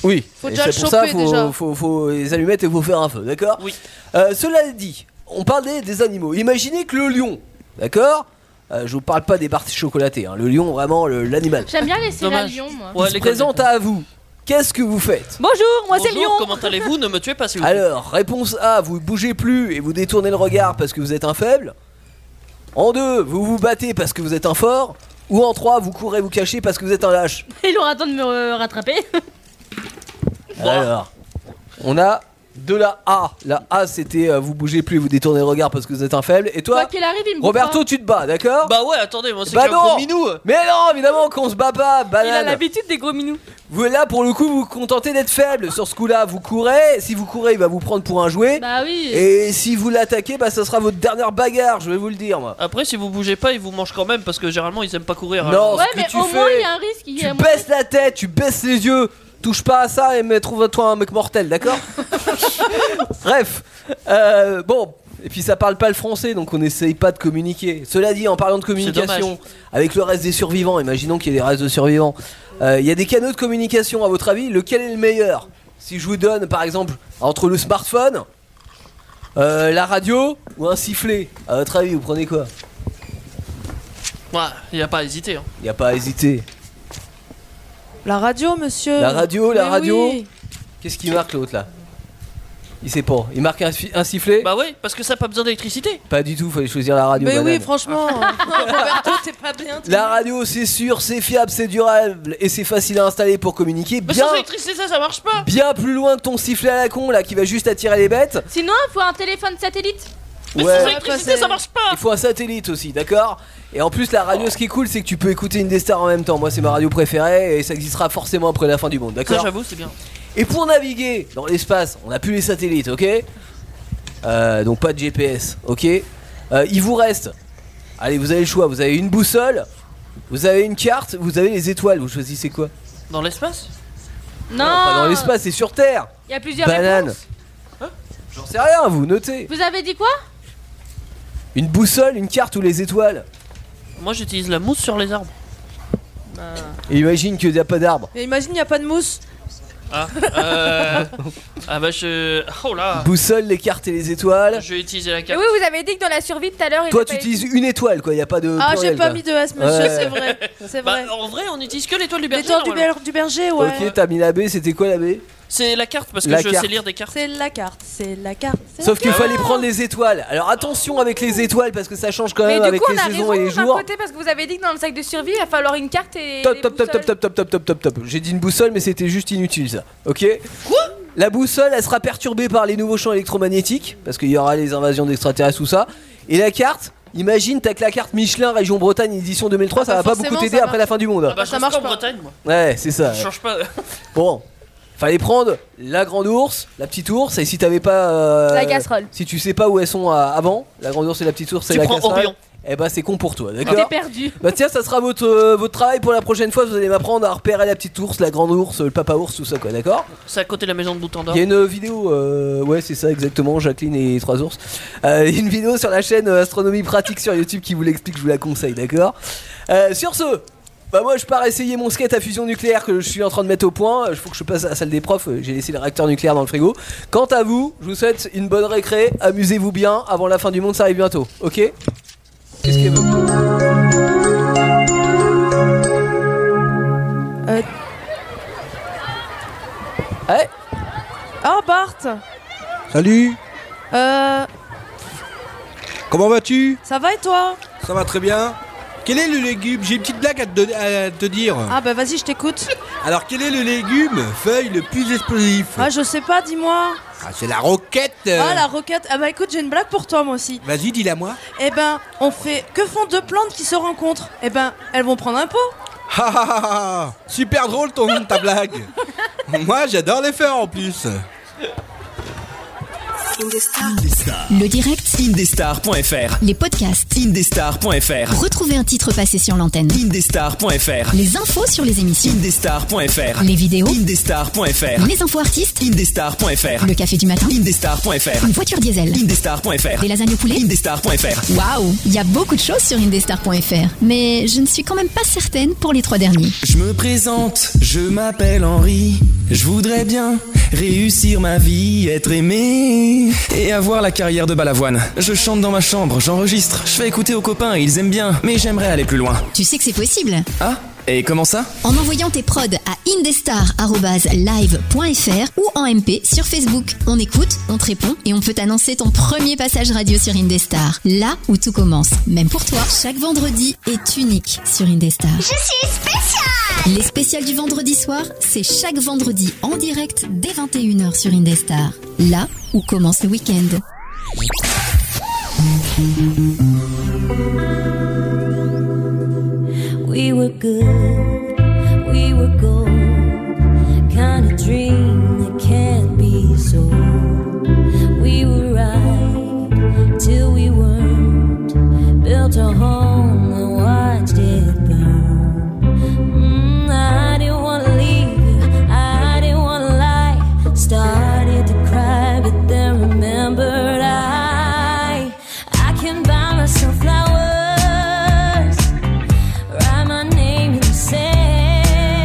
Oui.
Faut
Et
déjà
c'est
le
pour ça,
choper,
faut,
déjà.
Faut, faut les allumettes et faut faire un feu, d'accord
Oui.
Euh, cela dit, on parlait des animaux. Imaginez que le lion, d'accord Euh, Je vous parle pas des barres chocolatées, hein. le lion, vraiment le- l'animal.
J'aime bien les céréales
Dommage.
Lyon, moi.
Ouais,
Il se
les
présente à vous. Qu'est-ce que vous faites
Bonjour, moi c'est
Bonjour,
Lyon.
Comment allez-vous Ne me tuez pas, s'il vous plaît.
Alors, réponse A, vous bougez plus et vous détournez le regard parce que vous êtes un faible. En 2, vous vous battez parce que vous êtes un fort. Ou en 3, vous courez vous cachez parce que vous êtes un lâche.
Il aura temps de me euh, rattraper.
Alors, on a de la A. La A, c'était euh, vous bougez plus, vous détournez le regard parce que vous êtes un faible.
Quoi
Et toi,
qu'il arrive, il me
Roberto, tu te bats, d'accord
Bah ouais, attendez, moi, c'est
Bah
qu'un
non.
gros minou.
Mais non, évidemment qu'on se bat pas,
Il a
banane.
l'habitude des gros minous.
Vous là, pour le coup, vous vous contentez d'être faible. Sur ce coup-là, vous courez. Si vous courez, il va vous prendre pour un jouet.
Bah oui.
Et si vous l'attaquez, bah ça sera votre dernière bagarre, je vais vous le dire moi.
Après, si vous bougez pas, ils vous mangent quand même parce que généralement ils aiment pas courir.
Non,
Ouais,
ce que
mais
tu
au
fais,
moins, il y a un risque. Il y
tu
a moins-
baisses la tête, tu baisses les yeux, touche pas à ça et mais trouve-toi un mec mortel, d'accord Bref, euh, bon, et puis ça parle pas le français, donc on n'essaye pas de communiquer. Cela dit, en parlant de communication,
dommage.
avec le reste des survivants, imaginons qu'il y ait des restes de survivants, euh, il y a des canaux de communication, à votre avis, lequel est le meilleur Si je vous donne, par exemple, entre le smartphone, euh, la radio ou un sifflet, à votre avis, vous prenez quoi
Ouais, y a pas à hésiter. hein.
Il n'y a pas à hésiter.
La radio, monsieur
La radio, la
Mais
radio.
oui.
Qu'est-ce qu'il marque l'autre là Il sait pas. Il marque un, fi- un sifflet
Bah ouais, parce que ça a pas besoin d'électricité.
Pas du tout, fallait choisir la radio.
Mais oui,
banane.
franchement Roberto, t'es pas bien
la radio, c'est sûr, c'est fiable, c'est durable et c'est facile à installer pour communiquer.
Mais
Bien,
sans électricité, ça, ça marche pas.
bien plus loin que ton sifflet à la con là qui va juste attirer les bêtes.
Sinon, il faut un téléphone satellite.
Mais
Ouais.
sans électricité, ça marche pas.
Il faut un satellite aussi, d'accord Et en plus, la radio, ce qui est cool, c'est que tu peux écouter une des stars en même temps. Moi, c'est ma radio préférée et ça existera forcément après la fin du monde,
Ça,
d'accord
j'avoue, c'est bien.
Et pour naviguer dans l'espace, on n'a plus les satellites, ok Euh, Donc pas de GPS, ok Euh, Il vous reste, allez, vous avez le choix, vous avez une boussole, vous avez une carte, vous avez les étoiles, vous choisissez quoi
Dans l'espace
Non.
Pas
Ah.
dans l'espace, c'est sur Terre
Il y a plusieurs
Banane
réponses.
J'en sais rien, vous notez
Vous avez dit quoi
Une boussole, une carte ou les étoiles
Moi, j'utilise la mousse sur les arbres.
Et Imagine qu'il n'y a pas d'arbre.
Mais imagine, y a pas de mousse
Ah, euh... ah bah je. Oh là.
Boussole, les cartes et les étoiles.
Je vais utiliser la
Et
carte.
oui, vous avez dit que dans la survie tout à l'heure, il
Toi,
a pas
tu
eu-
utilises une étoile, quoi, il n'y a pas de.
Ah, j'ai
pluriel,
pas
quoi.
mis de S, monsieur,
Ouais.
c'est vrai C'est
Bah,
vrai
en vrai, on utilise que l'étoile du berger.
L'étoile du,
normalement.
ber- du berger, ouais
Ok, t'as mis la B, c'était quoi la B
C'est la carte parce que
La
je
carte.
sais lire des cartes.
C'est la carte, c'est la carte. c'est
Sauf
la
qu'il
carte.
fallait prendre les étoiles. Alors attention avec les étoiles parce que ça change quand
Mais
même
du
avec
coup,
les
on a
saisons et les
raison d'un
jours.
côté parce que vous avez dit que dans le sac de survie, il va falloir une carte et.
Top, top, top, top, top, top, top, top, top, top. J'ai dit une boussole, mais c'était juste inutile ça. Ok Quoi La boussole, elle sera perturbée par les nouveaux champs électromagnétiques parce qu'il y aura les invasions d'extraterrestres, tout ça. Et la carte Imagine, t'as que la carte Michelin Région Bretagne édition 2003, Ah, ça va pas beaucoup
Ah bah forcément,
t'aider
ça
après la fin du monde.
Ah bah, ça marche en Bretagne, moi.
Ouais, c'est ça.
Je change pas.
Bon, fallait prendre la grande ours, la petite ours, et si t'avais pas. euh,
La casserole.
Si tu sais pas où elles sont euh, avant, la grande ours et la petite ours, c'est
Tu
la
prends
casserole.
Orion.
Eh bah, c'est con pour toi, d'accord
T'es perdu.
Bah, tiens, ça sera votre, euh, votre travail pour la prochaine fois. Vous allez m'apprendre à repérer la petite ours, la grande ours, le papa ours, tout ça, quoi, d'accord
C'est à côté de la maison de Bouton d'Or.
il y a une vidéo, euh, ouais c'est ça exactement, Jacqueline et les trois ours. Euh, il y a une vidéo sur la chaîne euh, Astronomie Pratique sur YouTube qui vous l'explique, je vous la conseille, d'accord Euh, Sur ce, bah moi je pars essayer mon skate à fusion nucléaire que je suis en train de mettre au point. Il faut que je passe à la salle des profs, euh, j'ai laissé le réacteur nucléaire dans le frigo. Quant à vous, je vous souhaite une bonne récré, amusez-vous bien, avant la fin du monde ça arrive bientôt, ok Qu'est-ce qu'elle veut
Euh,
Ouais.
Oh Bart
Salut,
Euh.
comment vas-tu
Ça va et toi
Ça va très bien. Quel est le légume J'ai une petite blague à te, à te dire.
Ah bah vas-y, je t'écoute.
Alors quel est le légume feuille le plus explosif
Ah, je sais pas, dis-moi.
Ah, c'est la roquette.
Ah la roquette. Ah bah écoute, j'ai une blague pour toi moi aussi.
Vas-y, dis-la moi.
Eh ben, on fait. Que font deux plantes qui se rencontrent Eh ben, elles vont prendre un pot.
Ah, ah, ah, ah. Super drôle ton ta blague. Moi, j'adore les faire en plus.
Le direct,
Indestar.fr
les podcasts.
Indestar.fr
Retrouvez un titre passé sur l'antenne.
Indestar.fr
Les infos sur les émissions.
Indestar.fr
Les vidéos.
Indestar.fr
Les infos artistes.
Indestar.fr
Le café du matin.
Indestar.fr
Une voiture diesel.
Indestar.fr
Des lasagnes au poulet.
Indestar.fr
Waouh, il y a beaucoup de choses sur indestar.fr, mais je ne suis quand même pas certaine pour les trois derniers.
Je me présente, je m'appelle Henri. Je voudrais bien réussir ma vie, être aimé et avoir la carrière de balavoine. Je chante dans ma chambre, j'enregistre, je fais écouter aux copains, ils aiment bien, mais j'aimerais aller plus loin.
Tu sais que c'est possible
Ah Et comment ça
En envoyant tes prods à indestar.live.fr ou en MP sur Facebook. On écoute, on te répond et on peut t'annoncer ton premier passage radio sur Indestar. Là où tout commence, même pour toi. Chaque vendredi est unique sur Indestar. Je suis spéciale Les spéciales du vendredi soir, c'est chaque vendredi en direct dès 21h sur Indestar. Là où commence le week-end.
We were good, we were gold. Kind of dream that can't be sold. We were right till we weren't. Built a home and watched it burn. Mm, I didn't wanna leave you, I didn't wanna lie. Started to cry, but then remembered I. I can buy myself flowers. Write my name in the sand.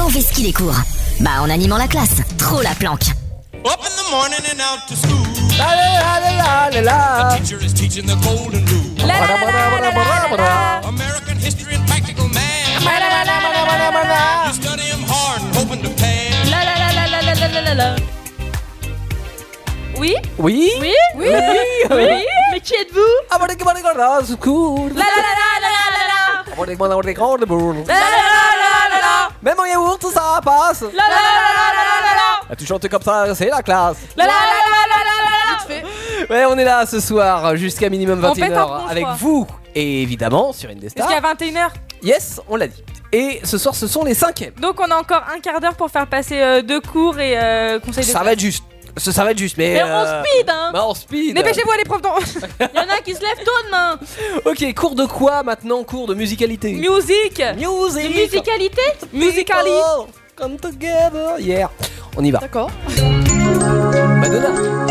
confisquent les cours. Bah en animant la classe, trop la planque.
Up in the morning and out to school. The teacher is teaching the golden rule. American history and practical man. You study him hard and hoping to pass.
La la la la la la la la la la. Oui
Oui
Oui
Oui
Oui Mais qui êtes-vous
Ah, bon, d'accord, d'accord, d'accord, c'est cool.
La la la la la la la la
Ah, bon, d'accord, d'accord, d'accord, d'accord.
la
Même en yaourt, ça passe.
La la
Ah, Tu chantes comme ça, c'est la classe.
la la la la la la la
Ouais, on est là ce soir jusqu'à minimum
On pète un plomb,
21h
je
avec
crois.
vous et évidemment sur Indestar.
Jusqu'à 21h.
Ah. Yes, on l'a dit. Et ce soir, ce sont les cinquièmes.
Donc on a encore un quart d'heure pour faire passer euh, deux cours et euh, conseils de
Ça va être juste. Ça, ça va être juste, mais.
Mais
euh,
on speed hein
bah, on speed.
Dépêchez-vous les profs Il y en a qui se lèvent tôt demain
Ok, cours de quoi maintenant Cours de musicalité.
Music
Music
De musicalité
Musically Come together Hier. On y va.
D'accord.
Madonna.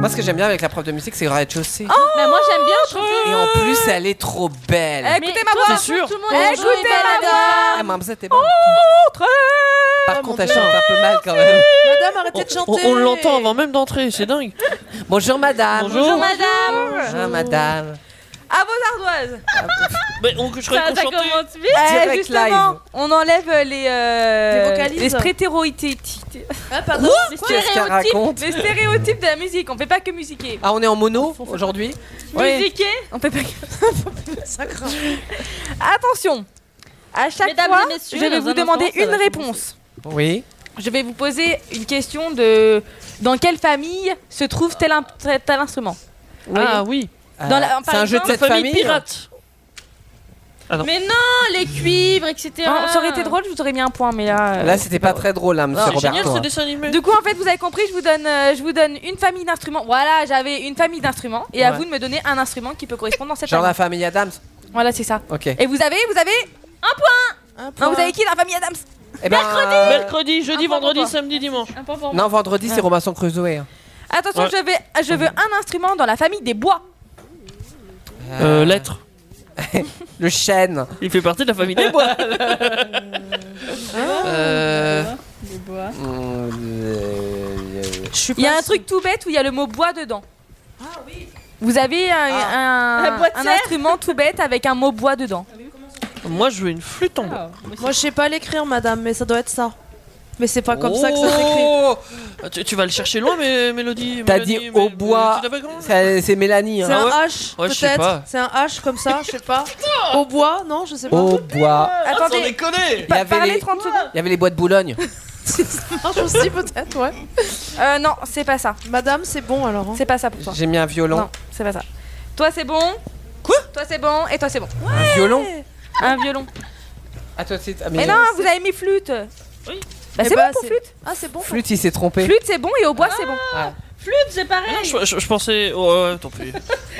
Moi, ce que j'aime bien avec la prof de musique, c'est le rez-de-chaussée.
Oh, Ah
Bah moi j'aime bien, je trouve
Et en plus, elle est trop belle.
Mais
Écoutez ma
tout-
voix
T'es sûr
Tout le
Eh,
monde
écoutez
écoutez
ma
ma voix Oh,
Ah, mais en plus, t'es bonne. Par contre, elle chante un peu mal quand même.
Madame, arrêtez de
On,
chanter.
on l'entend avant même d'entrer, c'est dingue.
Bonjour madame.
Bonjour.
madame
Bonjour madame.
À vos ardoises
Mais on, je croyais qu'on
ça
chantait.
commence vite
Eh,
Direct
justement,
live.
on enlève les euh,
Des vocalises
les stéréotypes.
Ah, pardon.
les
Quoi Qu'est-ce qu'elle raconte
stéréotypes, les stéréotypes de la musique. On fait pas que musiquer.
Ah, on est en mono aujourd'hui
Musiquer,
Ouais.
on fait pas que.
Ça craint.
Attention. À chaque
Mesdames
fois,
et messieurs,
je vais
dans
vous
un
demander
instant, ça
une
va
réponse.
Oui.
Je vais vous poser une question de dans quelle famille se trouve tel, in- tel instrument.
Ah oui.
Dans la-
Euh, c'est
par
un jeu de
exemple,
cette famille. Ah
pirate.
Mais non, les cuivres, etc.
Non, ça aurait été drôle, je vous aurais mis un point, mais là. euh,
Là, c'était pas très drôle, là, monsieur
C'est génial
Roberto.
ce
hein.
dessin animé.
Du coup, en fait, vous avez compris, je vous donne, euh, je vous donne une famille d'instruments. Voilà, j'avais une famille d'instruments, et à
Ouais.
vous de me donner un instrument qui peut correspondre dans cette
hein. Genre
famille.
la famille Adams.
Voilà, c'est ça.
Ok.
Et vous avez, vous avez un point. Non, vous avez qui dans la famille Adams
Eh ben, euh,
Mercredi, jeudi, vendredi, samedi, dimanche.
Un point pour moi.
Non, vendredi,
Ah.
c'est Robinson Crusoe. hein.
Attention,
Ouais.
je vais, je veux un instrument dans la famille des bois.
Euh, lettre.
Le chêne.
Il fait partie de la famille des bois.
Euh,
Les bois.
Il y a un truc tout bête où il y a le mot bois dedans. Vous avez un, un-
La boîtière.
un instrument tout bête avec un mot bois dedans.
Moi, je veux une flûte en bois.
Ah, Moi, je sais pas l'écrire, madame, mais ça doit être ça. Mais c'est pas comme ça que ça s'écrit.
Oh tu, tu vas le chercher loin, mais Mélodie.
T'as
Mélodie,
dit
mais-
au bois.
tu l'avais comment
C'est c'est Mélanie.
C'est
Hein.
un
ouais.
H,
Ouais, je sais pas.
peut-être. C'est un H comme ça, je sais pas. Au bois, non, je sais pas.
Au hein. bois.
Attendez.
déconner
Il y, avait
Parlez
les,
30 secondes.
il y avait les bois de Boulogne.
Ah, je aussi peut-être, ouais.
Euh, non, c'est pas ça.
Madame, c'est bon alors. hein.
C'est pas ça pour toi.
J'ai mis un violon.
Non, c'est pas ça. Toi, c'est bon.
Quoi
Toi, c'est bon. Et toi, c'est bon.
Un violon
Un violon.
Ah, toi, c'est- ah,
Mais non, vous avez mis flûte.
Oui.
Bah,
Eh
c'est
bah,
bon pour
c'est-
flûte.
Ah, c'est bon.
Flûte, il s'est trompé.
Flûte, c'est bon et au bois, c'est bon.
Flûte, c'est pareil.
Non, Ah, je, je- je pensais. oh, Ouais, ouais, tant pis.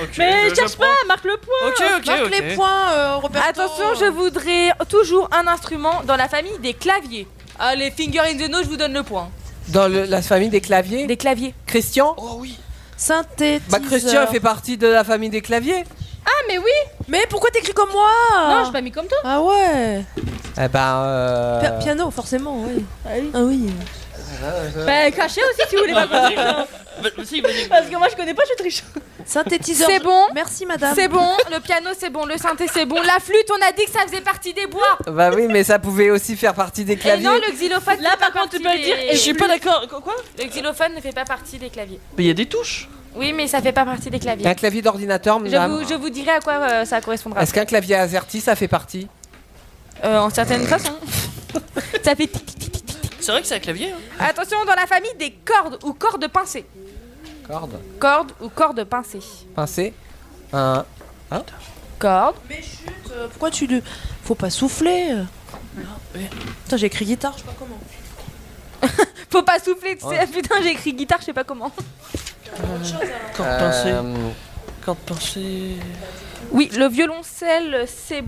Ok,
Mais
je- je
cherche
prends.
pas, marque le point.
Ok, ok,
Marque
ok.
les points, euh, Roberto.
Attention, je voudrais toujours un instrument dans la famille des claviers. Ah, les finger in the nose, je vous donne le point.
Dans le- la famille des claviers.
Des claviers.
Christian
Oh oui.
Synthétiseur.
Bah, Christian fait partie de la famille des claviers.
Ah, mais oui.
Mais pourquoi t'écris comme moi
Non, je pas mis comme toi.
Ah ouais.
Eh ben. euh,
Pi- Piano, forcément, oui. Euh, Ah oui.
Bah, crachez aussi si vous voulez pas qu'on triche, hein.
Bah, si, vas-y.
Parce que moi je connais pas, je triche.
Synthétiseur.
C'est bon.
Merci, madame.
C'est bon, le piano c'est bon, le synthé c'est bon, la flûte on a dit que ça faisait partie des bois.
Bah oui, mais ça pouvait aussi faire partie des
Et
claviers.
non, le xylophone.
Là,
fait
par
pas
contre, tu
partie
peux le dire,
des-
et je suis pas
d'accord. Quoi
Le xylophone ne fait pas partie des claviers.
Mais il y a des touches.
Oui, mais ça fait pas partie des
Il y a
claviers.
un clavier d'ordinateur,
Je
madame.
vous, je vous dirai à quoi euh, ça correspondra.
Est-ce qu'un clavier AZERTY, ça fait partie
Euh, en certaines façons. ça fait tic, tic, tic.
C'est vrai que c'est un clavier. hein.
Attention, dans la famille des cordes ou cordes pincées. hein.
Corde.
Cordes ou cordes pincées.
Pincé. Hein Un.
Cordes.
Mais chut, euh, pourquoi tu. le- Faut pas souffler. euh. Putain, j'ai écrit guitare, je sais pas comment.
Faut pas souffler, tu sais.
Ouais.
Putain, j'ai écrit guitare, je sais pas comment.
Corde pincée.
Euh,
Corde pincée.
Oui, le violoncelle, c'est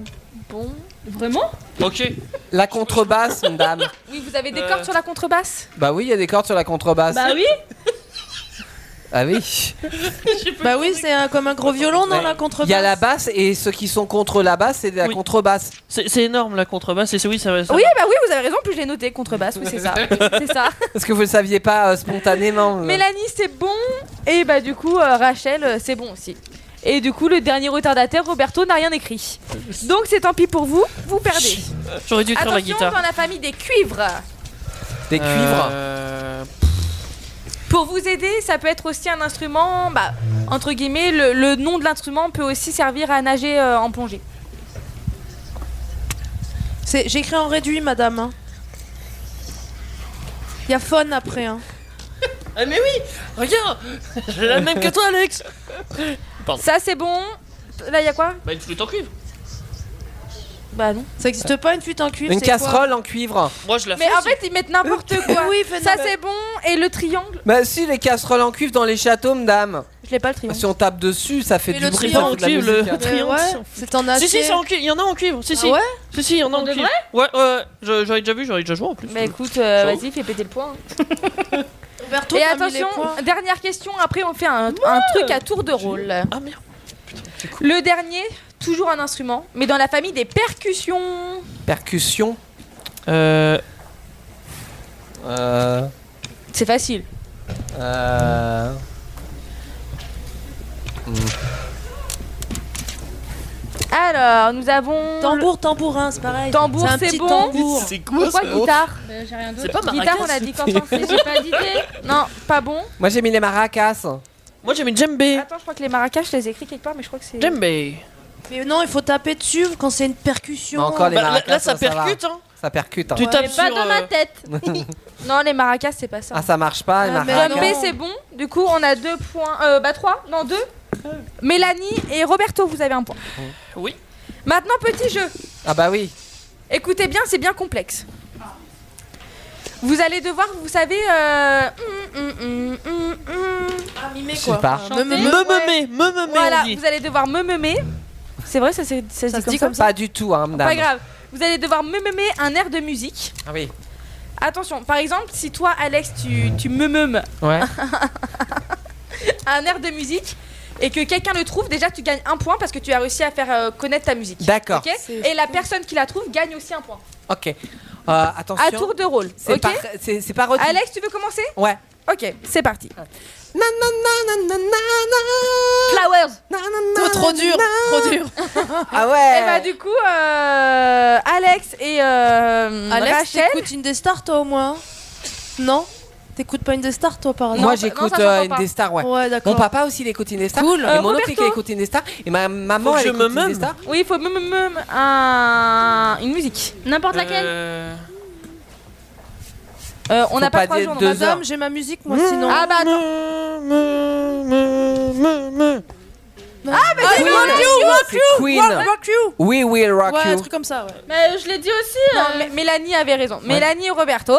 bon.
Vraiment
Ok.
La contrebasse, madame.
Oui, vous avez des
Euh. Ah,
cordes sur la contrebasse Bah
Bah oui, il y a des cordes sur la contrebasse.
Bah oui.
Ah oui.
Bah oui, c'est un- comme un gros violon dans la contrebasse.
Il y a la basse et ceux qui sont contre la basse, c'est la contrebasse.
C'est énorme la contrebasse. Et c'est oui, ça va. ça-
Oui, bah oui, vous avez raison, plus je l'ai noté, contrebasse, oui, c'est ça. c'est ça.
Parce que vous le saviez pas euh, spontanément. euh.
Mélanie, c'est bon. Et bah, du coup, euh, Rachel, euh, c'est bon aussi. Et du coup, le dernier retardataire, Roberto, n'a rien écrit. Donc, c'est tant pis pour vous, vous perdez.
J'aurais dû écrire la
Euh, Attention,
guitare.
dans la famille des cuivres.
Des cuivres.
Euh,
Pour vous aider, ça peut être aussi un instrument, bah, entre guillemets, le, le nom de l'instrument peut aussi servir à nager euh, en plongée.
C'est- J'écris en réduit, madame. hein. Il y a fun après. Hein.
Ah mais oui, regarde, j'ai la même que toi, Alex. Pardon.
Ça, c'est bon. Là, il y a quoi
Bah une flûte en cuivre.
Bah non.
Ça existe pas une flûte en cuivre
Une
c'est quoi Euh,
casserole en cuivre.
Moi je la
oh.
Mais en fait, ils mettent n'importe quoi.
Oui,
ça,
fais-nous-
c'est bon. Et le triangle
Bah si, les casseroles en cuivre dans les châteaux, madame.
Je l'ai pas le triangle.
Si on tape dessus, ça fait
Mais
du
le
bruit.
triangle,
ça fait de la
le
musique, hein.
Mais ouais, c'est en
Si si,
acier.
c'est en cuivre. Il y en a en cuivre. Si si.
Ah ouais
Si si, il y en a en
De
cuivre. Ouais ouais. ouais. Je- J'aurais déjà vu, j'aurais déjà joué en plus.
Bah écoute, euh,
Chaud.
vas-y, fais péter le point.
Ah,
Roberto,
Et
t'as mis les
attention,
points.
dernière question, après on fait un, un truc à tour de rôle.
Ah merde.
Le dernier, toujours un instrument, mais dans la famille des percussions.
Percussion.
Euh.
Euh.
C'est facile.
Euh. hmm.
Alors, nous avons.
Tambour, tambourin, c'est pareil.
Tambour,
C'est un
c'est
petit
bon.
tambour.
C'est
quoi, Pourquoi ça guitare
Euh, J'ai rien
C'est pas maracas.
Guitare, on a dit Quentin, c'est- j'ai pas d'idée. Non, pas bon.
Moi j'ai mis les maracas.
Moi j'ai mis djembé.
Attends, je crois que les maracas, je les ai écrits quelque part, mais je crois que c'est.
Djembé.
Mais non, il faut taper dessus quand c'est une percussion.
Mais encore les
Bah, là-
maracas.
là, ça
va.
percute, hein.
Ça percute. hein.
Tu tapes
Pas
sur,
dans ma
euh,
tête. non, les maracas, c'est pas ça.
Ah ça marche pas les maracas.
Jumpé, c'est bon. Du coup, on a deux points. Euh, bah, trois. Non, deux. Mélanie et Roberto, vous avez un point.
Oui.
Maintenant, petit jeu.
Ah bah oui.
Écoutez bien, c'est bien complexe. Vous allez devoir, vous savez. Euh... Ah,
mimer
sais quoi. pas. Euh,
Me me me me me
Voilà,
on dit.
vous allez devoir me meumer. C'est vrai, ça, c'est- ça, se dit comme ça
Pas du tout hein madame.
Pas grave. Vous allez devoir me meumer un air de musique.
Ah oui.
Attention, par exemple, si toi, Alex, tu, tu me meumes
Ouais.
un air de musique et que quelqu'un le trouve, déjà tu gagnes un point parce que tu as réussi à faire euh, connaître ta musique.
D'accord.
Ok et la personne qui la trouve gagne aussi un point.
Ok. Euh, attention.
À tour de rôle.
C'est
ok
pas- c'est- c'est pas retenu.
Alex, tu veux commencer
Ouais.
Ok, c'est parti. Flowers.
Oh, trop dur, trop dur.
Ah ouais.
Et bah du coup, euh, Alex et euh,
Alex,
Rachel.
t'écoutes une des stars toi au moins hein Non T'écoutes pas une des stars toi par hasard
Moi j'écoute euh, Indestar, ouais.
Ouais, d'accord.
Mon papa aussi il écoute Indestar.
Cool.
Et
Euh,
mon oncle
Roberto.
il écoute Indestar. Et ma maman
Faut que
elle
je me
écoute
meume.
Indestar.
Oui, il faut me, me, me- un- une musique.
N'importe laquelle.
Euh,
Euh, on n'a pas
pas
trois
dire
jours. non.
deux
Madame,
heures. Mmh,
Madame, j'ai ma musique moi sinon.
Ah bah attends.
Ah, mais
Queen. C'est Queen.
Rock you
We will rock
Ouais, un
you.
truc comme ça, ouais.
Mais je l'ai dit aussi. euh, Mé- Mélanie avait raison. Mélanie et Roberto.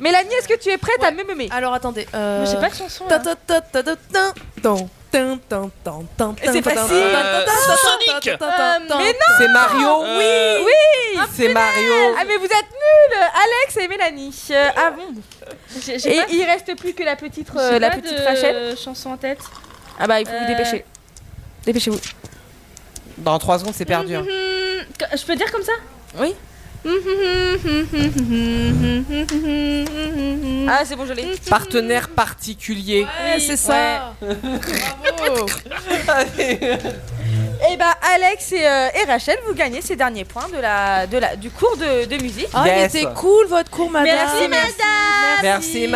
Mélanie, est-ce que tu es prête à me meumer
Alors attendez. Euh...
Moi, J'ai pas de chanson.
Ta
là.
ta ta ta ta ta Tan, tan, tan, tan, tan,
Et c'est
tan, tan,
facile.
tan, tan, tan, tan,
Sonic.
tan, tan, tan, tan.
Mais non
C'est Mario.
euh,
Oui
C'est Mario.
Ah mais vous êtes nuls Alex et Mélanie. Euh, ah bon
J'ai j'ai
Et
pas-
il reste plus que la petite, euh,
j'ai
la
pas
petite
de
Rachel.
chanson en tête.
Ah bah il faut vous
Euh,
dépêcher. Dépêchez-vous. Mm-hmm.
Dans 3 secondes c'est perdu. hein.
Mhm. Que- Je peux dire comme ça
Oui. Mm-hmm. Ah c'est bon je l'ai.
Partenaire particulier.
Ouais, c'est ça. Bravo.
Et bah Alex et, euh, et Rachel vous gagnez ces derniers points de la, de la, du cours de, de musique.
Ah, il
Yes.
était cool votre cours, madame.
Merci, madame.
Merci
À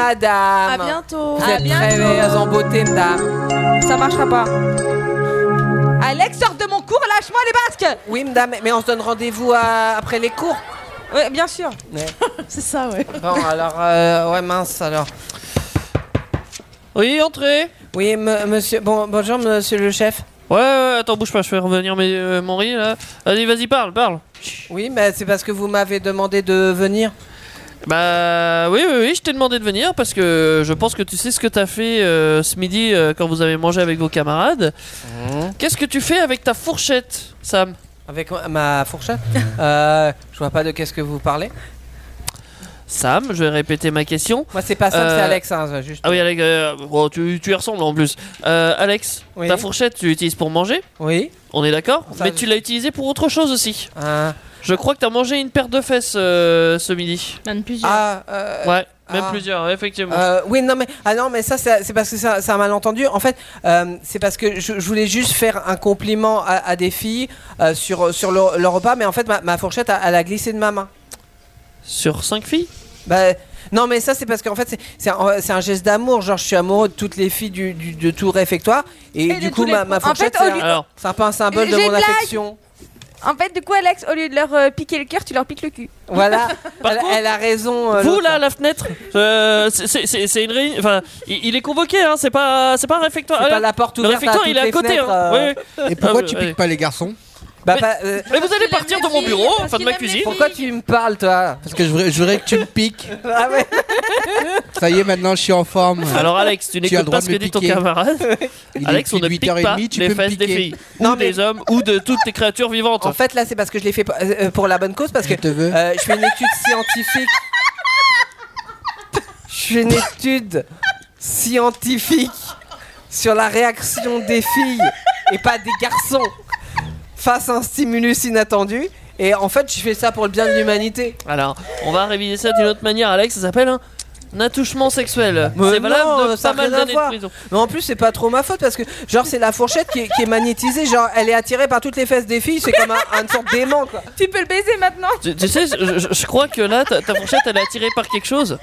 madame.
bientôt.
Vous
À
êtes
bientôt.
très belles en beauté madame.
Ça marchera pas. Alex sors de mon cours, lâche-moi les basques.
Oui madame, mais on se donne rendez-vous à- après les cours.
Oui bien sûr.
Ouais.
C'est ça, ouais.
Bon alors euh, ouais mince alors.
Oui, entrez.
Oui me- monsieur bon bonjour monsieur le chef.
Ouais, ouais, attends, bouge pas, je fais revenir mes, euh, mon riz là. Allez, vas-y, parle, parle.
Oui mais c'est parce que vous m'avez demandé de venir.
Bah oui, oui, oui, je t'ai demandé de venir parce que je pense que tu sais ce que t'as fait euh, ce midi euh, quand vous avez mangé avec vos camarades.
Mmh.
Qu'est-ce que tu fais avec ta fourchette, Sam
Avec ma fourchette Euh, Je vois pas de qu'est-ce que vous parlez.
Sam, je vais répéter ma question.
Moi, c'est pas Sam,
Euh,
c'est Alex, hein, juste-
Ah oui, Alex, euh, bon, tu, tu y ressembles en plus. Euh, Alex,
Oui.
ta fourchette, tu l'utilises pour manger
Oui.
On est d'accord
Ça,
Mais
je- Ah.
tu l'as utilisée pour autre chose aussi. Je crois que t'as mangé une paire de fesses euh, ce midi.
Même plusieurs.
Ah, euh,
Ouais, même
ah.
plusieurs, effectivement.
Euh, oui, non, mais, ah non, mais ça, c'est c'est parce que ça- c'est un malentendu. En fait, euh, c'est parce que je, je voulais juste faire un compliment à, à des filles euh, sur, sur leur, leur repas, mais en fait, ma, ma fourchette, elle a glissé de ma main.
Sur 5 filles
Bah, non, mais ça, c'est parce qu'en fait, c'est- c'est un, c'est un geste d'amour. Genre, je suis amoureux de toutes les filles du, du- de tout réfectoire. Et,
de
du coup,
tous
ma,
les-
ma
en
fourchette,
fait, au
c'est
lieu-
un-
Alors.
c'est un, peu un symbole de
J'ai
mon
une blague.
affection.
En fait, du coup, Alex, au lieu de leur euh, piquer le cœur, tu leur piques le cul.
Voilà. elle, elle a raison. euh,
Vous
l'autre.
là à la fenêtre, euh, c'est- c'est c'est- c'est une réunion. Enfin, il, il est convoqué, hein, c'est pas c'est pas un réfectoire.
C'est
Ah,
pas la porte
Le
ouverte à
réfectoire,
toutes
il est à
les
côté.
fenêtres,
hein.
euh.
Oui, oui.
Et pourquoi
Ah,
tu
oui.
piques pas les garçons
Bah,
Mais-
pas- euh,
Mais vous allez partir de mon bureau, enfin de ma cuisine.
Pourquoi tu me parles, toi
Parce que je voudrais, je voudrais que tu me piques.
Ah ouais
Ça y est, maintenant je suis en forme.
Alors Alex, tu
as le
n'écoutes
droit
pas
de
ce que
me
dit ton
piquer.
camarade.
Il est
Alex, on ne
huit
pique
heures et
pas
demie, tu
les
peux me
fesses des
piquer.
filles, ou des hommes, ou de toutes les créatures vivantes.
En fait, là, c'est parce que je l'ai fait euh, pour la bonne cause, parce que euh, je fais une étude scientifique. Je fais une étude scientifique sur la réaction des filles et pas des garçons face à un stimulus inattendu. Et en fait, je fais ça pour le bien de l'humanité.
Alors, on va réviser ça d'une autre manière, Alex. Ça s'appelle un, un attouchement sexuel.
Mais
C'est valable
non,
de
ça
pas
a
mal
rien à
d'années de
voir.
prison.
Mais en plus, c'est pas trop ma faute parce que, genre, c'est la fourchette qui est, qui est magnétisée. Genre, elle est attirée par toutes les fesses des filles. C'est comme un, une sorte d'aimant, quoi.
Tu peux le baiser maintenant
Tu, tu sais, je, je- je crois que là, ta, ta fourchette, elle est attirée par quelque chose.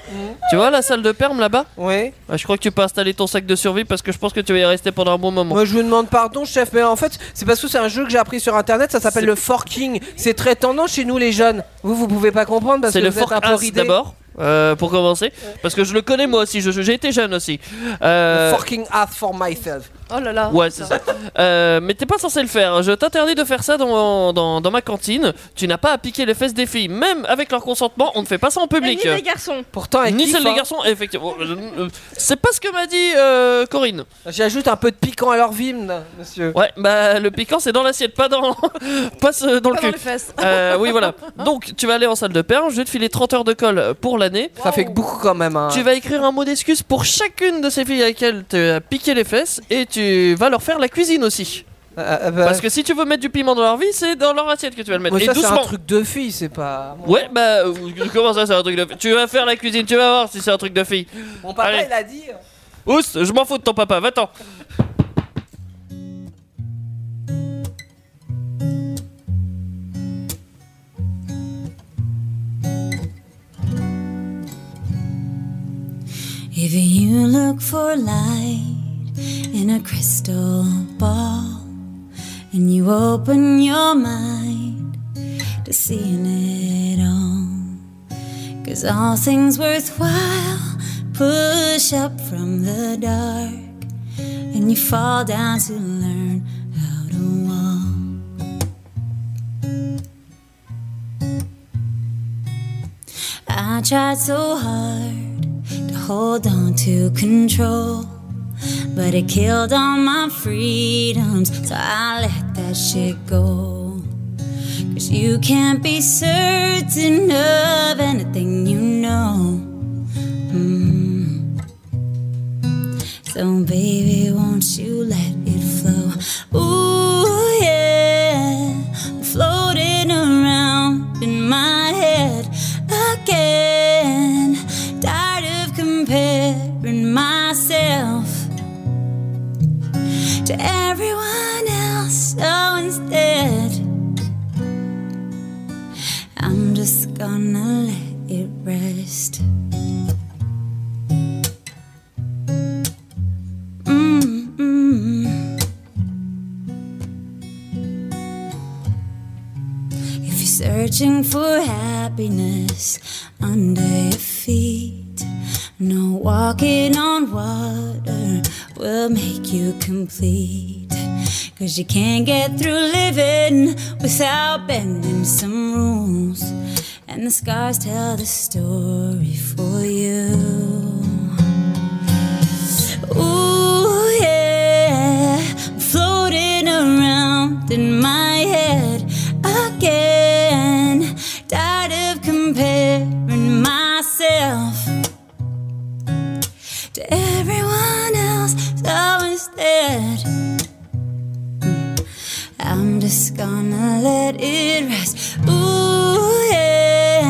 Tu vois la salle de perme là-bas
Mm. Oui.
je crois que tu peux installer ton sac de survie parce que je pense que tu vas y rester pendant un bon moment.
Moi, je vous demande pardon, chef, mais en fait, c'est parce que c'est un jeu que j'ai appris sur internet, ça s'appelle
C'est-
le forking. C'est très tendance chez nous, les jeunes. Vous, vous pouvez pas comprendre parce que
C'est le
vous êtes
fort
un peu
As
ridés.
d'abord, euh, pour commencer. Parce que je le connais moi aussi, je- je- j'ai été jeune aussi. Euh,
Forking ass for myself.
Oh là là.
Ouais, c'est ça. Euh, mais t'es pas censé le faire. Je t'interdis de faire ça dans, dans, dans ma cantine. Tu n'as pas à piquer les fesses des filles. Même avec leur consentement, on ne fait pas ça en
Et
public.
ni les garçons. Bah,
Pourtant, elle
Ni
kiffe,
celle des
hein.
garçons, effectivement. Euh, euh, C'est pas ce que m'a dit euh, Corinne.
J'ajoute un peu de piquant à leur vime, monsieur.
Ouais, bah le piquant c'est dans l'assiette, pas dans. pas ce- dans le
Pas
cul.
dans les fesses.
Euh, oui, voilà. Donc tu vas aller en salle de perche, je vais te filer 30 heures de colle pour l'année.
Ça fait beaucoup quand même. hein.
Tu vas écrire un mot d'excuse pour chacune de ces filles à lesquelles tu as piqué les fesses et tu vas leur faire la cuisine aussi.
Euh, bah,
Parce que si tu veux mettre du piment dans leur vie, c'est dans leur assiette que tu vas le mettre.
moi,
et
ça, c'est un
doucement.
truc de fille, c'est pas. Mon,
Ouais, bah euh, comment ça, c'est un truc de fille Tu vas faire la cuisine, tu vas voir si c'est un truc de fille.
mon papa,
Allez.
il a dit.
Ous, je m'en fous de ton papa, va-t'en.
If you look for light in a crystal ball and you open your mind to seeing it all, cause all things worthwhile push up from the dark and you fall down to learn how to walk. I tried so hard to hold on to control, but it killed all my freedoms, so I let that shit go. Cause you can't be certain of anything you know. Mm. So, baby, won't you let it flow? Ooh, yeah, floating around in my head again. Tired of comparing myself to everyone else. So instead, I'm just gonna let it rest. Mm, mm. If you're searching for happiness under your feet, no walking on water will make you complete. Cause you can't get through living without bending some rules. And the scars tell the story for you. Ooh, yeah. Floating around in my head again. Tired of comparing myself just gonna let it rest. Ooh, yeah.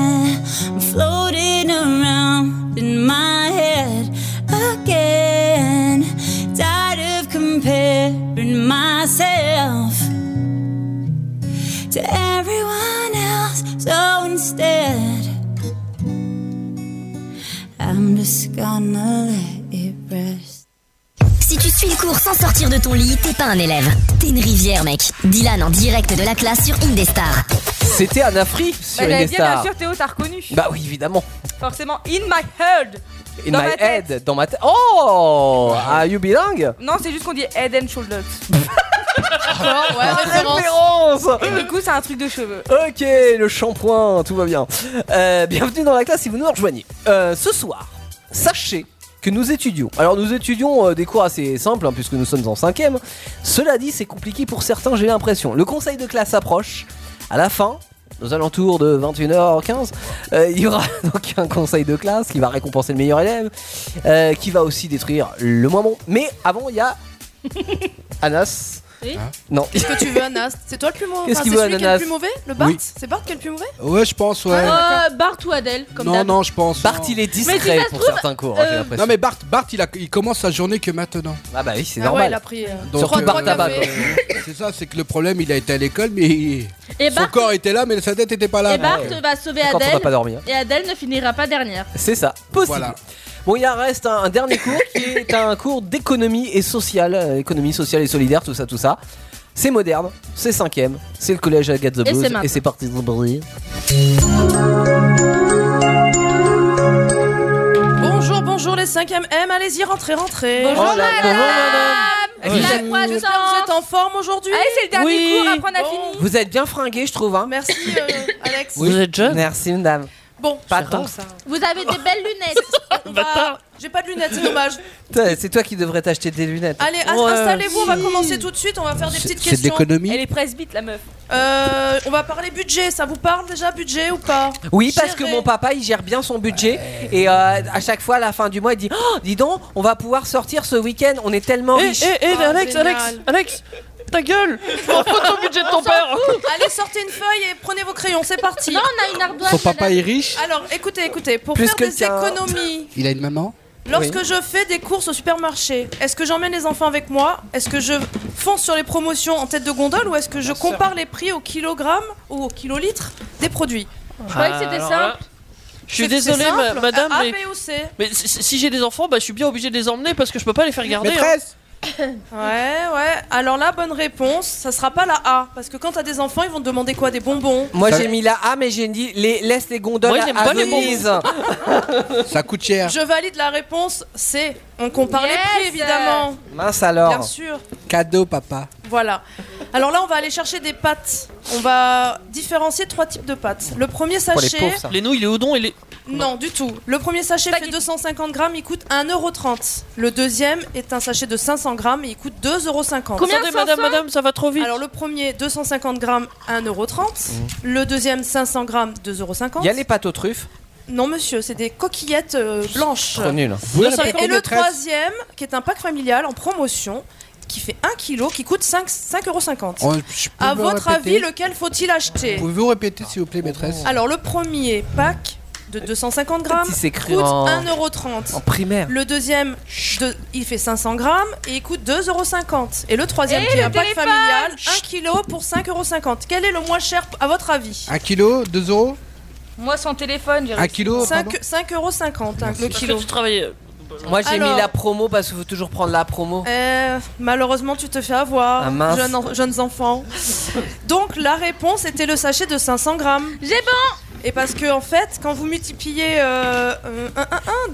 I'm floating around in my head again. Tired of comparing myself to everyone else. So instead, I'm just gonna let it rest.
Si tu suis le cours sans sortir de ton lit, t'es pas un élève. T'es une rivière, mec. Dylan en direct de la classe sur Indestar.
C'était un Afri sur
Bah, j'allais dire, bien
Indestar.
sûr, Théo, t'as reconnu.
Bah oui, évidemment.
Forcément, in my head.
In
Dans
my
ma tête.
head, dans ma tête. Oh Are you bilingue
Non, c'est juste qu'on dit head and shoulders. ouais,
référence.
Et du coup, c'est un truc de cheveux.
Ok, le shampoing, tout va bien. Euh, bienvenue dans la classe si vous nous rejoignez. Euh, ce soir, sachez que nous étudions. Alors nous étudions euh, des cours assez simples hein, puisque nous sommes en cinquième. Cela dit, c'est compliqué pour certains, j'ai l'impression. Le conseil de classe approche. À la fin, aux alentours de 21h15, euh, il y aura donc un conseil de classe qui va récompenser le meilleur élève, euh, qui va aussi détruire le moins bon. Mais avant, il y a Anas.
Oui.
Hein
Non.
Qu'est-ce que tu veux, Anas C'est toi le plus mauvais
Qu'est-ce
enfin,
qu'il
c'est
veut,
celui qui est le
Ananas
plus mauvais Le Bart
Oui.
C'est Bart qui est le plus mauvais
Ouais, je pense, ouais.
Euh, Bart ou Adèle, comme
non,
d'hab.
non, je pense.
Bart, il est discret Mais si ça se pour trouve, certains cours, hein, j'ai euh, l'impression.
Non, mais Bart, Bart il, a- il commence sa journée que maintenant.
Ah, bah oui, c'est
Ah normal. ouais, il a pris, euh,
Surtout Bart Tabac, quoi.
c'est ça, c'est que le problème, il a été à l'école, mais il-
Et
son
Bart-
corps était là, mais sa tête était pas là.
Et Bart
bah,
va sauver
Quand on va
Adèle.
pas hein. dormir.
Et Adèle ne finira pas dernière.
C'est ça, possible. Bon, il y a- reste un, un dernier cours qui est un cours d'économie et sociale, euh, économie sociale et solidaire, tout ça, tout ça. C'est moderne, c'est cinquième, c'est le collège Agathe the
Et
Blues,
c'est maintenant.
et c'est parti de briller.
Bonjour, bonjour les 5e M, allez-y, rentrez, rentrez.
Bonjour, Oh là- madame. bonjour,
madame.
Oui.
Vous êtes en forme aujourd'hui
Allez, c'est le dernier
Oui.
cours, après on a fini.
Vous êtes bien fringué, je trouve. Hein.
Merci, euh,
Euh,
Alex.
Vous êtes jeune Merci, madame.
Bon,
Pas
c'est
tant.
rare, ça.
Vous avez des belles lunettes.
On va- J'ai pas de lunettes, c'est dommage.
Putain, C'est toi qui devrais t'acheter des lunettes.
Allez, as-
Ouais.
installez-vous, on va commencer tout de suite, on va faire des
C'est-
petites
c'est
questions.
d'économie
Elle est presbyte, la meuf. Euh, on va parler budget, ça vous parle déjà, budget ou pas
Oui, parce que mon papa, il gère bien son budget et euh, à chaque fois, à la fin du mois, il dit oh, Dis donc, on va pouvoir sortir ce week-end, on est tellement
Eh,
riches.
eh,
Oh,
eh, Ah, Alex, génial. Alex,
Alex, ta gueule
ton budget de ton
On s'en
père.
fout. Allez, sortez une feuille et prenez vos crayons, c'est parti. Non,
on a une ardoise.
Son papa madame. est riche
Alors, écoutez, écoutez, pour
Plus
faire
que
des
le tien.
économies,
Il a une maman
lorsque
Oui.
je fais des courses au supermarché, est-ce que j'emmène les enfants avec moi Est-ce que je fonce sur les promotions en tête de gondole ou est-ce que je
sûr.
compare les prix au kilogramme ou au kilolitre des produits
Je croyais que c'était Ah, Alors là, simple. Je suis
C'est- c'est
désolé, ma-
simple.
madame,
A,
mais,
B ou C
mais si si j'ai des enfants, bah, je suis bien obligé de les emmener parce que je peux pas les faire garder. hein.
Ouais, ouais. Alors la bonne réponse, ça sera pas la A. Parce que quand t'as des enfants, ils vont te demander quoi Des bonbons
Moi, j'ai mis la A, mais j'ai dit les- Laisse les gondoles
Moi, j'aime
à
pas les bonbons.
Venise.
Ça coûte cher.
Je valide la réponse C. On compare
Yes.
les prix, évidemment.
Mince alors.
Bien sûr.
Cadeau, papa.
Voilà. Alors là, on va aller chercher des pâtes. On va différencier trois types de pâtes. Le premier sachet.
Les nouilles, les houdons et les.
Non, du tout. Le premier sachet fait 250 grammes, il coûte 1,30€. Le deuxième est un sachet de 500 grammes et il coûte 2,50€.
Combien, Attendez, 500? madame, madame,
ça va trop vite. Alors le premier, 250 grammes, 1,30€. Le deuxième, 500 grammes, 2,50€.
Mmh. Il y a les pâtes aux truffes.
Non, monsieur, c'est des coquillettes euh, blanches.
Trop nul. hein.
Et,
Vous l'appelez
et le
coquillette reste
troisième, qui est un pack familial en promotion, qui fait 1 kg, qui coûte 5 5,50€.
Oh, je peux
À
me
votre
répéter
avis, lequel faut-il acheter Oh.
Pouvez-vous répéter, s'il vous plaît, maîtresse
Alors, le premier pack de 250 grammes
Petit, c'est écrit
coûte
en-
1,30€.
en primaire.
Le deuxième, de- il fait 500 grammes et il coûte 2,50€. Et le troisième,
Et
qui est
le
un pack
téléphone
familial, 1 kg pour 5,50€. Quel est le moins cher, à votre avis
Un kilo, deux euros
Moi, sans téléphone, j'ai
Un réussi. kilo, pardon
5,50€ hein, le
Parce
kilo.
que tu travailles. euh,
Moi, j'ai
Alors-
mis la promo parce qu'il faut toujours prendre la promo.
Euh, malheureusement, tu te fais avoir,
Ah, mince.
jeunes en- jeunes enfants. Donc, la réponse était le sachet de 500 grammes. J'ai bon Et parce que, en fait, quand vous multipliez euh,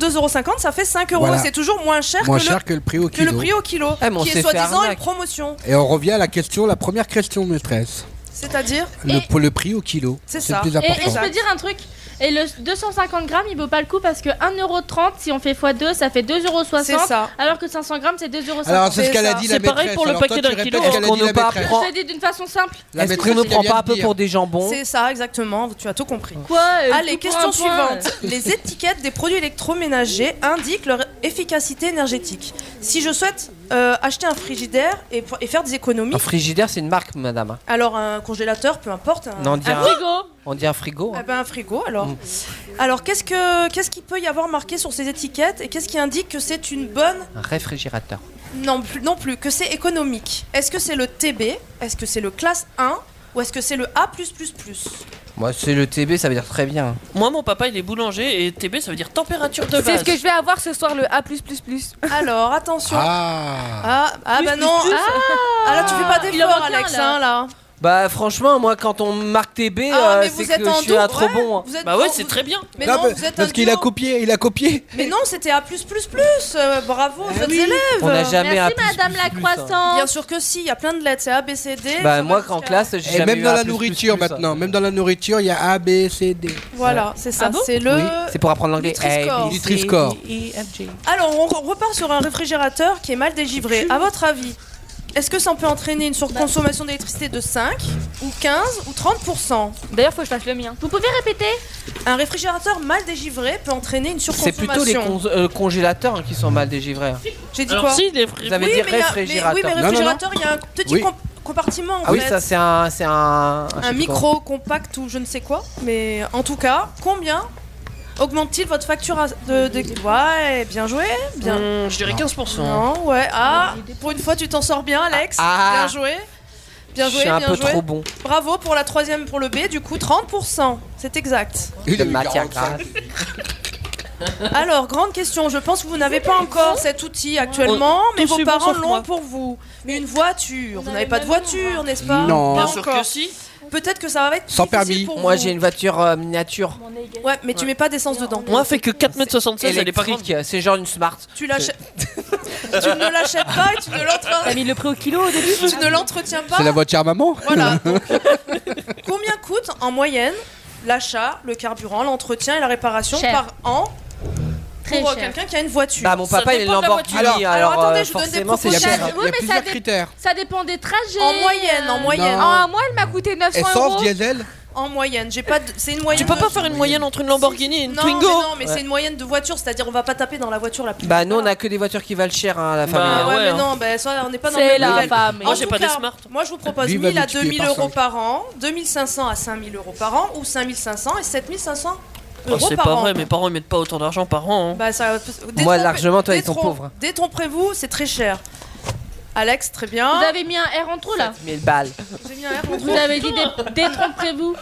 2,50€, ça fait 5 euros.
Voilà.
C'est toujours moins cher,
Moins
que,
cher
le,
que le prix au
que le
kilo.
prix au kilo,
Eh, mais on
qui
s'est
est
fait
soi-disant une
arnaque.
promotion.
Et on revient à la question, la première question, maîtresse.
C'est-à-dire
Le, pour le prix au kilo.
C'est
le
ça.
plus
Et, et
important.
je peux dire un truc
Et le 250 grammes, il vaut pas le coup parce que 1,30€ si on fait x2, ça fait 2,60€.
C'est ça.
Alors que 500 grammes, c'est 2,50€.
Alors, c'est ce qu'elle a dit, la
C'est pareil
maîtresse.
pour le
Alors, toi,
paquet
tu
d'un
répètes
hein.
kilo,
ce qu'elle a
qu'on
dit, la
ne part-
maîtresse.
Je l'ai dit d'une façon simple.
La
Est-ce
maîtresse
qu'on ne
vient
prend
de
pas un peu
dire.
pour des jambons
C'est ça, exactement. Tu as tout compris.
Quoi euh,
Allez,
tout pour
question
un point.
suivante. Les étiquettes des produits électroménagers indiquent leur efficacité énergétique. Si je souhaite euh, acheter un frigidaire et, et faire des économies,
Un frigidaire, c'est une marque, madame.
alors un congélateur, peu importe. Un,
Non, on dit
un
un- On dit un frigo.
Ah
hein.
ben, un frigo alors. Alors qu'est-ce que qu'est-ce qu'il peut y avoir marqué sur ces étiquettes et qu'est-ce qui indique que c'est une bonne
Un réfrigérateur.
non plus non plus que c'est économique. Est-ce que c'est le TB Est-ce que c'est le classe 1 ou est-ce que c'est le A++
Moi, c'est le TB, ça veut dire très bien.
Moi, mon papa, il est boulanger et TB, ça veut dire température de base.
C'est ce que je vais avoir ce soir, le A.
Alors attention.
Ah.
Ah, ah
Plus,
bah
plus,
non.
plus.
Ah, là tu fais pas
Il en
d'effort
manque un,
Alex
là.
hein, là.
Bah, franchement, moi, quand on marque TB,
Ah,
euh,
mais
c'est
vous êtes
que
en
je suis
duo,
un trop
ouais,
bon. hein.
vous êtes
Bah ouais, c'est très bien.
Mais
Non,
non,
mais-
vous êtes
parce
un
qu'il a
duo.
copié, il a copié.
Mais non, c'était A++. euh, Bravo aux autres élèves.
On n'a jamais
Merci,
appris-
madame la croissance.
Bien sûr que si, il y a plein de lettres, c'est A B C D.
hein. Bah, moi, en classe, j'ai
Et
jamais
même
eu
dans
un
la
plus, plus,
nourriture
plus,
maintenant, même dans la nourriture, il y a A, B, C, D.
Voilà, c'est ça,
Ah bon
c'est le
Oui, c'est pour apprendre l'anglais.
Nutri-score.
A, B, C,
Nutri-score.
D, E, F, G.
Alors, on re- repart sur un réfrigérateur qui est mal dégivré. À votre avis, est-ce que ça peut entraîner une
Bah.
surconsommation d'électricité de 5 ou 15 ou 30
D'ailleurs, faut que je fasse le mien.
Vous pouvez répéter
Un réfrigérateur mal dégivré peut entraîner une
C'est plutôt les
surconsommation.
cons- euh, congélateurs hein, qui sont mal dégivrés.
J'ai dit
Alors
quoi
si, les
Vous avez
Oui, mais
dit
il y a- mais-
réfrigérateur.
Oui, mais
Non, non, non.
réfrigérateur, il y a un petit
Oui.
com- compartiment en
Ah oui,
fait.
ça, c'est un. C'est un. je sais
un
plus quoi.
micro compact ou je ne sais quoi. Mais en tout cas, combien augmente-t-il votre facture à- de, de- Ouais, bien joué, bien.
Hmm, je dirais 15%.
Non, ouais. Ah, pour une fois, tu t'en sors bien, Alex.
Ah.
Bien joué. Bien
Je
joué,
suis un
bien
peu
joué.
trop bon.
Bravo pour la troisième pour le B, du coup 30%, c'est exact.
De matière grasse.
Alors, grande question, je pense que vous n'avez pas encore cet outil actuellement,
On-
mais
tout
vos
c'est bon,
parents
sauf
l'ont
moi.
pour vous. Mais une voiture, vous n'avez pas de
hein.
voiture, n'est-ce pas
Non.
Pas
Bien sûr
encore.
que si.
Peut-être que ça va être
Sans
permis. pour
Moi,
vous.
j'ai une voiture euh, miniature.
Ouais, mais tu mets pas d'essence dedans.
Moi, fait que 4m76, elle est pas grande.
Électrique. C'est genre une smart.
Tu l'achètes. tu ne l'achètes pas et tu ne l'entretiens.
T'as mis le prix au kilo au début
Tu ne l'entretiens pas.
C'est la voiture à maman
Voilà. donc, combien coûte en moyenne l'achat, le carburant, l'entretien et la réparation
Cher.
par an
Très
pour euh,
cher.
quelqu'un qui a une voiture
Bah, mon papa, il est Lamborghini.
Alors,
Alors,
alors, attendez,
euh,
je vous donne des
forcément, c'est
propositions.
cher.
Oui, mais ça, dé-
Critère.
ça dépend des trajets. Ah,
En moyenne, en moyenne.
En un mois, elle m'a coûté 900
Essence,
euros.
diesel
En moyenne, j'ai pas. de- C'est une moyenne.
Tu peux pas faire une moyenne entre une Lamborghini et une
Non, mais
Twingo
non, mais c'est
Ouais.
une moyenne de voiture, c'est-à-dire on va pas taper dans la voiture la plus.
Bah, nous, on a que des voitures qui valent cher hein, à la
Bah,
famille.
Ah ouais,
ouais,
mais
hein.
non, bah, ça, on n'est pas dans
C'est
le même
la
level.
femme.
En
Moi,
tout
j'ai pas
cas,
de smart.
Moi, je vous propose
Lui, il va
1000 à
multiplier
2000
par
euros
cinq.
par an, 2500 à 5000 euros par an, ou 5500 et 7500
Oh,
euros
c'est
par
pas
an.
vrai, mes parents ils mettent pas autant d'argent par an. hein.
Bah, ça-
Moi,
détrompe-
largement, toi, ils sont
détrompe-
pauvres.
Détromperez-vous, c'est très cher. Alex, très bien.
Vous avez mis un R en trop là.
1000 balles.
J'ai mis un air
Vous avez dit dé- détromperez-vous.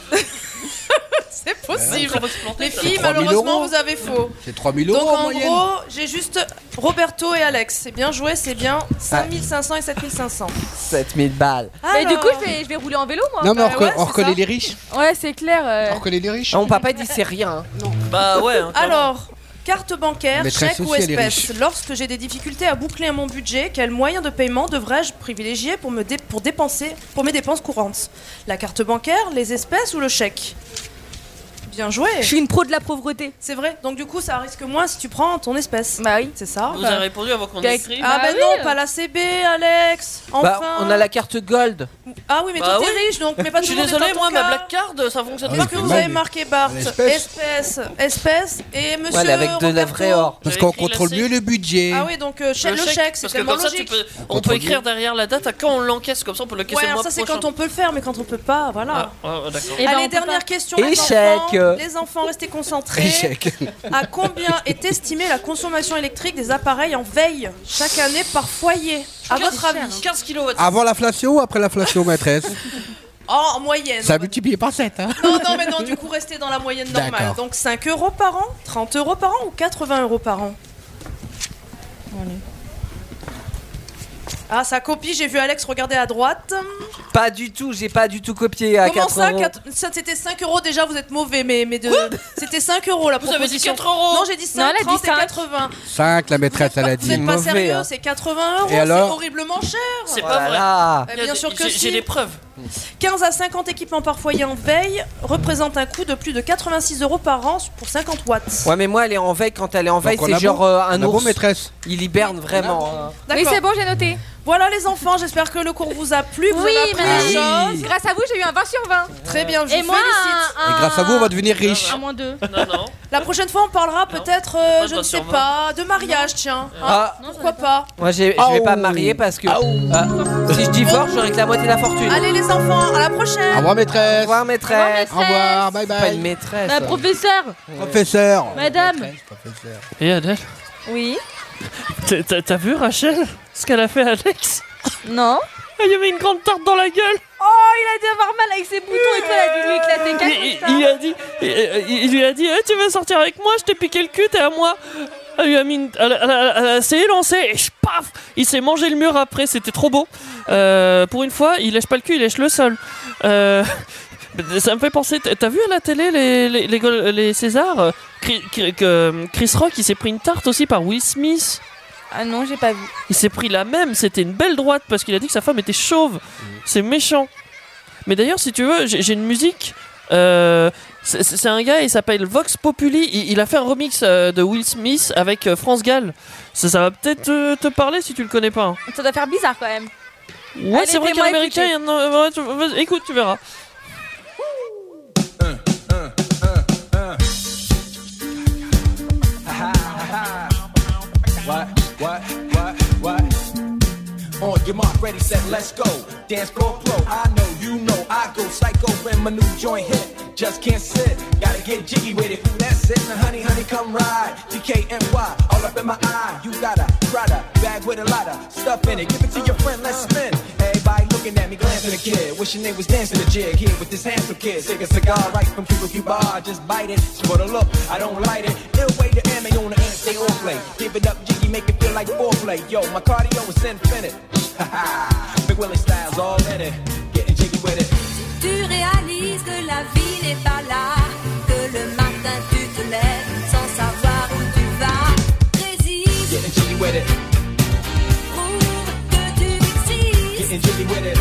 C'est possible.
Ça va se planter,
Les
ça.
filles,
3000
malheureusement,
euros.
vous avez faux.
C'est 3000 euros
Donc
en
en
moyenne.
gros, j'ai juste Roberto et Alex. C'est bien joué, c'est bien.
Ah.
5500 et 7500.
7000 balles.
Ah, Mais du
Alors-
coup, je vais, je vais rouler en vélo, moi.
Non, mais on,
Bah
reco-
ouais,
on
c'est
reconnaît
ça.
les riches.
Ouais, c'est clair. euh.
On reconnaît les riches.
Ah, Mon papa, il dit c'est rien.
Bah ouais. hein, clairement.
Alors, carte bancaire,
Maîtresse
chèque ou
aussi, elle est
espèce.
riche.
Lorsque j'ai des difficultés à boucler mon budget, quel moyen de paiement devrais-je privilégier pour, me dé- pour, dépenser, pour mes dépenses courantes La carte bancaire, les espèces ou le chèque Bien joué.
Je suis une pro de la pauvreté.
C'est vrai. Donc du coup, ça risque moins si tu prends ton espèce.
Bah oui.
C'est ça.
Vous
Bah.
avez répondu avant qu'on
Bah,
écrive.
Ah bah,
Bah oui.
non, pas la CB, Alex. Enfin.
Bah, on a la carte gold.
Ah oui, mais
Bah
toi
oui.
t'es riche, donc mais pas tout
Je suis
le monde est
désolé,
dans
moi
ton
ma
cas.
black card ça
Ah,
fonctionne
Ouais,
pas.
Parce que
c'est
vous
mal,
avez
mais-
marqué Bart,
L'espèce.
espèce, espèce et monsieur.
Ouais, mais avec de la
Roberto.
vraie or.
Parce
J'avais
qu'on
écrit la
contrôle
C.
mieux le budget.
Ah oui, donc euh, chèque- le chèque, c'est
parce que
tellement
comme ça
logique.
tu peux, oh,
On
on peut
contrôle
écrire derrière la date à quand on l'encaisse, comme ça on peut l'encaisser
Ouais,
le
alors
mois
ça c'est
prochain.
quand on peut le faire, mais quand on peut pas, voilà.
Ah, ouais, d'accord.
Eh ben, on
Allez,
peut
dernière
pas.
question.
Échec.
Les enfants, les enfants, restez concentrés.
Échec.
À combien est estimée la consommation électrique des appareils en veille chaque année par foyer À votre
hein.
avis
15 kW.
Ah,
Avant l'inflation ou après l'inflation, maîtresse
Oh, En moyenne.
Ça a multiplié par 7. Hein
Non, non, mais non, du coup, restez dans la moyenne normale.
D'accord.
Donc 5 euros par an, 30 euros par an ou 80 euros par an Ah, sa copie, j'ai vu Alex regarder à droite.
Pas du tout, j'ai pas du tout copié à
Comment
4
ça
euros.
quatre- Ça, c'était 5 euros déjà, vous êtes mauvais, mais, mais de... c'était 5 euros la
Vous avez dit
proposition.
4 euros.
Non, j'ai dit 5,
Non, elle a
30
dit cinq.
et 80.
5, la maîtresse, elle a dit. hein.
Vous êtes pas sérieux,
hein.
c'est 80 euros,
Et alors Oh
c'est horriblement cher.
C'est pas Voilà. vrai.
Eh bien sûr que
J'ai-
si.
j'ai des preuves.
15 à 50 équipements par foyer en veille représentent un coût de plus de 86 euros par an pour 50 watts.
Ouais, mais moi, elle est en veille. Quand elle est en veille,
Donc, on
c'est
a
genre
bon-
euh,
on
un
a
ours.
bon maîtresse.
Il hiberne
hein.
vraiment. hein.
Oui, c'est bon, j'ai noté. Voilà les enfants, j'espère que le cours vous a plu, que vous
Oui,
avez appris
mais-
des
Ah oui.
choses.
Grâce à vous, j'ai eu un 20 sur 20.
Très bien, je
Et
vous
moi,
félicite.
un-
Et grâce à vous, on va devenir riche.
Ah, moins deux.
Non, non.
La prochaine fois, on parlera peut-être, euh, je
pas
ne sais
sûrement.
pas, de mariage, tiens. Hein,
Ah.
Pourquoi pas
Moi, j'ai- je vais pas me marier parce que euh, si je divorce, j'aurai que la moitié de la fortune.
Allez les enfants, à la prochaine.
Au revoir, maîtresse. Au
revoir, maîtresse.
Au revoir, bye bye.
Pas une maîtresse.
Ma professeur
Professeur.
Madame
Et Adèle
Oui
T'as- t'as- T'as vu Rachel Ce qu'elle a fait à Alex
Non
Ah, Il y avait une grande tarte dans la gueule
Oh, il a dû avoir mal avec ses boutons et tout, elle a dû lui éclater quatre
il,
fois.
il- il a dit, il, il- il lui a dit Eh, Tu veux sortir avec moi Je t'ai piqué le cul, t'es à moi Elle lui a mis une- elle, elle- elle- elle- elle s'est élancée et je- paf Il s'est mangé le mur après, c'était trop beau. Euh, pour une fois, il lèche pas le cul, il lèche le sol. Euh, ça me fait penser, t'as- t'as vu à la télé les, les, les Gol- les Césars Euh, Chris, Chris- que- Chris Rock, il s'est pris une tarte aussi par Will Smith.
Ah non, j'ai pas vu.
Il s'est pris la même, c'était une belle droite parce qu'il a dit que sa femme était chauve. C'est méchant. Mais d'ailleurs, si tu veux, j'ai j'ai une musique. euh, c'est c'est un gars, il s'appelle Vox Populi. Il, il a fait un remix euh, de Will Smith avec euh, France Gall. Ça, ça va peut-être te, te parler si tu le connais pas. hein.
Ça doit faire bizarre quand même.
Ouais,
Allez,
c'est vrai
fais-moi
qu'un américain, il y
écouter.
en a- ouais, tu- vas-y, écoute, tu verras.
What, what, what, what? On your mark, ready, set, let's go. Dance floor pro, I know, you know, I go psycho when my new joint hit. Just can't sit, gotta get jiggy with it. That's it, now honey, honey, come ride. TKNY, all up in my eye. You got a Prada bag with a lot of stuff in it. Give it to your friend, let's spin. Everybody looking at me, glancing a kid. Wishing they was dancing a jig here with this handsome kid. Take a cigar right from Cuba Cuba, I just bite it. But a look, I don't light it. Ill way to end, they on the end, stay all play. Give it up, jiggy, make it feel like foreplay. Yo, my cardio is infinite. Big Willie style's all in it. Getting jiggy with it.
Tu réalises que la vie n'est pas là, que le matin tu te lèves sans savoir où tu vas. Résiste,
Getting jiggy with it.
prouve que tu existes,
Getting jiggy with it.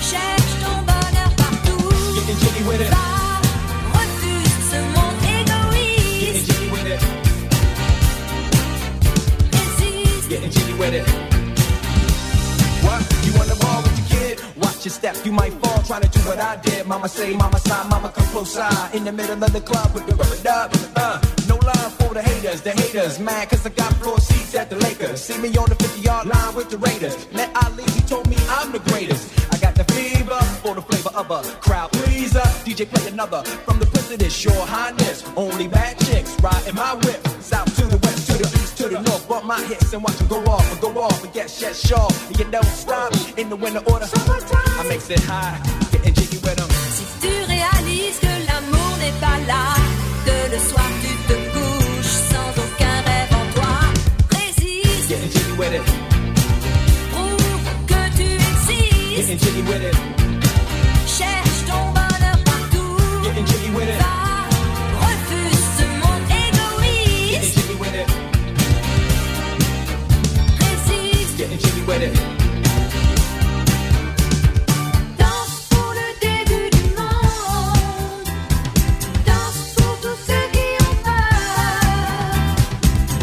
cherche ton bonheur partout.
Getting jiggy with it.
Va, refuse ce monde
Getting
égoïste,
jiggy with it.
résiste.
Getting jiggy with it. What? You on the ball with your kid? Watch your steps, you might fall trying to do what I did. Mama say, mama sign, mama come close side. In the middle of the club with the rubber dub. Uh, no line for the haters, the haters. Mad cause I got floor seats at the Lakers. See me on the 50 yard line with the Raiders. Met Ali, he told me I'm the greatest. I got the fever for the flavor of a crowd pleaser. DJ play another from the president's your highness. Only bad chicks riding my whip. South to the west, to the east, to the north. Bump my hips and watch them go off and go off and get shit sharp. And you don't stop in the winter order. I makes it high, getting jiggy with 'em.
Tu réalises que l'amour n'est pas là, que le soir tu te couches sans aucun rêve en toi. Résiste,
Getting jiggy with it,
prouve que tu existes,
getting jiggy with it,
cherche ton bonheur partout.
getting jiggy with it,
Va, refuse ce monde
getting
égoïste,
jiggy with it,
résiste.
getting jiggy with it.
Danse pour le début du monde, danse pour tous ceux qui ont peur,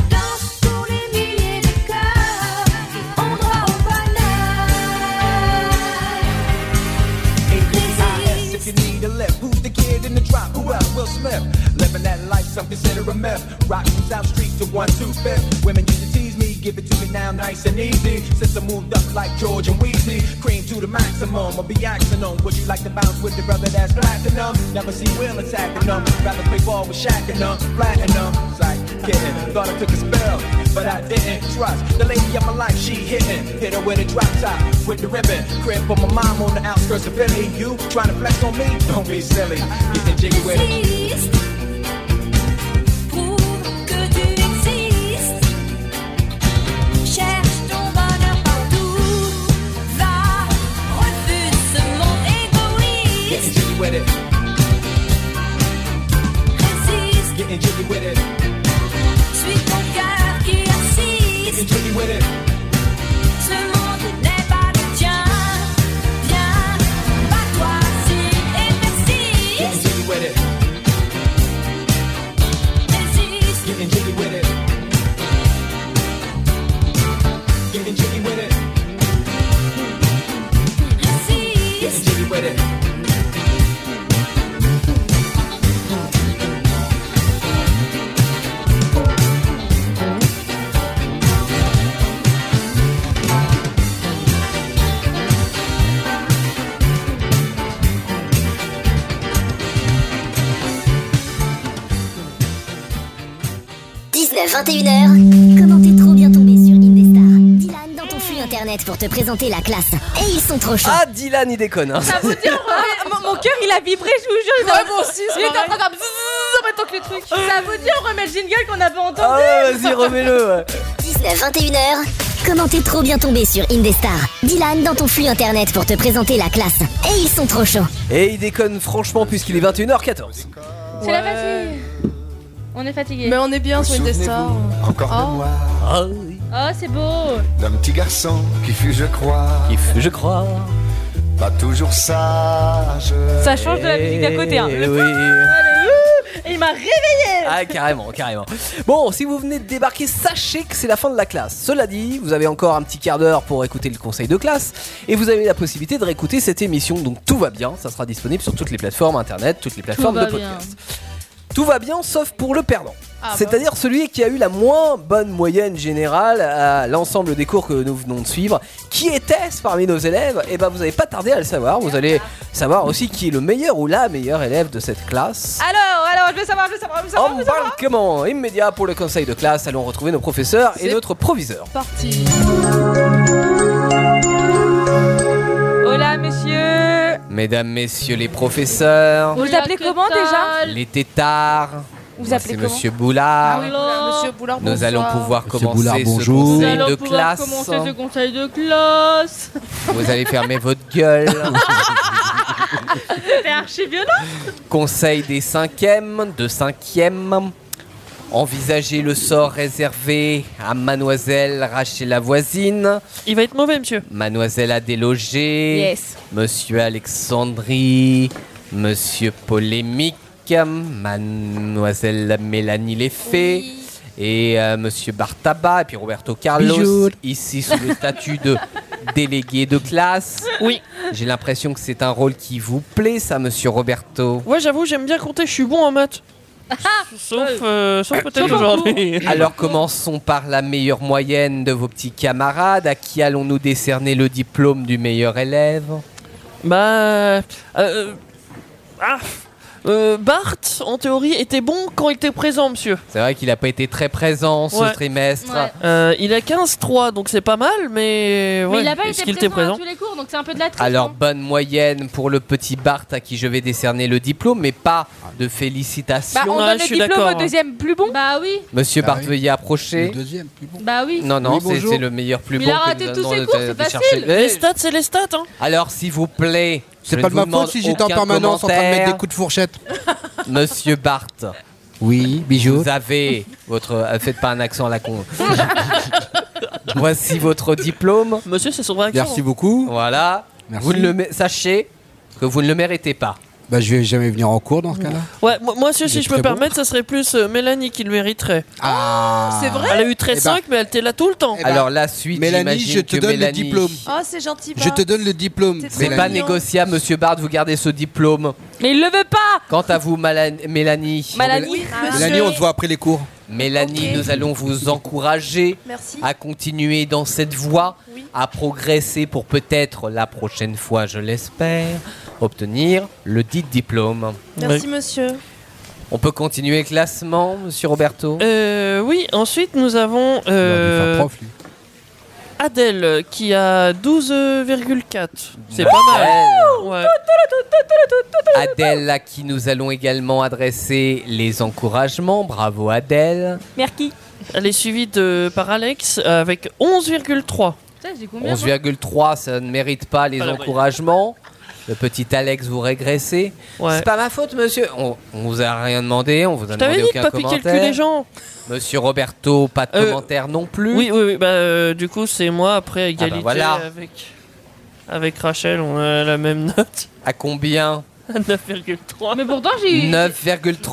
danse pour les milliers de cœurs qui ont droit au bonheur.
A-D-I-S, If you need a lift, who's the kid in the drop? Who else? Will Smith. Living that life, some consider a myth. Rock from South Street to one two fifth. Women used to tease me, give it to me now, nice and easy. Since I moved up like George and Weasley, cream to the maximum. I'll be axing them. Would you like to bounce with the brother that's platinum? Never see Will attacking them. Rather play ball with Shaq and them, flatten them. Like kidding, thought I took a spell, but I didn't trust the lady of my life. She hitting, hit her with a drop top, with the ribbon. Crib for my mom on the outskirts of Philly. You trying to flex on me? Don't be silly. Getting jiggy with it.
Résiste, prouve que tu existes, cherche ton bonheur partout.
can jiggy with it.
Suis ton cœur qui
You
insiste.
can jiggy with it.
Ce monde n'est pas le tien. Viens, bats-toi si et
You can
persiste.
jiggy with it.
Résiste.
You can jiggy with it. You can jiggy with it. You can jiggy with it.
h Comment t'es trop bien tombé sur Indestar Dylan dans ton flux internet pour te présenter la classe. Et ils sont trop chauds.
Ah, Dylan, il déconne. hein.
Ça vous dit, on remet- mon, mon cœur il a vibré, je vous jure. il a-
Ouais, moi aussi, c'est
Il était en train de
pareil. Ah
faire bzzz en même temps que le truc. Ça vous dit, on remet le jingle qu'on avait entendu
Ah, vas-y, remets-le. ouais.
19-21h. Comment t'es trop bien tombé sur Indestar Dylan dans ton flux internet pour te présenter la classe. Et ils sont trop chauds.
Et il déconne franchement puisqu'il est 21h14.
C'est la fatigue. On est fatigué.
Mais on est bien sur une des stars.
Encore de moi,
Ah,
Oh, c'est beau.
d'un petit garçon qui fut, je crois, qui
fut, je crois,
pas toujours sage.
Ça change de la musique d'à côté. Hein.
Eh oui.
Et il m'a réveillé.
Ah, carrément, carrément. Bon, si vous venez de débarquer, sachez que c'est la fin de la classe. Cela dit, vous avez encore un petit quart d'heure pour écouter le conseil de classe et vous avez la possibilité de réécouter cette émission. Donc tout va bien, ça sera disponible sur toutes les plateformes internet, toutes les plateformes de podcast. Tout va bien sauf pour le perdant.
Ah,
C'est-à-dire celui qui a eu la moins bonne moyenne générale à l'ensemble des cours que nous venons de suivre. Qui était-ce parmi nos élèves Eh ben vous n'avez pas tardé à le savoir. Vous allez savoir aussi qui est le meilleur ou la meilleure élève de cette classe.
Alors, alors, je veux savoir, je veux savoir, je veux savoir. je veux savoir.
Embarquement immédiat pour le conseil de classe. Allons retrouver nos professeurs et notre proviseur.
Parti.
Oh.
Hola, messieurs.
Mesdames, messieurs les professeurs,
Vous vous appelez comment déjà
les tétards,
Vous
moi,
appelez
c'est
comment
Monsieur
Ah,
Boulard.
Monsieur Boulard,
Nous allons pouvoir commencer
Boulard,
ce
bonjour.
Nous
conseil
allons
de
pouvoir
classe.
commencer ce conseil de classe.
Vous allez fermer votre gueule.
C'est archi violent.
Conseil des cinquièmes, de cinquièmes. Envisagez le sort réservé à Mademoiselle Rachel la voisine.
Il va être mauvais, monsieur.
Mademoiselle a délogé.
Yes.
Monsieur Alexandrie. Monsieur Polémique. Mademoiselle Mélanie Leffet. Et euh, Monsieur Bartaba. Et puis Roberto Carlos.
Bonjour.
Ici sous le statut de délégué de classe.
Oui.
J'ai l'impression que c'est un rôle qui vous plaît, ça, Monsieur Roberto.
Ouais, j'avoue, j'aime bien compter, je suis bon en maths.
Ah,
Sauf, euh, sauf peut-être aujourd'hui.
Alors commençons par la meilleure moyenne de vos petits camarades. À qui allons-nous décerner le diplôme du meilleur élève
Bah. euh, ah, euh, Bart, en théorie, était bon quand il était présent, monsieur.
C'est vrai qu'il n'a pas été très présent ce
Ouais.
trimestre.
Euh, il a 15-3, donc c'est pas mal, mais.
Mais
ouais,
il a pas
est-ce
été
qu'il
présent, à tous les cours, donc c'est un peu de la triche.
Alors bonne moyenne pour le petit Bart à qui je vais décerner le diplôme, mais pas de félicitations.
Bah, on donne le diplôme au deuxième plus bon.
Bah oui.
hein. Monsieur Bart, veuillez approcher.
Ah deuxième.
Bah oui.
Non, non, c'est- c'est le meilleur plus bon. que nous avons de- de chercher.
Les stats, c'est les stats, hein.
Alors, s'il vous plaît.
C'est pas de ma faute si j'étais en permanence en train de mettre des coups de fourchette.
Monsieur Bart. Oui, bijoux. Vous avez votre. euh, Faites pas un accent à la con. Voici votre diplôme.
Monsieur, c'est son vrai
accent. Merci beaucoup.
Voilà. Vous ne le mé- sachez que vous ne le méritez pas.
Bah, je vais jamais venir en cours dans ce cas-là.
Ouais, moi, moi, monsieur,
Il
si
est
je
très
peux me
bon.
permettre, ça serait plus euh, Mélanie qui le mériterait.
Ah,
c'est vrai
Elle a eu 13,5,
Eh ben-
mais elle était là tout le temps.
ben, Alors, la suite.
Mélanie,
j'imagine
je te
que
donne le
Mélanie-
diplôme.
Oh, c'est gentil.
Je te donne le diplôme.
C'est pas négociable, monsieur Bard, vous gardez ce diplôme.
Mais il le veut pas
Quant à vous, Malan- Mélanie.
Mélanie,
Mélanie, on se voit après les cours.
Mélanie, nous allons vous encourager
Merci.
à continuer dans cette voie, à progresser pour peut-être la prochaine fois, je l'espère, obtenir le dit diplôme.
Merci, monsieur.
On peut continuer le classement, monsieur Roberto
Euh, oui, ensuite nous avons euh, Adèle qui a 12,4. C'est
Bah,
pas mal. Ouais.
Adèle, à qui nous allons également adresser les encouragements. Bravo Adèle.
Merci.
Elle est suivie de, par Alex avec 11,3.
Putain, j'ai combien moi
11,3, ça ne mérite pas les
Ah, la
encouragements. Le petit Alex, vous régressez. C'est pas ma faute, monsieur. On, on vous a rien demandé, on vous a
Je t'avais
demandé
dit de
aucun
pas piquer le
commentaire.
cul des gens.
Monsieur Roberto, pas de
Euh,
commentaire non plus. Ah bah
Oui, oui, oui. Bah, euh, du coup, c'est moi après à égalité
voilà.
avec, avec Rachel, on a la même note.
À combien
9,3.
Mais pourtant, j'ai eu.
9,3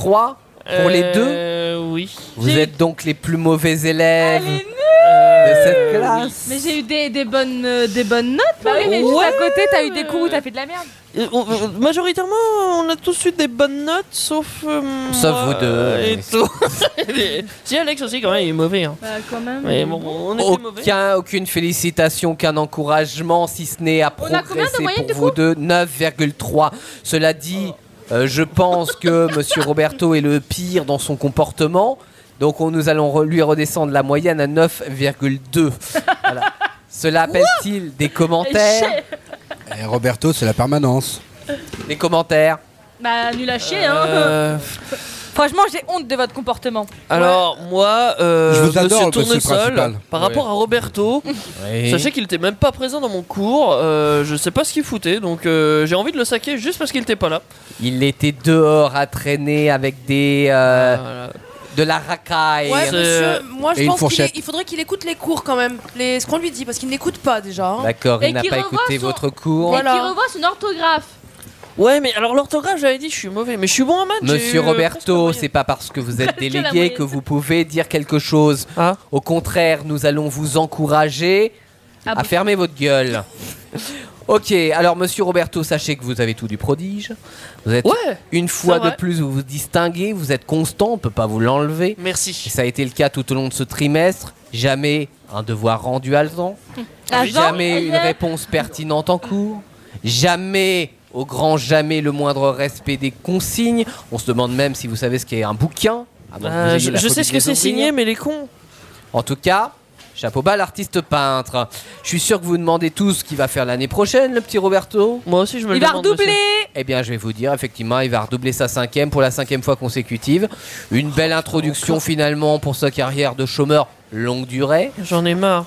pour les deux.
Euh, Oui.
Vous êtes donc les plus mauvais élèves de
Euh,
cette classe.
Mais j'ai eu des, des bonnes, euh, des bonnes notes.
Bah oui, mais juste
Ouais.
à côté, t'as eu des cours où t'as fait de la merde.
Euh, on- euh, Majoritairement, on a tous eu des bonnes notes, sauf. euh,
Sauf
moi
vous deux.
Et tout. si Alex aussi, quand même, il est mauvais. hein.
quand même.
Mais bon, on était mauvais.
Aucun, aucune félicitation, aucun encouragement, si ce n'est à
On a combien de
progresser
moyenne,
pour vous deux 9,3. Cela dit, euh, je pense que Monsieur Roberto est le pire dans son comportement. Donc on, nous allons re- lui redescendre la moyenne à 9,2. Voilà. Cela appelle-t-il des commentaires
Et Roberto, c'est la permanence.
Des commentaires
Bah, nul à chier, hein.
Euh,
Franchement, j'ai honte de votre comportement.
Alors, moi, euh,
Je vous
monsieur
adore, monsieur le
Tournesol,
principal.
par
Oui.
rapport à Roberto, sachez qu'il était même pas présent dans mon cours. euh, je sais pas ce qu'il foutait, donc euh, j'ai envie de le saquer juste parce qu'il était pas là.
Il était dehors à traîner avec des. euh, De la racaille.
Ouais,
Euh,
monsieur, moi
Et
je
une
pense qu'il
fourchette.
est- il faudrait qu'il écoute les cours quand même, les, ce qu'on lui dit, parce qu'il n'écoute pas déjà. hein.
D'accord,
Et
il n'a
qu'il
pas
revoit
écouté
son-
votre cours.
Et qui revoit son orthographe.
Ouais, mais alors l'orthographe, j'avais dit, je suis mauvais, mais je suis bon en maths. j'ai eu,
Monsieur
euh,
Roberto, c'est pas parce que vous êtes
Presque la
délégué
moyenne.
que vous pouvez dire quelque chose. Au contraire, nous allons vous encourager
Ah
à
bon
fermer votre gueule. Ok, alors monsieur Roberto, sachez que vous avez tout du prodige. Vous êtes une fois
c'est
de
vrai.
plus vous vous distinguez, vous êtes constant, on peut pas vous l'enlever.
Merci.
ça a été le cas tout au long de ce trimestre. Jamais un devoir rendu à temps.
Ah,
Jamais une réponse pertinente en cours. Jamais, au grand jamais, le moindre respect des consignes. On se demande même si vous savez ce qu'est un bouquin. avant que vous
Euh,
ayez
je
la
je
folie
sais ce
de
que
les
c'est
ouvrir.
signé, mais les cons.
En tout cas, chapeau bas à l'artiste peintre. Je suis sûr que vous vous demandez tous ce qu'il va faire l'année prochaine, le petit Roberto.
Moi aussi, je me
Il va redoubler
Eh bien, je vais vous dire, effectivement, il va redoubler sa cinquième pour la cinquième fois consécutive. Une
Oh,
belle introduction, finalement, pour sa carrière de chômeur longue durée.
J'en ai marre.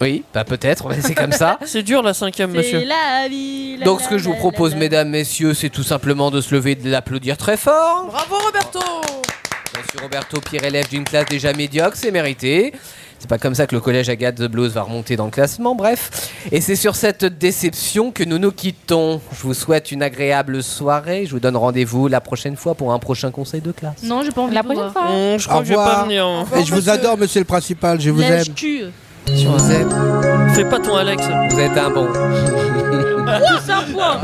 Oui, bah peut-être, mais c'est comme ça.
C'est dur la cinquième, monsieur.
C'est la vie. la
Donc,
la
ce que je vous
la
propose,
la.
mesdames, messieurs, c'est tout simplement de se lever et de l'applaudir très fort.
Bravo Roberto
Monsieur Roberto, pire élève d'une classe déjà médiocre, c'est mérité. C'est pas comme ça que le collège Agathe The Blues va remonter dans le classement, bref. Et c'est sur cette déception que nous nous quittons. Je vous souhaite une agréable soirée. Je vous donne rendez-vous la prochaine fois pour un prochain conseil de classe.
Non, j'ai pas envie. La prochaine fois.
je crois
Au
que je vais
revoir.
pas venir. hein.
Et je vous adore, monsieur le principal, je vous aime.
Lèche-cul.
Je vous aime.
Fais pas ton Alex.
Vous êtes un bon.
Tous un point.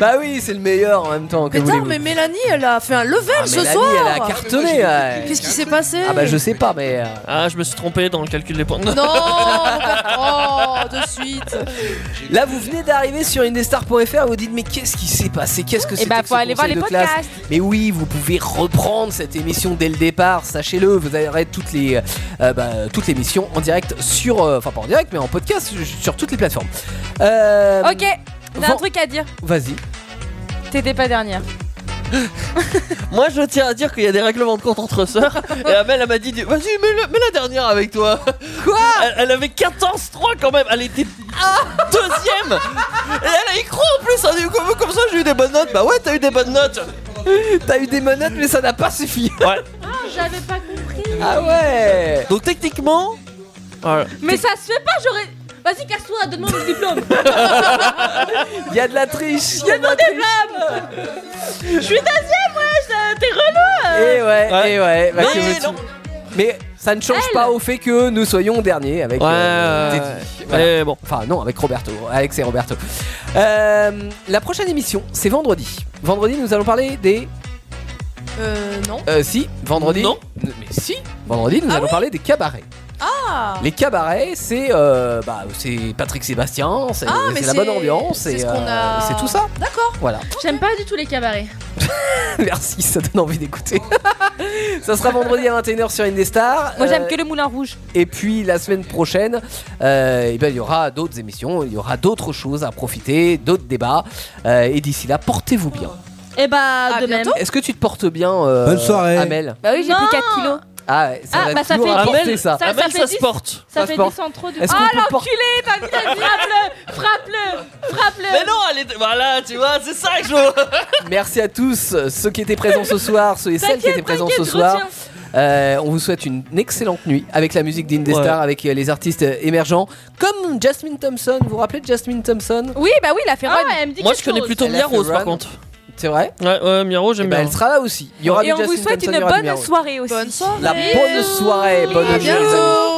bah oui, c'est le meilleur en même temps. Que
Putain,
voulez-vous
mais Mélanie, elle a fait un level
Ah,
ce
Mélanie,
soir
elle a cartonné, ouais.
Qu'est-ce qui s'est passé
Ah bah je sais pas, mais. euh,
Ah, je me suis trompé dans le calcul des points.
Non Roberto, Oh, de suite
Là, vous venez d'arriver sur indestar.fr et vous dites Mais qu'est-ce qui s'est passé Qu'est-ce que
Eh
c'est
bah, faut aller voir les podcasts.
Mais oui, vous pouvez reprendre cette émission dès le départ, sachez-le. Vous aurez toutes les, euh, bah, toutes les émissions en direct sur. euh, Enfin, pas en direct, mais en podcast sur toutes les plateformes. Euh,
Ok, j'ai un
Van-
truc à dire.
Vas-y.
T'étais pas dernière.
Moi, je tiens à dire qu'il y a des règlements de compte entre sœurs. Et Amel, elle m'a dit Vas-y, mets, le- mets la dernière avec toi. Quoi elle, elle avait 14-3 quand même. Elle était
Ah.
deuxième. Et elle a y cru en plus. hein. Du coup, Comme ça, j'ai eu des bonnes notes. Bah ouais, t'as eu des bonnes notes.
T'as eu des bonnes notes, mais ça n'a pas suffi.
Ouais.
Ah, j'avais pas compris.
Ah ouais
Donc, techniquement. Voilà.
Mais ça se fait pas, j'aurais. Vas-y, casse-toi, donne-moi mon diplôme.
Il y a de la triche.
Je demande des blâmes. Je suis deuxième, wesh. euh, T'es relou.
Et
euh.
Eh ouais, et ouais. bah,
Mais
que veux-tu
non.
Mais ça ne change pas au fait que nous soyons derniers avec. euh,
ouais,
Teddy.
ouais.
bon. Enfin, non, avec Roberto. Alex et Roberto. Euh, la prochaine émission, c'est vendredi. Vendredi, nous allons parler des.
Euh, non.
Euh, si, vendredi.
Non.
Mais si. Vendredi, nous allons parler des cabarets.
Ah
Les cabarets, c'est euh, bah, c'est Patrick Sébastien, c'est
Ah,
c'est
mais
la
c'est-
bonne ambiance,
c'est
et,
ce qu'on
euh,
a-
c'est tout ça.
D'accord.
Voilà.
J'aime pas du tout les cabarets.
Merci, ça donne envie d'écouter. ça sera vendredi à 21h sur Indestar.
Moi, j'aime
Euh,
que le moulin rouge.
Et puis la semaine prochaine, euh, eh ben, il y aura d'autres émissions, il y aura d'autres choses à profiter, d'autres débats. Euh, et d'ici là, portez-vous bien.
Et bah, de même.
Est-ce que tu te portes bien, euh,
Bonne soirée.
Amel
Bah oui, j'ai pris 4 kilos.
Ah, ouais, ça
Bah Ah,
va
bah, ça
toujours
fait dix-
rapporter, ça.
ça- ça fait dix- ça
se
fait
porte.
10 en trop de.
Est-ce qu'on
Ah
peut porter-
l'enculé, t'as vu Frappe-le Frappe-le Frappe-le
Mais non, elle est. Voilà, tu vois, c'est ça que je veux.
Merci à tous euh, ceux qui étaient présents ce soir, ceux et celles qui
T'inquiète,
étaient présents ce
t'inquiète, je
soir.
retiens.
Euh, on vous souhaite une excellente nuit avec la musique d'Indestar,
Ouais.
avec euh, les artistes euh, émergents, comme Jasmine Thompson. Vous vous rappelez de Jasmine Thompson
Oui, bah oui, la fait
Ah, elle me dit
Moi,
quelque
je connais
chose.
plutôt Mia Rose, par contre.
C'est vrai Eh ben,
Ouais, ouais, Mia Rose, j'aime bien. hein.
elle sera là aussi. Il y aura
Et
du
on vous
Justin
souhaite
Thompson, il
une
y aura du
bonne
Mia Rose.
soirée aussi. Bonne
La bonne soirée, bonne nuit. les amis.